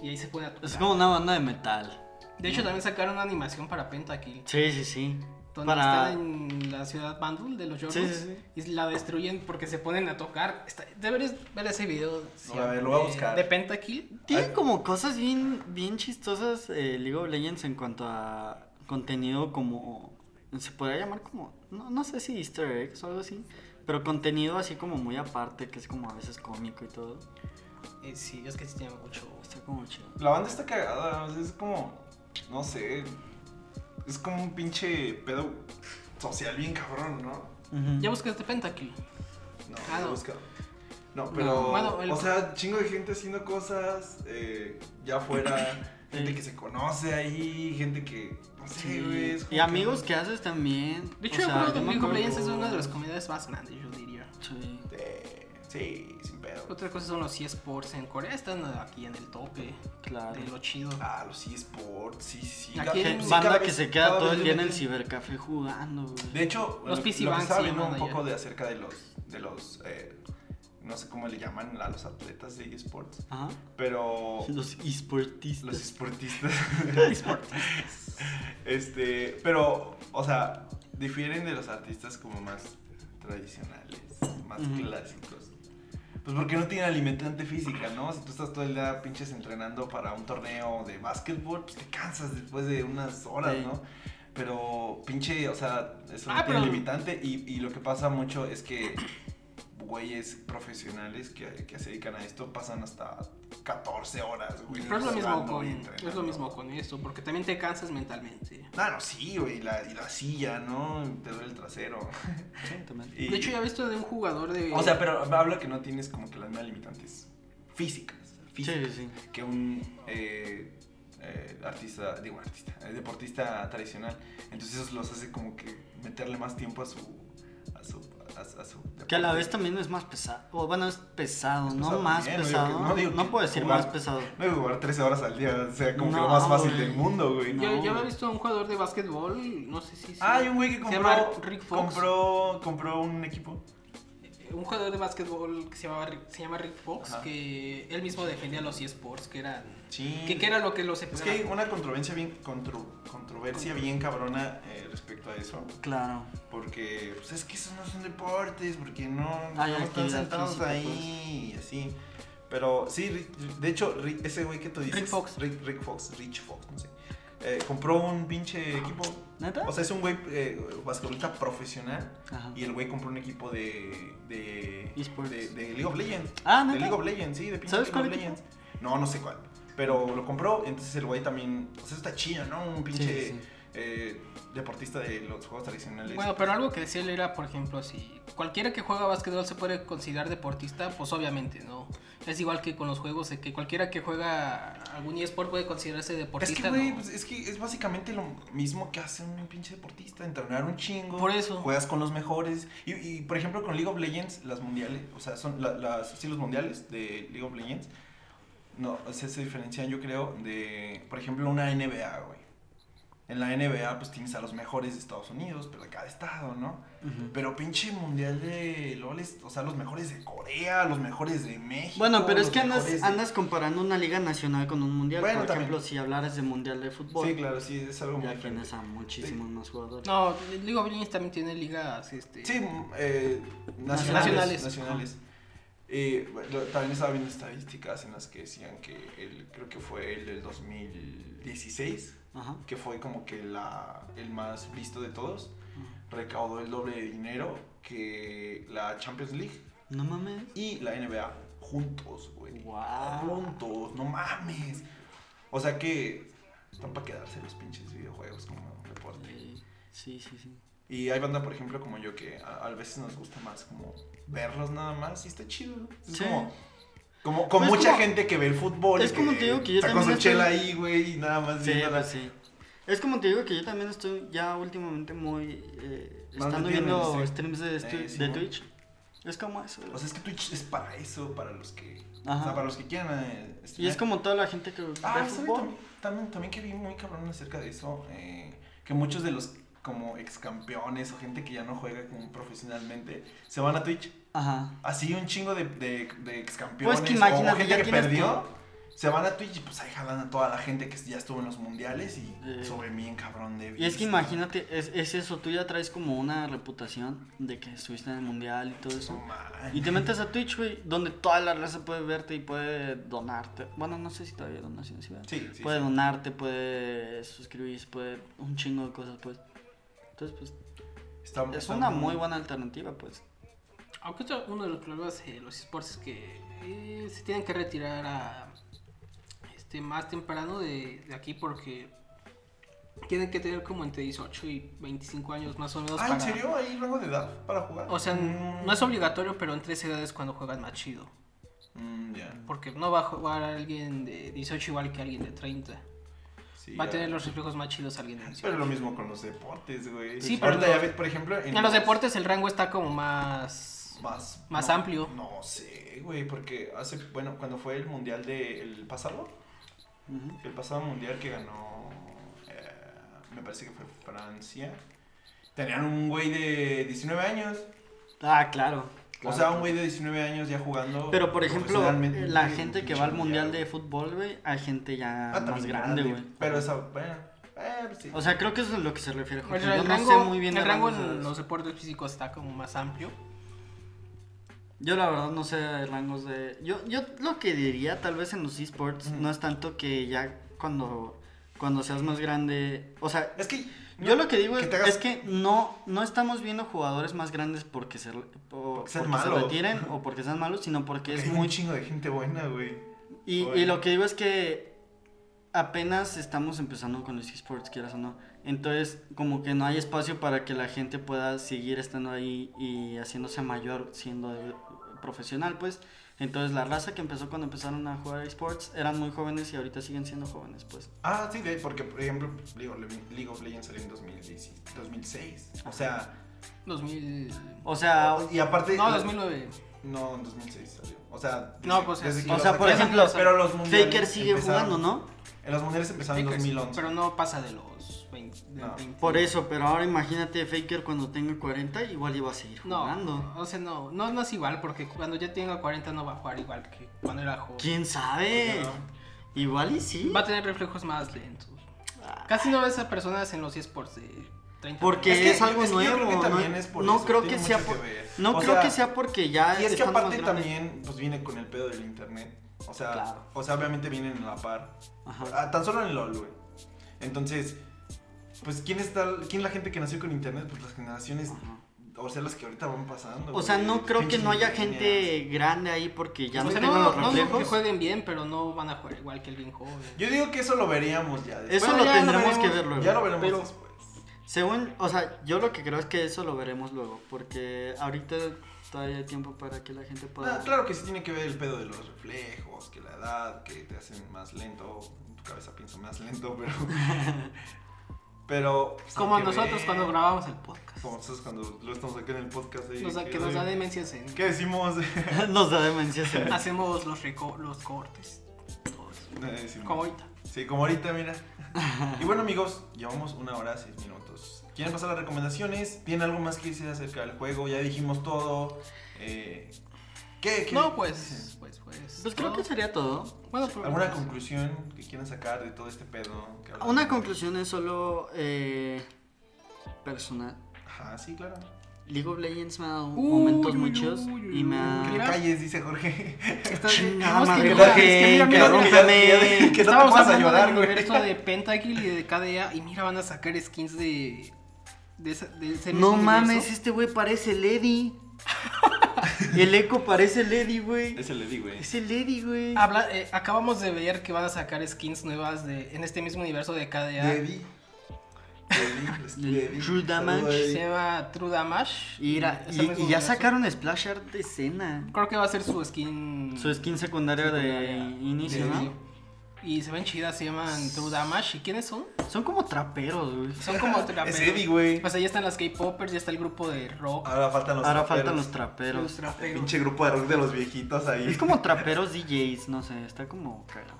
Speaker 1: Y ahí se pone a tocar.
Speaker 3: Es como una banda de metal.
Speaker 1: De hecho también sacaron una animación para Pentakill.
Speaker 3: Sí, sí, sí.
Speaker 1: Donde
Speaker 3: Para...
Speaker 1: están en la ciudad Bandul de los Yorkos
Speaker 3: Sí, sí, sí.
Speaker 1: y la destruyen porque se ponen a tocar. Está- deberías ver ese video. sí,
Speaker 2: a ver, lo voy a
Speaker 1: de-
Speaker 2: buscar.
Speaker 1: De Pentakill.
Speaker 3: Tienen como cosas bien, bien chistosas eh, League of Legends en cuanto a contenido como... Se podría llamar como... No, no sé si easter eggs o algo así. Pero contenido así como muy aparte, que es como a veces cómico y todo.
Speaker 1: Eh, sí, es que sí tiene mucho gusto.
Speaker 3: Está como chido.
Speaker 2: La banda está cagada, o sea, es como, no sé, es como un pinche pedo social bien cabrón, ¿no?
Speaker 1: ¿Ya buscaste Pentakill?
Speaker 2: No,
Speaker 1: Ah,
Speaker 2: no.
Speaker 1: no.
Speaker 2: busca- No, pero,
Speaker 1: No, bueno, el-
Speaker 2: o sea, chingo de gente haciendo cosas, eh, ya
Speaker 3: <coughs>
Speaker 2: afuera, gente
Speaker 3: Sí.
Speaker 2: que se conoce ahí, gente que, no sé, güey. es como
Speaker 3: y
Speaker 2: que-
Speaker 3: amigos que haces también.
Speaker 1: De
Speaker 3: O
Speaker 1: hecho,
Speaker 3: sea,
Speaker 1: yo creo
Speaker 3: me
Speaker 1: que League of
Speaker 3: acuerdo-
Speaker 1: Legends es una de las comunidades más grandes, yo diría.
Speaker 3: Sí.
Speaker 2: Eh, sí, sin pedo.
Speaker 1: Otra cosa son los eSports. En Corea están aquí en el tope
Speaker 3: Claro.
Speaker 1: de lo chido.
Speaker 2: Ah, los eSports, sí, sí, sí.
Speaker 1: Aquí
Speaker 2: Ca-
Speaker 1: hay
Speaker 2: sí,
Speaker 3: Que-
Speaker 1: Sí,
Speaker 3: banda
Speaker 2: cada
Speaker 3: que
Speaker 2: vez-
Speaker 3: se queda
Speaker 2: cada
Speaker 3: todo
Speaker 2: vez
Speaker 3: el
Speaker 2: le
Speaker 3: día en el
Speaker 2: meten-
Speaker 3: cibercafé jugando, güey.
Speaker 2: De hecho,
Speaker 1: Los
Speaker 2: lo-
Speaker 1: PC
Speaker 2: lo que
Speaker 1: Bank
Speaker 2: estaba
Speaker 1: se
Speaker 2: viendo un
Speaker 1: llaman
Speaker 2: poco
Speaker 1: allá.
Speaker 2: de acerca de los, de los, eh, no sé cómo le llaman a los atletas de esports,
Speaker 3: <laughs> Ajá.
Speaker 2: pero
Speaker 3: Los esportistas.
Speaker 2: los esportistas, <laughs>
Speaker 3: <laughs>
Speaker 1: eSports.
Speaker 2: este, pero, o sea, difieren de los artistas como más tradicionales, más
Speaker 3: Ujú.
Speaker 2: clásicos. Pues porque no tienen alimentante física, ¿no? Si tú estás todo el día pinches entrenando para un torneo de básquetbol, pues te cansas después de unas horas,
Speaker 3: Sí.
Speaker 2: ¿no? Pero pinche, o sea, eso
Speaker 1: Ah,
Speaker 2: no tiene
Speaker 1: pero-
Speaker 2: limitante. Y, y lo que pasa mucho es que güeyes profesionales que, que se dedican a esto pasan hasta 14 horas, güey.
Speaker 1: Pero es lo mismo
Speaker 2: jugando
Speaker 1: con,
Speaker 2: y
Speaker 1: es
Speaker 2: entrenando.
Speaker 1: lo mismo con esto, porque también te cansas mentalmente.
Speaker 2: Ah, no, sí, güey, y la, y la silla, ¿no? Te duele el trasero. Y-
Speaker 1: De hecho, ya he visto de un jugador de...
Speaker 2: O sea, pero habla que no tienes como que las mismas limitantes físicas. físicas
Speaker 3: Sí, sí.
Speaker 2: Que un eh, eh, artista, digo artista, eh, deportista tradicional. Entonces eso los hace como que meterle más tiempo a su... A su, a, a su
Speaker 3: Que a la
Speaker 2: deporte.
Speaker 3: vez también es más pesado. O bueno, es pesado,
Speaker 2: Es
Speaker 3: no
Speaker 2: pesado
Speaker 3: más
Speaker 2: también, no digo
Speaker 3: pesado.
Speaker 2: que-
Speaker 3: No,
Speaker 2: no digo que
Speaker 3: puedo decir
Speaker 2: jugar-
Speaker 3: más pesado.
Speaker 2: No digo jugar 13 horas al día, o sea, como que
Speaker 3: No,
Speaker 2: lo más fácil
Speaker 3: güey.
Speaker 2: del mundo, güey.
Speaker 1: Yo,
Speaker 2: ¿no?
Speaker 1: yo había visto a un jugador de básquetbol, no sé si...
Speaker 2: Ah, hay un güey que
Speaker 1: Se llama
Speaker 2: compró,
Speaker 1: Rick Fox.
Speaker 2: compró, compró un equipo.
Speaker 1: Un jugador de básquetbol que se, llamaba, Rick- se llama Rick Fox,
Speaker 2: Ajá.
Speaker 1: que él mismo defendía los eSports, que eran...
Speaker 2: Sí.
Speaker 1: Que, que era lo que los
Speaker 2: Es que hay una controversia bien, contro- controversia bien cabrona eh, respecto a eso.
Speaker 3: Claro.
Speaker 2: Porque pues, es que esos no son deportes, porque no,
Speaker 3: Hay
Speaker 2: no están
Speaker 3: Ah, actividad
Speaker 2: sentados
Speaker 3: física, pues.
Speaker 2: ahí y así. Pero sí, Rick- de hecho, Rick- ese güey que tú dices.
Speaker 1: Rick Fox.
Speaker 2: Rick, Rick Fox, Rich Fox, no sé. eh, compró un pinche equipo.
Speaker 3: ¿Neta?
Speaker 2: O sea, es un güey eh, basquetbolista profesional.
Speaker 3: Ajá.
Speaker 2: Y el güey compró un equipo de. de.
Speaker 3: Esports.
Speaker 2: de, de League of Legends.
Speaker 3: Ah,
Speaker 2: De
Speaker 3: ¿neta?
Speaker 2: League of Legends, sí, de pinche
Speaker 3: ¿Sabes
Speaker 2: League
Speaker 3: cuál
Speaker 2: of
Speaker 3: equipo?
Speaker 2: Legends. No, no sé cuál. Pero lo compró, entonces el güey también. O sea, eso está chido, ¿no? Un
Speaker 3: Sí,
Speaker 2: pinche
Speaker 3: sí.
Speaker 2: eh, deportista de los juegos tradicionales.
Speaker 1: Bueno, pero algo que decía él era, por ejemplo, si cualquiera que juega básquetbol se puede considerar deportista, pues obviamente no. Es igual que con los juegos, de que cualquiera que juega algún eSport puede considerarse
Speaker 2: es
Speaker 1: deportista.
Speaker 2: que, güey,
Speaker 1: ¿no?
Speaker 2: pues, es que es básicamente lo mismo que hace un pinche deportista, entrenar un chingo.
Speaker 1: Por eso.
Speaker 2: Juegas con los mejores. Y, y, por ejemplo, con League of Legends, las mundiales, o sea, son la- las, sí, los mundiales de League of Legends, no, o sea, se diferencian, yo creo, de, por ejemplo, una NBA, güey. En la NBA, pues tienes a los mejores de Estados Unidos, pero de cada estado, ¿no?
Speaker 3: Ujú.
Speaker 2: Pero pinche mundial de LOL, es- o sea, los mejores de Corea, los mejores de México.
Speaker 3: Bueno, pero es
Speaker 2: los
Speaker 3: que andas,
Speaker 2: mejores de-
Speaker 3: andas comparando una liga nacional con un mundial.
Speaker 2: Bueno,
Speaker 3: Por
Speaker 2: también.
Speaker 3: ejemplo, si hablaras de mundial de fútbol,
Speaker 2: Sí, claro, sí, es algo muy
Speaker 3: ya
Speaker 2: diferente.
Speaker 3: tienes a muchísimos más jugadores.
Speaker 1: No, League of Legends también tiene ligas, este...
Speaker 2: Sí, mm, eh, nacionales.
Speaker 1: Nacionales.
Speaker 2: nacionales. Eh, bueno, también estaba viendo estadísticas en las que decían que el, creo que fue el del 2016,
Speaker 3: Ajá.
Speaker 2: que fue como que la, el más visto de todos, recaudó el doble de dinero que la Champions League
Speaker 3: No mames.
Speaker 2: y la NBA juntos, güey.
Speaker 3: Guau.
Speaker 2: Juntos, no mames. O sea que están para quedarse los pinches videojuegos como deporte.
Speaker 3: Sí, sí, sí.
Speaker 2: Y hay banda, por ejemplo, como yo, que a, a veces nos gusta más como verlos nada más y está chido. ¿no? Es
Speaker 3: Sí.
Speaker 2: como, como con
Speaker 3: Pues es
Speaker 2: mucha
Speaker 3: como-
Speaker 2: gente que ve el fútbol. y
Speaker 3: es como te digo que yo
Speaker 2: está con
Speaker 3: también
Speaker 2: su chela
Speaker 3: estoy-
Speaker 2: ahí, güey, y nada más
Speaker 3: Sí,
Speaker 2: viéndola.
Speaker 3: pues sí. Es como te digo que yo también estoy ya últimamente muy... eh,
Speaker 2: Más metido
Speaker 3: estando
Speaker 2: en el
Speaker 3: viendo
Speaker 2: stream.
Speaker 3: streams de,
Speaker 2: Eh,
Speaker 3: stu-
Speaker 2: sí,
Speaker 3: de
Speaker 2: ¿no?
Speaker 3: Twitch. Es como eso.
Speaker 2: O sea, es que Twitch es para eso, para los que...
Speaker 3: Ajá.
Speaker 2: O sea, para los que quieran... eh,
Speaker 3: y
Speaker 2: streamear.
Speaker 3: es como toda la gente que
Speaker 2: Ah,
Speaker 3: ve
Speaker 2: ¿sabes?
Speaker 3: fútbol.
Speaker 2: También, también, también que vi muy cabrón acerca de eso, eh, que muchos de los como ex campeones o gente que ya no juega como profesionalmente, se van a Twitch.
Speaker 3: Ajá.
Speaker 2: así un chingo de, de, ex campeones
Speaker 3: Pues que imagínate,
Speaker 2: o gente
Speaker 3: ya
Speaker 2: que
Speaker 3: tienes
Speaker 2: perdió. Se van a Twitch y pues ahí jalan a toda la gente que ya estuvo en los mundiales y
Speaker 3: Eh.
Speaker 2: sobre mí en cabrón de
Speaker 3: Y es que
Speaker 2: vistas.
Speaker 3: imagínate, es, es eso, tú ya traes como una reputación de que estuviste en el mundial y todo
Speaker 2: No
Speaker 3: eso.
Speaker 2: mames.
Speaker 3: Y te metes a Twitch, güey, donde toda la raza puede verte y puede donarte. Bueno, no sé si todavía donaciones, ¿verdad?
Speaker 2: Sí, sí,
Speaker 3: puede
Speaker 2: sí.
Speaker 3: donarte, puede suscribirse, puede un chingo de cosas, pues. Entonces, pues,
Speaker 2: Está-
Speaker 3: es
Speaker 2: está
Speaker 3: una muy buena alternativa, pues.
Speaker 1: Aunque esto- uno de los problemas de los esports es que eh, se tienen que retirar a, este, más temprano de, de aquí porque tienen que tener como entre 18 y 25 años más o menos.
Speaker 2: Ah,
Speaker 1: para-
Speaker 2: ¿en serio? ¿Hay rango de edad para jugar?
Speaker 1: O sea,
Speaker 2: Mm.
Speaker 1: no es obligatorio, pero en tres edades cuando juegas más chido.
Speaker 2: Mm, ya.
Speaker 1: Porque no va a jugar alguien de 18 igual que alguien de 30.
Speaker 2: Sí,
Speaker 1: Va a
Speaker 2: ya.
Speaker 1: tener los reflejos más chidos alguien de
Speaker 2: Pero
Speaker 1: 18.
Speaker 2: es lo mismo con los deportes, güey.
Speaker 1: Sí,
Speaker 2: Ahorita
Speaker 1: pero-
Speaker 2: ya ves, por ejemplo...
Speaker 1: En los deportes el rango está como más...
Speaker 2: Más...
Speaker 1: más
Speaker 2: no-
Speaker 1: amplio.
Speaker 2: No sé, güey, porque hace... Bueno, cuando fue el mundial del pasado,
Speaker 3: Ujú.
Speaker 2: El pasado mundial que ganó, eh, me parece que fue Francia, tenían un güey de 19 años.
Speaker 3: Ah, claro.
Speaker 2: O
Speaker 3: claro.
Speaker 2: sea, un güey de 19 años ya jugando.
Speaker 3: Pero, por ejemplo,
Speaker 2: profesionalmente
Speaker 3: la
Speaker 2: en un
Speaker 3: gente que
Speaker 2: pinche
Speaker 3: va al mundial
Speaker 2: güey.
Speaker 3: de fútbol, güey, hay gente ya
Speaker 2: Ah, también
Speaker 3: más grande, güey.
Speaker 2: Pero esa, bueno, eh, pues sí.
Speaker 3: O sea, creo que eso es lo que se refiere,
Speaker 1: O
Speaker 3: Jorge.
Speaker 1: sea,
Speaker 3: Yo
Speaker 1: el
Speaker 3: no
Speaker 1: rango,
Speaker 3: sé muy bien
Speaker 1: el
Speaker 3: de
Speaker 1: rango
Speaker 3: rangos de
Speaker 1: en
Speaker 3: edades.
Speaker 1: los deportes físicos está como más amplio.
Speaker 3: Yo la verdad no sé rangos de... Yo, yo lo que diría tal vez en los esports
Speaker 2: Ujú.
Speaker 3: no es tanto que ya cuando, cuando seas más grande... O sea,
Speaker 2: Es que.
Speaker 3: yo lo que digo
Speaker 2: que
Speaker 3: es,
Speaker 2: te hagas-
Speaker 3: es que no, no estamos viendo jugadores más grandes porque se, o-
Speaker 2: sean
Speaker 3: porque se
Speaker 2: malos.
Speaker 3: retiren o porque sean malos, sino porque es
Speaker 2: hay
Speaker 3: muy...
Speaker 2: un chingo de gente buena, güey.
Speaker 3: Y,
Speaker 2: Oye.
Speaker 3: y lo que digo es que apenas estamos empezando con los esports, quieras o no. Entonces, como que no hay espacio para que la gente pueda seguir estando ahí y haciéndose mayor siendo de- profesional, pues. Entonces, la raza que empezó cuando empezaron a jugar esports eran muy jóvenes y ahorita siguen siendo jóvenes, pues.
Speaker 2: Ah, sí, de, porque, por ejemplo, League of, League of Legends salió en 2016, 2006. O sea,
Speaker 1: 2000...
Speaker 3: O sea,
Speaker 2: y aparte.
Speaker 1: No, 2009.
Speaker 2: No, en 2006 salió. O sea,
Speaker 1: No,
Speaker 2: desde-
Speaker 1: pues,
Speaker 2: desde
Speaker 1: sí.
Speaker 2: que
Speaker 1: O
Speaker 2: lo
Speaker 3: sea, por
Speaker 2: sacaron,
Speaker 3: ejemplo,
Speaker 2: pero los mundiales
Speaker 3: Faker sigue
Speaker 2: empezaron-
Speaker 3: jugando, ¿no?
Speaker 2: En los mundiales empezaron en
Speaker 1: Faker, sí,
Speaker 2: 2011.
Speaker 1: Pero no pasa de los 20. del
Speaker 2: No.
Speaker 1: 20.
Speaker 3: Por eso, pero ahora imagínate Faker cuando tenga 40, igual iba a seguir jugando.
Speaker 1: No, o sea, no, no, no es igual porque cuando ya tenga 40 no va a jugar igual que cuando era joven.
Speaker 3: ¿Quién sabe? Igual y sí.
Speaker 1: Va a tener reflejos más lentos. Casi no ves a personas en los esports de 30
Speaker 3: Porque es,
Speaker 2: Es que-
Speaker 3: algo
Speaker 2: es que yo
Speaker 3: nuevo.
Speaker 2: creo que también
Speaker 3: no
Speaker 2: es por
Speaker 3: no
Speaker 2: eso,
Speaker 3: creo que
Speaker 2: tiene
Speaker 3: sea
Speaker 2: mucho
Speaker 3: por,
Speaker 2: que ver.
Speaker 3: no
Speaker 2: O
Speaker 3: creo
Speaker 2: sea,
Speaker 3: que sea porque ya
Speaker 2: Y es que
Speaker 3: están más
Speaker 2: aparte
Speaker 3: grandes.
Speaker 2: también, pues viene con el pedo del internet. O sea,
Speaker 3: Claro.
Speaker 2: o sea obviamente vienen en la par.
Speaker 3: Ajá.
Speaker 2: Ah, tan solo en LOL, güey. Entonces, pues, ¿quién está, quién la gente que nació con internet? Pues las generaciones,
Speaker 3: Ajá.
Speaker 2: o sea, las que ahorita van pasando.
Speaker 3: O sea,
Speaker 2: güey.
Speaker 3: no
Speaker 2: Los
Speaker 3: creo que
Speaker 2: pinches
Speaker 3: no haya
Speaker 2: millennials.
Speaker 3: gente grande ahí porque ya
Speaker 1: O
Speaker 3: no
Speaker 1: sea,
Speaker 3: tengo
Speaker 1: no,
Speaker 3: los
Speaker 1: no digo que
Speaker 3: reflejos. Pues
Speaker 1: jueguen bien, pero no van a jugar igual que alguien joven.
Speaker 2: Yo digo que eso lo veríamos ya. después.
Speaker 3: Eso
Speaker 1: Bueno,
Speaker 3: lo
Speaker 1: ya lo
Speaker 3: tendremos que
Speaker 1: veremos,
Speaker 3: ver luego.
Speaker 2: ya lo veremos
Speaker 1: pero-
Speaker 2: después.
Speaker 3: Según, o sea, yo lo que creo es que eso lo veremos luego porque ahorita todavía hay tiempo para que la gente pueda.
Speaker 2: Ah, claro que sí tiene que ver el pedo de los reflejos, que la edad, que te hacen más lento. Tu cabeza piensa más lento, <laughs> pero. pero. pues,
Speaker 1: Como
Speaker 2: hay que
Speaker 1: nosotros
Speaker 2: ver.
Speaker 1: cuando grabamos el podcast.
Speaker 2: Como nosotros cuando lo estamos aquí en el podcast. de-
Speaker 1: Nos da- que
Speaker 2: ¿qué-
Speaker 1: nos da demencia zen.
Speaker 2: ¿Qué decimos? <laughs>
Speaker 3: <laughs> Nos da demencia. sí.
Speaker 1: Hacemos los, reco- los cortes. todo eso.
Speaker 2: No decimos.
Speaker 1: Como ahorita.
Speaker 2: Sí, como ahorita, mira. Y bueno, amigos, llevamos una hora, seis minutos. ¿Quieren pasar las recomendaciones? ¿Tienen algo más que decir acerca del juego? Ya dijimos todo. Eh, ¿qué, qué-
Speaker 1: No, pues, pues, pues.
Speaker 3: Pues creo
Speaker 1: no.
Speaker 3: que sería todo.
Speaker 1: Bueno, pues,
Speaker 2: ¿Alguna conclusión que quieran sacar de todo este pedo? que hablamos?
Speaker 3: Una conclusión es solo eh, personal.
Speaker 2: Ajá, sí, claro.
Speaker 3: League of Legends me ha dado
Speaker 1: Uy,
Speaker 3: momentos
Speaker 1: uy,
Speaker 3: muy
Speaker 1: uy,
Speaker 3: chidos
Speaker 1: uy,
Speaker 3: y me ha...
Speaker 2: Que te
Speaker 1: Mira.
Speaker 2: calles, dice Jorge.
Speaker 1: Está-
Speaker 3: Chingada
Speaker 1: hemos
Speaker 3: madre,
Speaker 1: tenido- es Ah.
Speaker 3: Jorge,
Speaker 1: que mira,
Speaker 2: que
Speaker 1: mira,
Speaker 2: no-
Speaker 1: mira,
Speaker 2: que no
Speaker 3: interrúmpeme.
Speaker 2: te
Speaker 1: Estábamos
Speaker 2: pongas a
Speaker 1: hablando
Speaker 2: llorar,
Speaker 1: del
Speaker 2: güey.
Speaker 1: universo
Speaker 2: <laughs>
Speaker 1: de Pentakill y de KDA y mira, van a sacar skins de... De, esa- de ese mismo
Speaker 3: No mames,
Speaker 1: universo.
Speaker 3: este güey parece Lady. <laughs> El eco parece Lady, güey.
Speaker 2: Ese le digo, güey.
Speaker 3: Es el Lady, güey.
Speaker 1: Habla- eh, acabamos de ver que van a sacar skins nuevas de, en este mismo universo de KDA.
Speaker 2: Levi. Levi. Levi.
Speaker 3: True Damage.
Speaker 2: Saluda, Levi.
Speaker 1: Se llama True Damage.
Speaker 3: Y, era-
Speaker 1: Es
Speaker 3: y-
Speaker 1: el mismo
Speaker 3: y ya
Speaker 1: universo.
Speaker 3: sacaron Splash Art de escena.
Speaker 1: Creo que va a ser su skin.
Speaker 3: Su skin secundaria de
Speaker 1: secundaria.
Speaker 3: inicio,
Speaker 1: Sí.
Speaker 3: ¿no?
Speaker 1: Y se ven chidas, se llaman True Damage. ¿Y quiénes son?
Speaker 3: Son como traperos, güey.
Speaker 1: Son como traperos.
Speaker 2: <laughs> Es Eddie, güey.
Speaker 1: O sea, ya están las K-Poppers, ya está el grupo de rock.
Speaker 2: Ahora faltan los
Speaker 3: Ahora
Speaker 2: raperos.
Speaker 3: faltan los
Speaker 1: los
Speaker 3: traperos.
Speaker 2: El
Speaker 1: traperos.
Speaker 2: pinche grupo de rock de los viejitos ahí.
Speaker 3: Es como traperos DJs, no sé, está como cagado.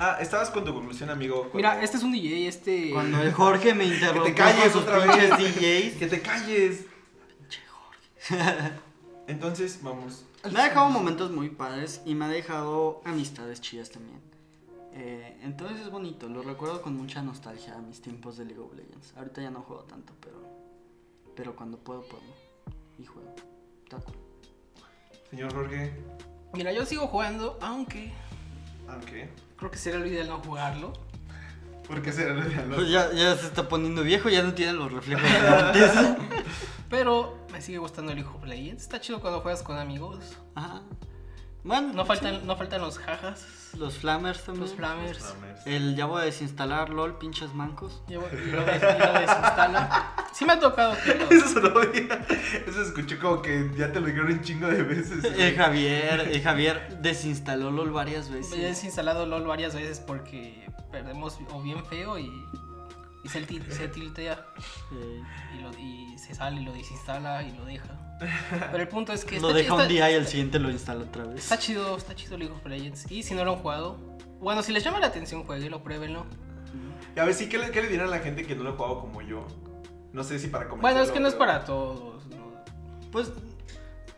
Speaker 2: Ah, estabas con tu conclusión, amigo.
Speaker 1: Mira, este es un DJ, este.
Speaker 3: Cuando el Jorge me interrumpió
Speaker 2: Que te calles
Speaker 3: con sus
Speaker 2: otra
Speaker 3: pinches
Speaker 2: vez.
Speaker 3: DJs.
Speaker 2: Que te calles. <laughs> Entonces, vamos.
Speaker 3: Me ha dejado momentos muy padres y me ha dejado amistades chidas también. Eh, entonces es bonito, lo recuerdo con mucha nostalgia a mis tiempos de League of Legends. Ahorita ya no juego tanto, pero, pero cuando puedo, puedo. Y juego. Está cool.
Speaker 2: Señor Jorge.
Speaker 1: Mira, yo sigo jugando, aunque
Speaker 2: Ah, ok.
Speaker 1: creo que será lo ideal no jugarlo.
Speaker 2: ¿Por qué será el diálogo?
Speaker 3: Pues ya, ya se está poniendo viejo, ya no tiene los reflejos <laughs> de antes.
Speaker 1: Pero me sigue gustando el hijo Legends. Está chido cuando juegas con amigos.
Speaker 3: Ajá. Bueno,
Speaker 1: No faltan, no faltan los jajas,
Speaker 3: sí. Los flammers también.
Speaker 1: los flamers.
Speaker 3: El ya voy a desinstalar LOL, pinches mancos.
Speaker 1: Y lo, y lo des- y lo desinstala. Sí me ha tocado que
Speaker 3: <laughs>
Speaker 1: lo-
Speaker 2: <laughs> Eso se lo oía. Eso escuché como que ya te lo dijeron un chingo de veces.
Speaker 3: El Eh, Javier, el Javier desinstaló LOL varias
Speaker 1: Me he
Speaker 3: veces.
Speaker 1: desinstalado LOL varias veces porque perdemos o bien feo y, y se, til- se tiltea
Speaker 3: Eh,
Speaker 1: y, lo- y se sale y lo desinstala y lo deja. Pero el punto es que
Speaker 3: Lo
Speaker 1: está-
Speaker 3: deja un
Speaker 1: está-
Speaker 3: día y al siguiente lo instala otra vez.
Speaker 1: Está chido, está chido League of Legends. Y si no lo han jugado, bueno, si les llama la atención, jueguenlo, pruébenlo.
Speaker 2: A ver, sí, ¿qué le, qué le dirán a la gente que no lo ha jugado como yo? No sé si para comentar.
Speaker 1: Bueno, es que no es
Speaker 2: <laughs>
Speaker 1: para todos. ¿no?
Speaker 3: Pues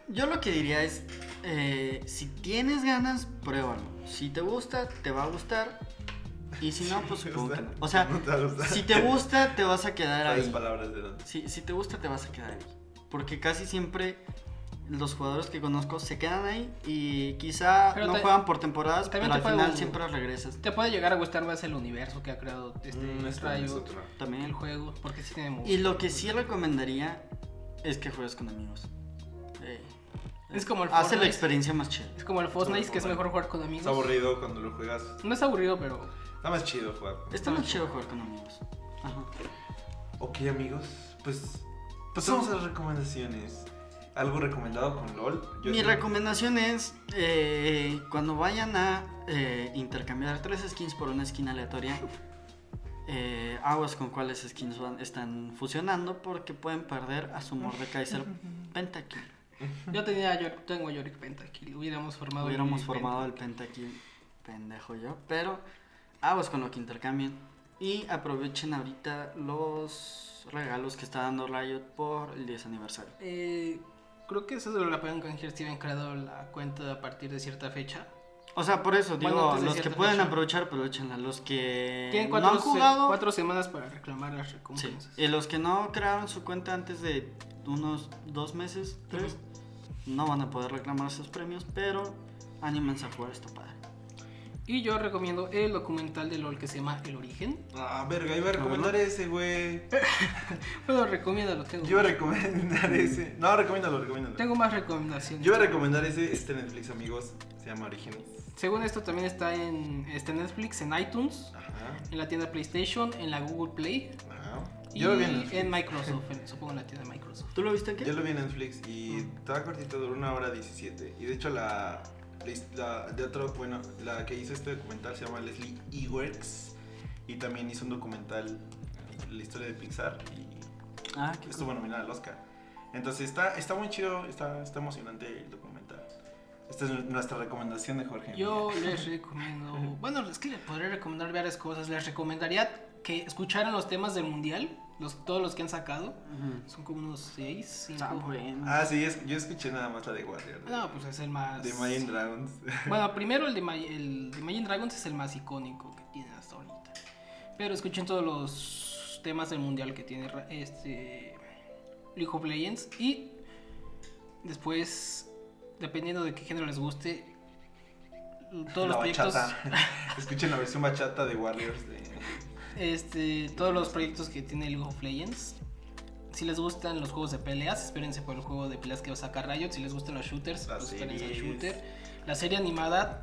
Speaker 3: yo lo que diría es, eh, si tienes ganas, pruébalo. Si te gusta, te va a gustar. Y si no, pues supongo que no.
Speaker 2: <laughs>
Speaker 3: O sea,
Speaker 2: no te va a gustar.
Speaker 3: si te gusta, te vas a quedar
Speaker 2: <laughs> Sabes
Speaker 3: ahí.
Speaker 2: palabras de dónde.
Speaker 3: Si, si te gusta, te vas a quedar ahí. Porque casi siempre los jugadores que conozco se quedan ahí y quizá
Speaker 1: Pero
Speaker 3: no
Speaker 1: te-
Speaker 3: juegan por temporadas,
Speaker 1: también
Speaker 3: pero al
Speaker 1: te puede-
Speaker 3: final siempre regresas.
Speaker 1: Te puede llegar a gustar más el universo que ha creado este
Speaker 5: Mm, esta es
Speaker 1: Riot,
Speaker 5: otra.
Speaker 3: También.
Speaker 1: el juego, porque sí tiene mucho.
Speaker 3: Y lo que sí recomendaría es que juegues con amigos. Eh,
Speaker 1: Es como el
Speaker 3: Hace la
Speaker 1: Fortnite.
Speaker 3: experiencia más chida.
Speaker 1: Es como el Fortnite, que es mejor jugar con amigos.
Speaker 2: Es aburrido cuando lo juegas.
Speaker 1: No es aburrido,
Speaker 3: <laughs>
Speaker 1: pero
Speaker 2: Está más chido jugar.
Speaker 1: Ah,
Speaker 3: Está más chido jugar con amigos. Ajá.
Speaker 2: Ok, amigos, pues pasamos a las recomendaciones. ¿Algo recomendado con LOL? Yo
Speaker 3: Mi
Speaker 2: sí-
Speaker 3: recomendación es eh, cuando vayan a eh, intercambiar tres skins por una skin aleatoria, eh, aguas con cuáles skins van, están fusionando porque pueden perder a
Speaker 1: <laughs>
Speaker 3: su Mordekaiser Pentakill.
Speaker 1: yo tenía, yo tengo Yorick Pentakill. Hubiéramos formado.
Speaker 3: Hubiéramos
Speaker 1: Yorick
Speaker 3: formado el Pentakill, pendejo yo, pero aguas con lo que intercambien y aprovechen ahorita los regalos que está dando Riot por el 10 aniversario.
Speaker 1: Pentakill. Eh, creo que eso es lo que pueden canjear si habían creado la cuenta a partir de cierta fecha.
Speaker 3: O sea, por eso digo,
Speaker 1: Bueno, antes de
Speaker 3: los que
Speaker 1: cierta
Speaker 3: pueden
Speaker 1: fecha.
Speaker 3: aprovechar, aprovechenla. Los que
Speaker 1: Tienen
Speaker 3: Eh, no
Speaker 1: cuatro,
Speaker 3: han
Speaker 1: se-
Speaker 3: jugado,
Speaker 1: cuatro semanas para reclamar las
Speaker 3: Sí,
Speaker 1: recompensas.
Speaker 3: y los que no crearon su cuenta antes de unos dos meses, tres, no van a poder reclamar sus premios, pero anímense a jugar esta padre.
Speaker 1: Y yo recomiendo el documental de LOL que se llama El Origen.
Speaker 2: Ah, verga, iba a recomendar ese, güey.
Speaker 1: Bueno, recomiendo, lo tengo.
Speaker 2: Yo iba a recomendar ese. No, recomiéndalo, recomiéndalo.
Speaker 1: Tengo más recomendaciones.
Speaker 2: Yo iba a recomendar ese, este Netflix, amigos. Se llama Orígenes.
Speaker 1: Según esto también está en está en Netflix, en iTunes,
Speaker 2: Ajá,
Speaker 1: en la tienda PlayStation, en la Google Play
Speaker 2: ajá.
Speaker 1: y
Speaker 2: Yo lo vi en Netflix.
Speaker 1: en Microsoft, en- supongo en la tienda de Microsoft.
Speaker 3: ¿Tú lo viste aquí?
Speaker 2: Yo lo vi en Netflix y
Speaker 1: Ah.
Speaker 2: estaba cortito, duró una hora 17. Y de hecho la, la, la de otro, bueno, la que hizo este documental se llama Leslie Ewerks y también hizo un documental la historia de Pixar y
Speaker 3: Ah, qué
Speaker 2: estuvo nominada al Oscar. Entonces está, está muy chido, está, está emocionante el documental. Esta es nuestra recomendación de Jorge.
Speaker 1: Yo les
Speaker 2: <laughs>
Speaker 1: recomiendo, bueno, es que les podría recomendar varias cosas. Les recomendaría que escucharan los temas del mundial, los todos los que han sacado,
Speaker 3: Ujú.
Speaker 1: son como unos 6,
Speaker 3: Está
Speaker 1: 5.
Speaker 3: bueno.
Speaker 2: Ah, sí, es- yo escuché nada más la de Warrior. de-
Speaker 1: No, pues es el más
Speaker 2: de Mayan Dragons. <laughs>
Speaker 1: Bueno, primero el de, Ma- el de Imagine Dragons es el más icónico que tiene hasta ahorita. Pero escuchen todos los temas del mundial que tiene ra- este League of Legends y después, dependiendo de qué género les guste, todos los
Speaker 2: la
Speaker 1: proyectos,
Speaker 2: bachata. Escuchen la versión bachata de Warriors de...
Speaker 1: este, todos los proyectos que tiene League of Legends. Si les gustan los juegos de peleas, espérense por el juego de peleas que va a sacar Riot. Si les gustan los shooters,
Speaker 2: Las
Speaker 1: pues espérense al
Speaker 2: series.
Speaker 1: shooter. La serie animada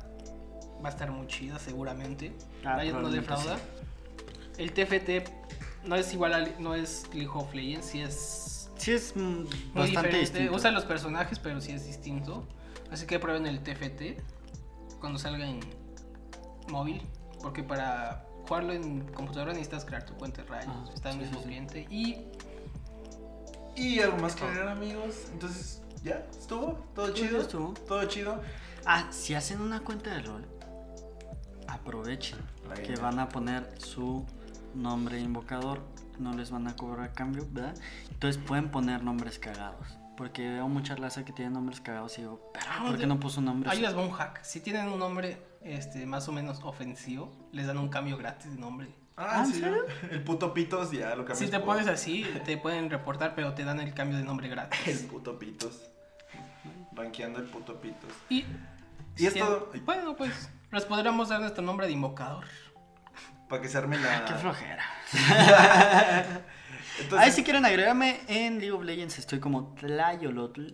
Speaker 1: va a estar muy chida seguramente.
Speaker 3: Ah,
Speaker 1: Riot no
Speaker 3: probablemente
Speaker 1: defrauda.
Speaker 3: sí.
Speaker 1: El TFT no es igual al, no es League of Legends, sí es
Speaker 3: Sí es mm,
Speaker 1: muy
Speaker 3: bastante
Speaker 1: diferente.
Speaker 3: distinto.
Speaker 1: Usan los personajes, pero sí es distinto. Así que prueben el TFT cuando salga en móvil, porque para jugarlo en computadora necesitas crear tu cuenta de Riot,
Speaker 3: Ah,
Speaker 1: está en
Speaker 3: sí,
Speaker 1: el mismo
Speaker 3: sí, sí.
Speaker 1: cliente y
Speaker 2: Y algo más que agregar, amigos. Entonces, ya, estuvo, todo
Speaker 3: Oh. Sí,
Speaker 2: chido.
Speaker 3: estuvo.
Speaker 2: Todo chido.
Speaker 3: Ah, si hacen una cuenta de rol, aprovechen
Speaker 2: La
Speaker 3: que
Speaker 2: gamer.
Speaker 3: van a poner su nombre invocador, no les van a cobrar cambio, ¿verdad? Entonces pueden poner nombres cagados. Porque veo mucha raza que tiene nombres cagados y digo, "Perra, ¿por qué no puso nombres?
Speaker 1: ahí les va un hack. Si tienen un nombre este más o menos ofensivo, les dan un cambio gratis de nombre.
Speaker 2: Ah,
Speaker 3: ¿Ah,
Speaker 2: sí.
Speaker 3: en serio?
Speaker 2: <laughs> El puto pitos, ya lo cambié.
Speaker 1: Si te pones así, te pueden reportar, pero te dan el cambio de nombre gratis.
Speaker 3: <laughs>
Speaker 2: El puto pitos. Ranqueando el puto pitos.
Speaker 1: Y,
Speaker 2: Y es
Speaker 1: si-
Speaker 2: todo.
Speaker 1: Bueno, pues les podríamos dar nuestro nombre de invocador.
Speaker 2: Para que se arme la.
Speaker 3: <laughs> Qué flojera. Ahí
Speaker 2: Entonces,
Speaker 3: si quieren agregarme en League of Legends estoy como Tlayolotl.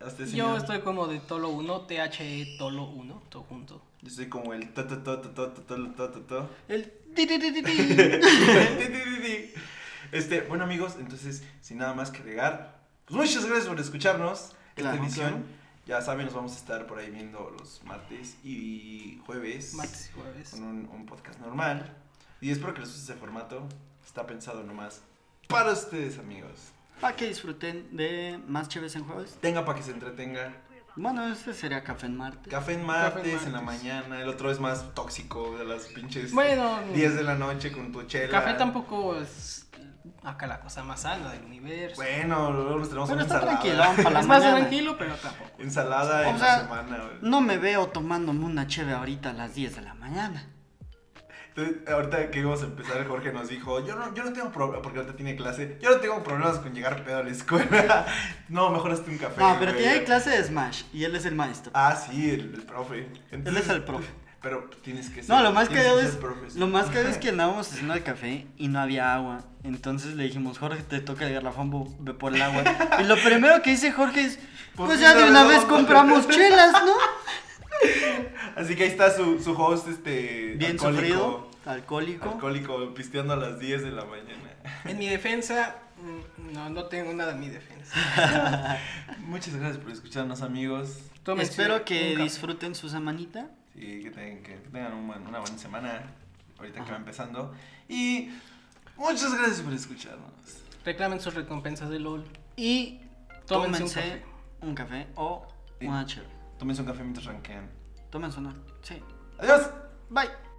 Speaker 2: hasta
Speaker 1: Y
Speaker 2: ese
Speaker 1: Yo
Speaker 2: Este señor.
Speaker 1: estoy como de Tolo 1, THE E Tolo 1, todo junto.
Speaker 2: Yo soy como el. to, to, to, to, to, to, to, to, to,
Speaker 3: <laughs>
Speaker 2: to.
Speaker 3: El ti, ti, ti,
Speaker 1: <laughs>
Speaker 3: ti, ti.
Speaker 2: Este, bueno, amigos, entonces, sin nada más que agregar, pues muchas gracias por escucharnos.
Speaker 3: Claro,
Speaker 2: esta edición,
Speaker 3: claro.
Speaker 2: ya saben, nos vamos a estar por ahí viendo los martes y jueves.
Speaker 1: Martes y jueves.
Speaker 2: con un, un podcast normal. Y espero que les guste ese formato. Está pensado nomás para ustedes, amigos.
Speaker 3: Para que disfruten de más chéves en jueves.
Speaker 2: Tenga para que se entretenga.
Speaker 3: Bueno, este sería Café en Marte.
Speaker 2: Café en martes,
Speaker 1: Café en
Speaker 2: en la
Speaker 1: martes.
Speaker 2: mañana. El otro es más tóxico de las pinches
Speaker 1: Bueno,
Speaker 2: 10
Speaker 3: mm.
Speaker 2: de la noche con tu chela.
Speaker 1: café tampoco es acá la cosa más sana del universo.
Speaker 2: Bueno, luego nos tenemos
Speaker 3: Pero
Speaker 2: una
Speaker 3: está
Speaker 2: ensalada.
Speaker 3: tranquilón para
Speaker 1: <laughs>
Speaker 3: la
Speaker 1: es más
Speaker 3: mañana.
Speaker 1: tranquilo, pero tampoco.
Speaker 2: <laughs> Ensalada en la
Speaker 3: O sea,
Speaker 2: semana. güey.
Speaker 3: No me veo tomándome una cheve ahorita a las 10 de la mañana.
Speaker 2: Entonces, ahorita que íbamos a empezar, Jorge nos dijo, yo no, yo no tengo problemas, porque ahorita tiene clase, yo no tengo problemas con llegar pedo a la escuela. <laughs> No, mejor hazte un café.
Speaker 3: No, pero
Speaker 2: güey.
Speaker 3: tiene clase de Smash y él es el maestro.
Speaker 2: Ah, sí, el, el profe.
Speaker 3: Él es el profe.
Speaker 2: Pero tienes que ser.
Speaker 3: No, lo más
Speaker 2: tienes
Speaker 3: cagado
Speaker 2: ser
Speaker 3: es,
Speaker 2: profe, sí.
Speaker 3: lo más cagado es que andábamos haciendo el café y no había agua. Entonces le dijimos, Jorge, te toca el garrafón, bu- ve por el agua. Y lo primero que dice Jorge es,
Speaker 2: Pues
Speaker 3: pues
Speaker 2: sí,
Speaker 3: ya
Speaker 2: la
Speaker 3: de una
Speaker 2: verdad,
Speaker 3: vez
Speaker 2: vamos".
Speaker 3: compramos chelas, ¿no?
Speaker 2: Así que ahí está su, su host, este.
Speaker 3: Bien sufrido,
Speaker 2: alcohólico,
Speaker 3: alcohólico.
Speaker 2: Alcohólico, pisteando a las 10 de la mañana.
Speaker 1: En mi defensa, mm, no, no tengo nada en mi defensa.
Speaker 2: Muchas gracias por escucharnos, amigos.
Speaker 1: Tómense
Speaker 3: Espero
Speaker 1: un
Speaker 3: que
Speaker 1: café.
Speaker 3: disfruten su semanita.
Speaker 2: Y que, tengan- que tengan un buen- una buena semana. Ahorita que va empezando. Y muchas gracias por escucharnos.
Speaker 1: reclamen sus recompensas de LOL.
Speaker 3: Y
Speaker 1: Tómense
Speaker 3: tómense
Speaker 1: un
Speaker 3: un café, o
Speaker 2: Sí.
Speaker 3: una chévere.
Speaker 2: Tómense un café mientras ranquean.
Speaker 3: Tómense una. Sí.
Speaker 2: Adiós.
Speaker 3: Bye.